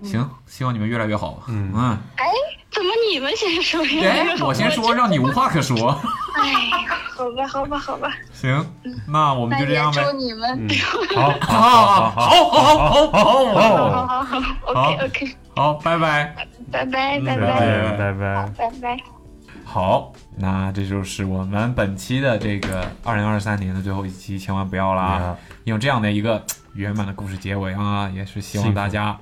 S3: 行，希望你们越来越好吧。嗯
S6: 哎，怎么你们先说
S3: 哎
S6: 呀？，
S3: 我先说，让你无话可说。
S6: 哎，好吧，好吧，好吧，
S3: 行，那我们
S6: 那
S3: 就这
S6: 也
S3: 样呗嗯
S6: 祝。你们，
S4: 好，
S3: 好好好好好好
S6: 好好好好，OK OK，
S3: 好，拜拜。
S6: 拜拜拜拜
S3: 拜
S4: 拜拜。
S6: 拜拜。
S3: 好，那这就是我们本期的这个二零二三年的最后一期，千万不要啦！用这样的一个嘖圆满的故事结尾啊，也是希望大家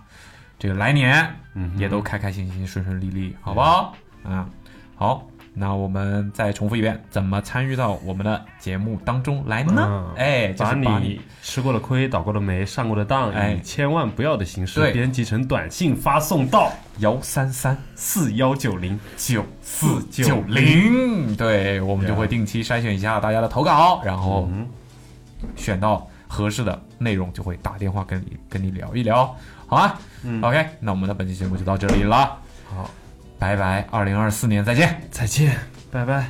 S3: 这个来年
S4: 嗯
S3: 也都开开心心、顺顺利利，好不好？嗯，好，那我们再重复一遍，怎么参与到我们的节目当中来呢
S4: 嗯？
S3: 哎，就是
S4: 把
S3: 把
S4: 你吃过的亏、倒过的霉、上过的当，
S3: 哎
S4: 以千万不要的形式
S3: 对
S4: 编辑成短信发送到
S3: 幺三三
S4: 四幺九零
S3: 九四九零，对我们就会定期筛选一下大家的投稿，然后选到合适的内容就会打电话跟你跟你聊一聊，好啊。OK，那我们的本期节目就到这里了，好，拜拜，二零二四年再见。
S4: 再见，拜拜。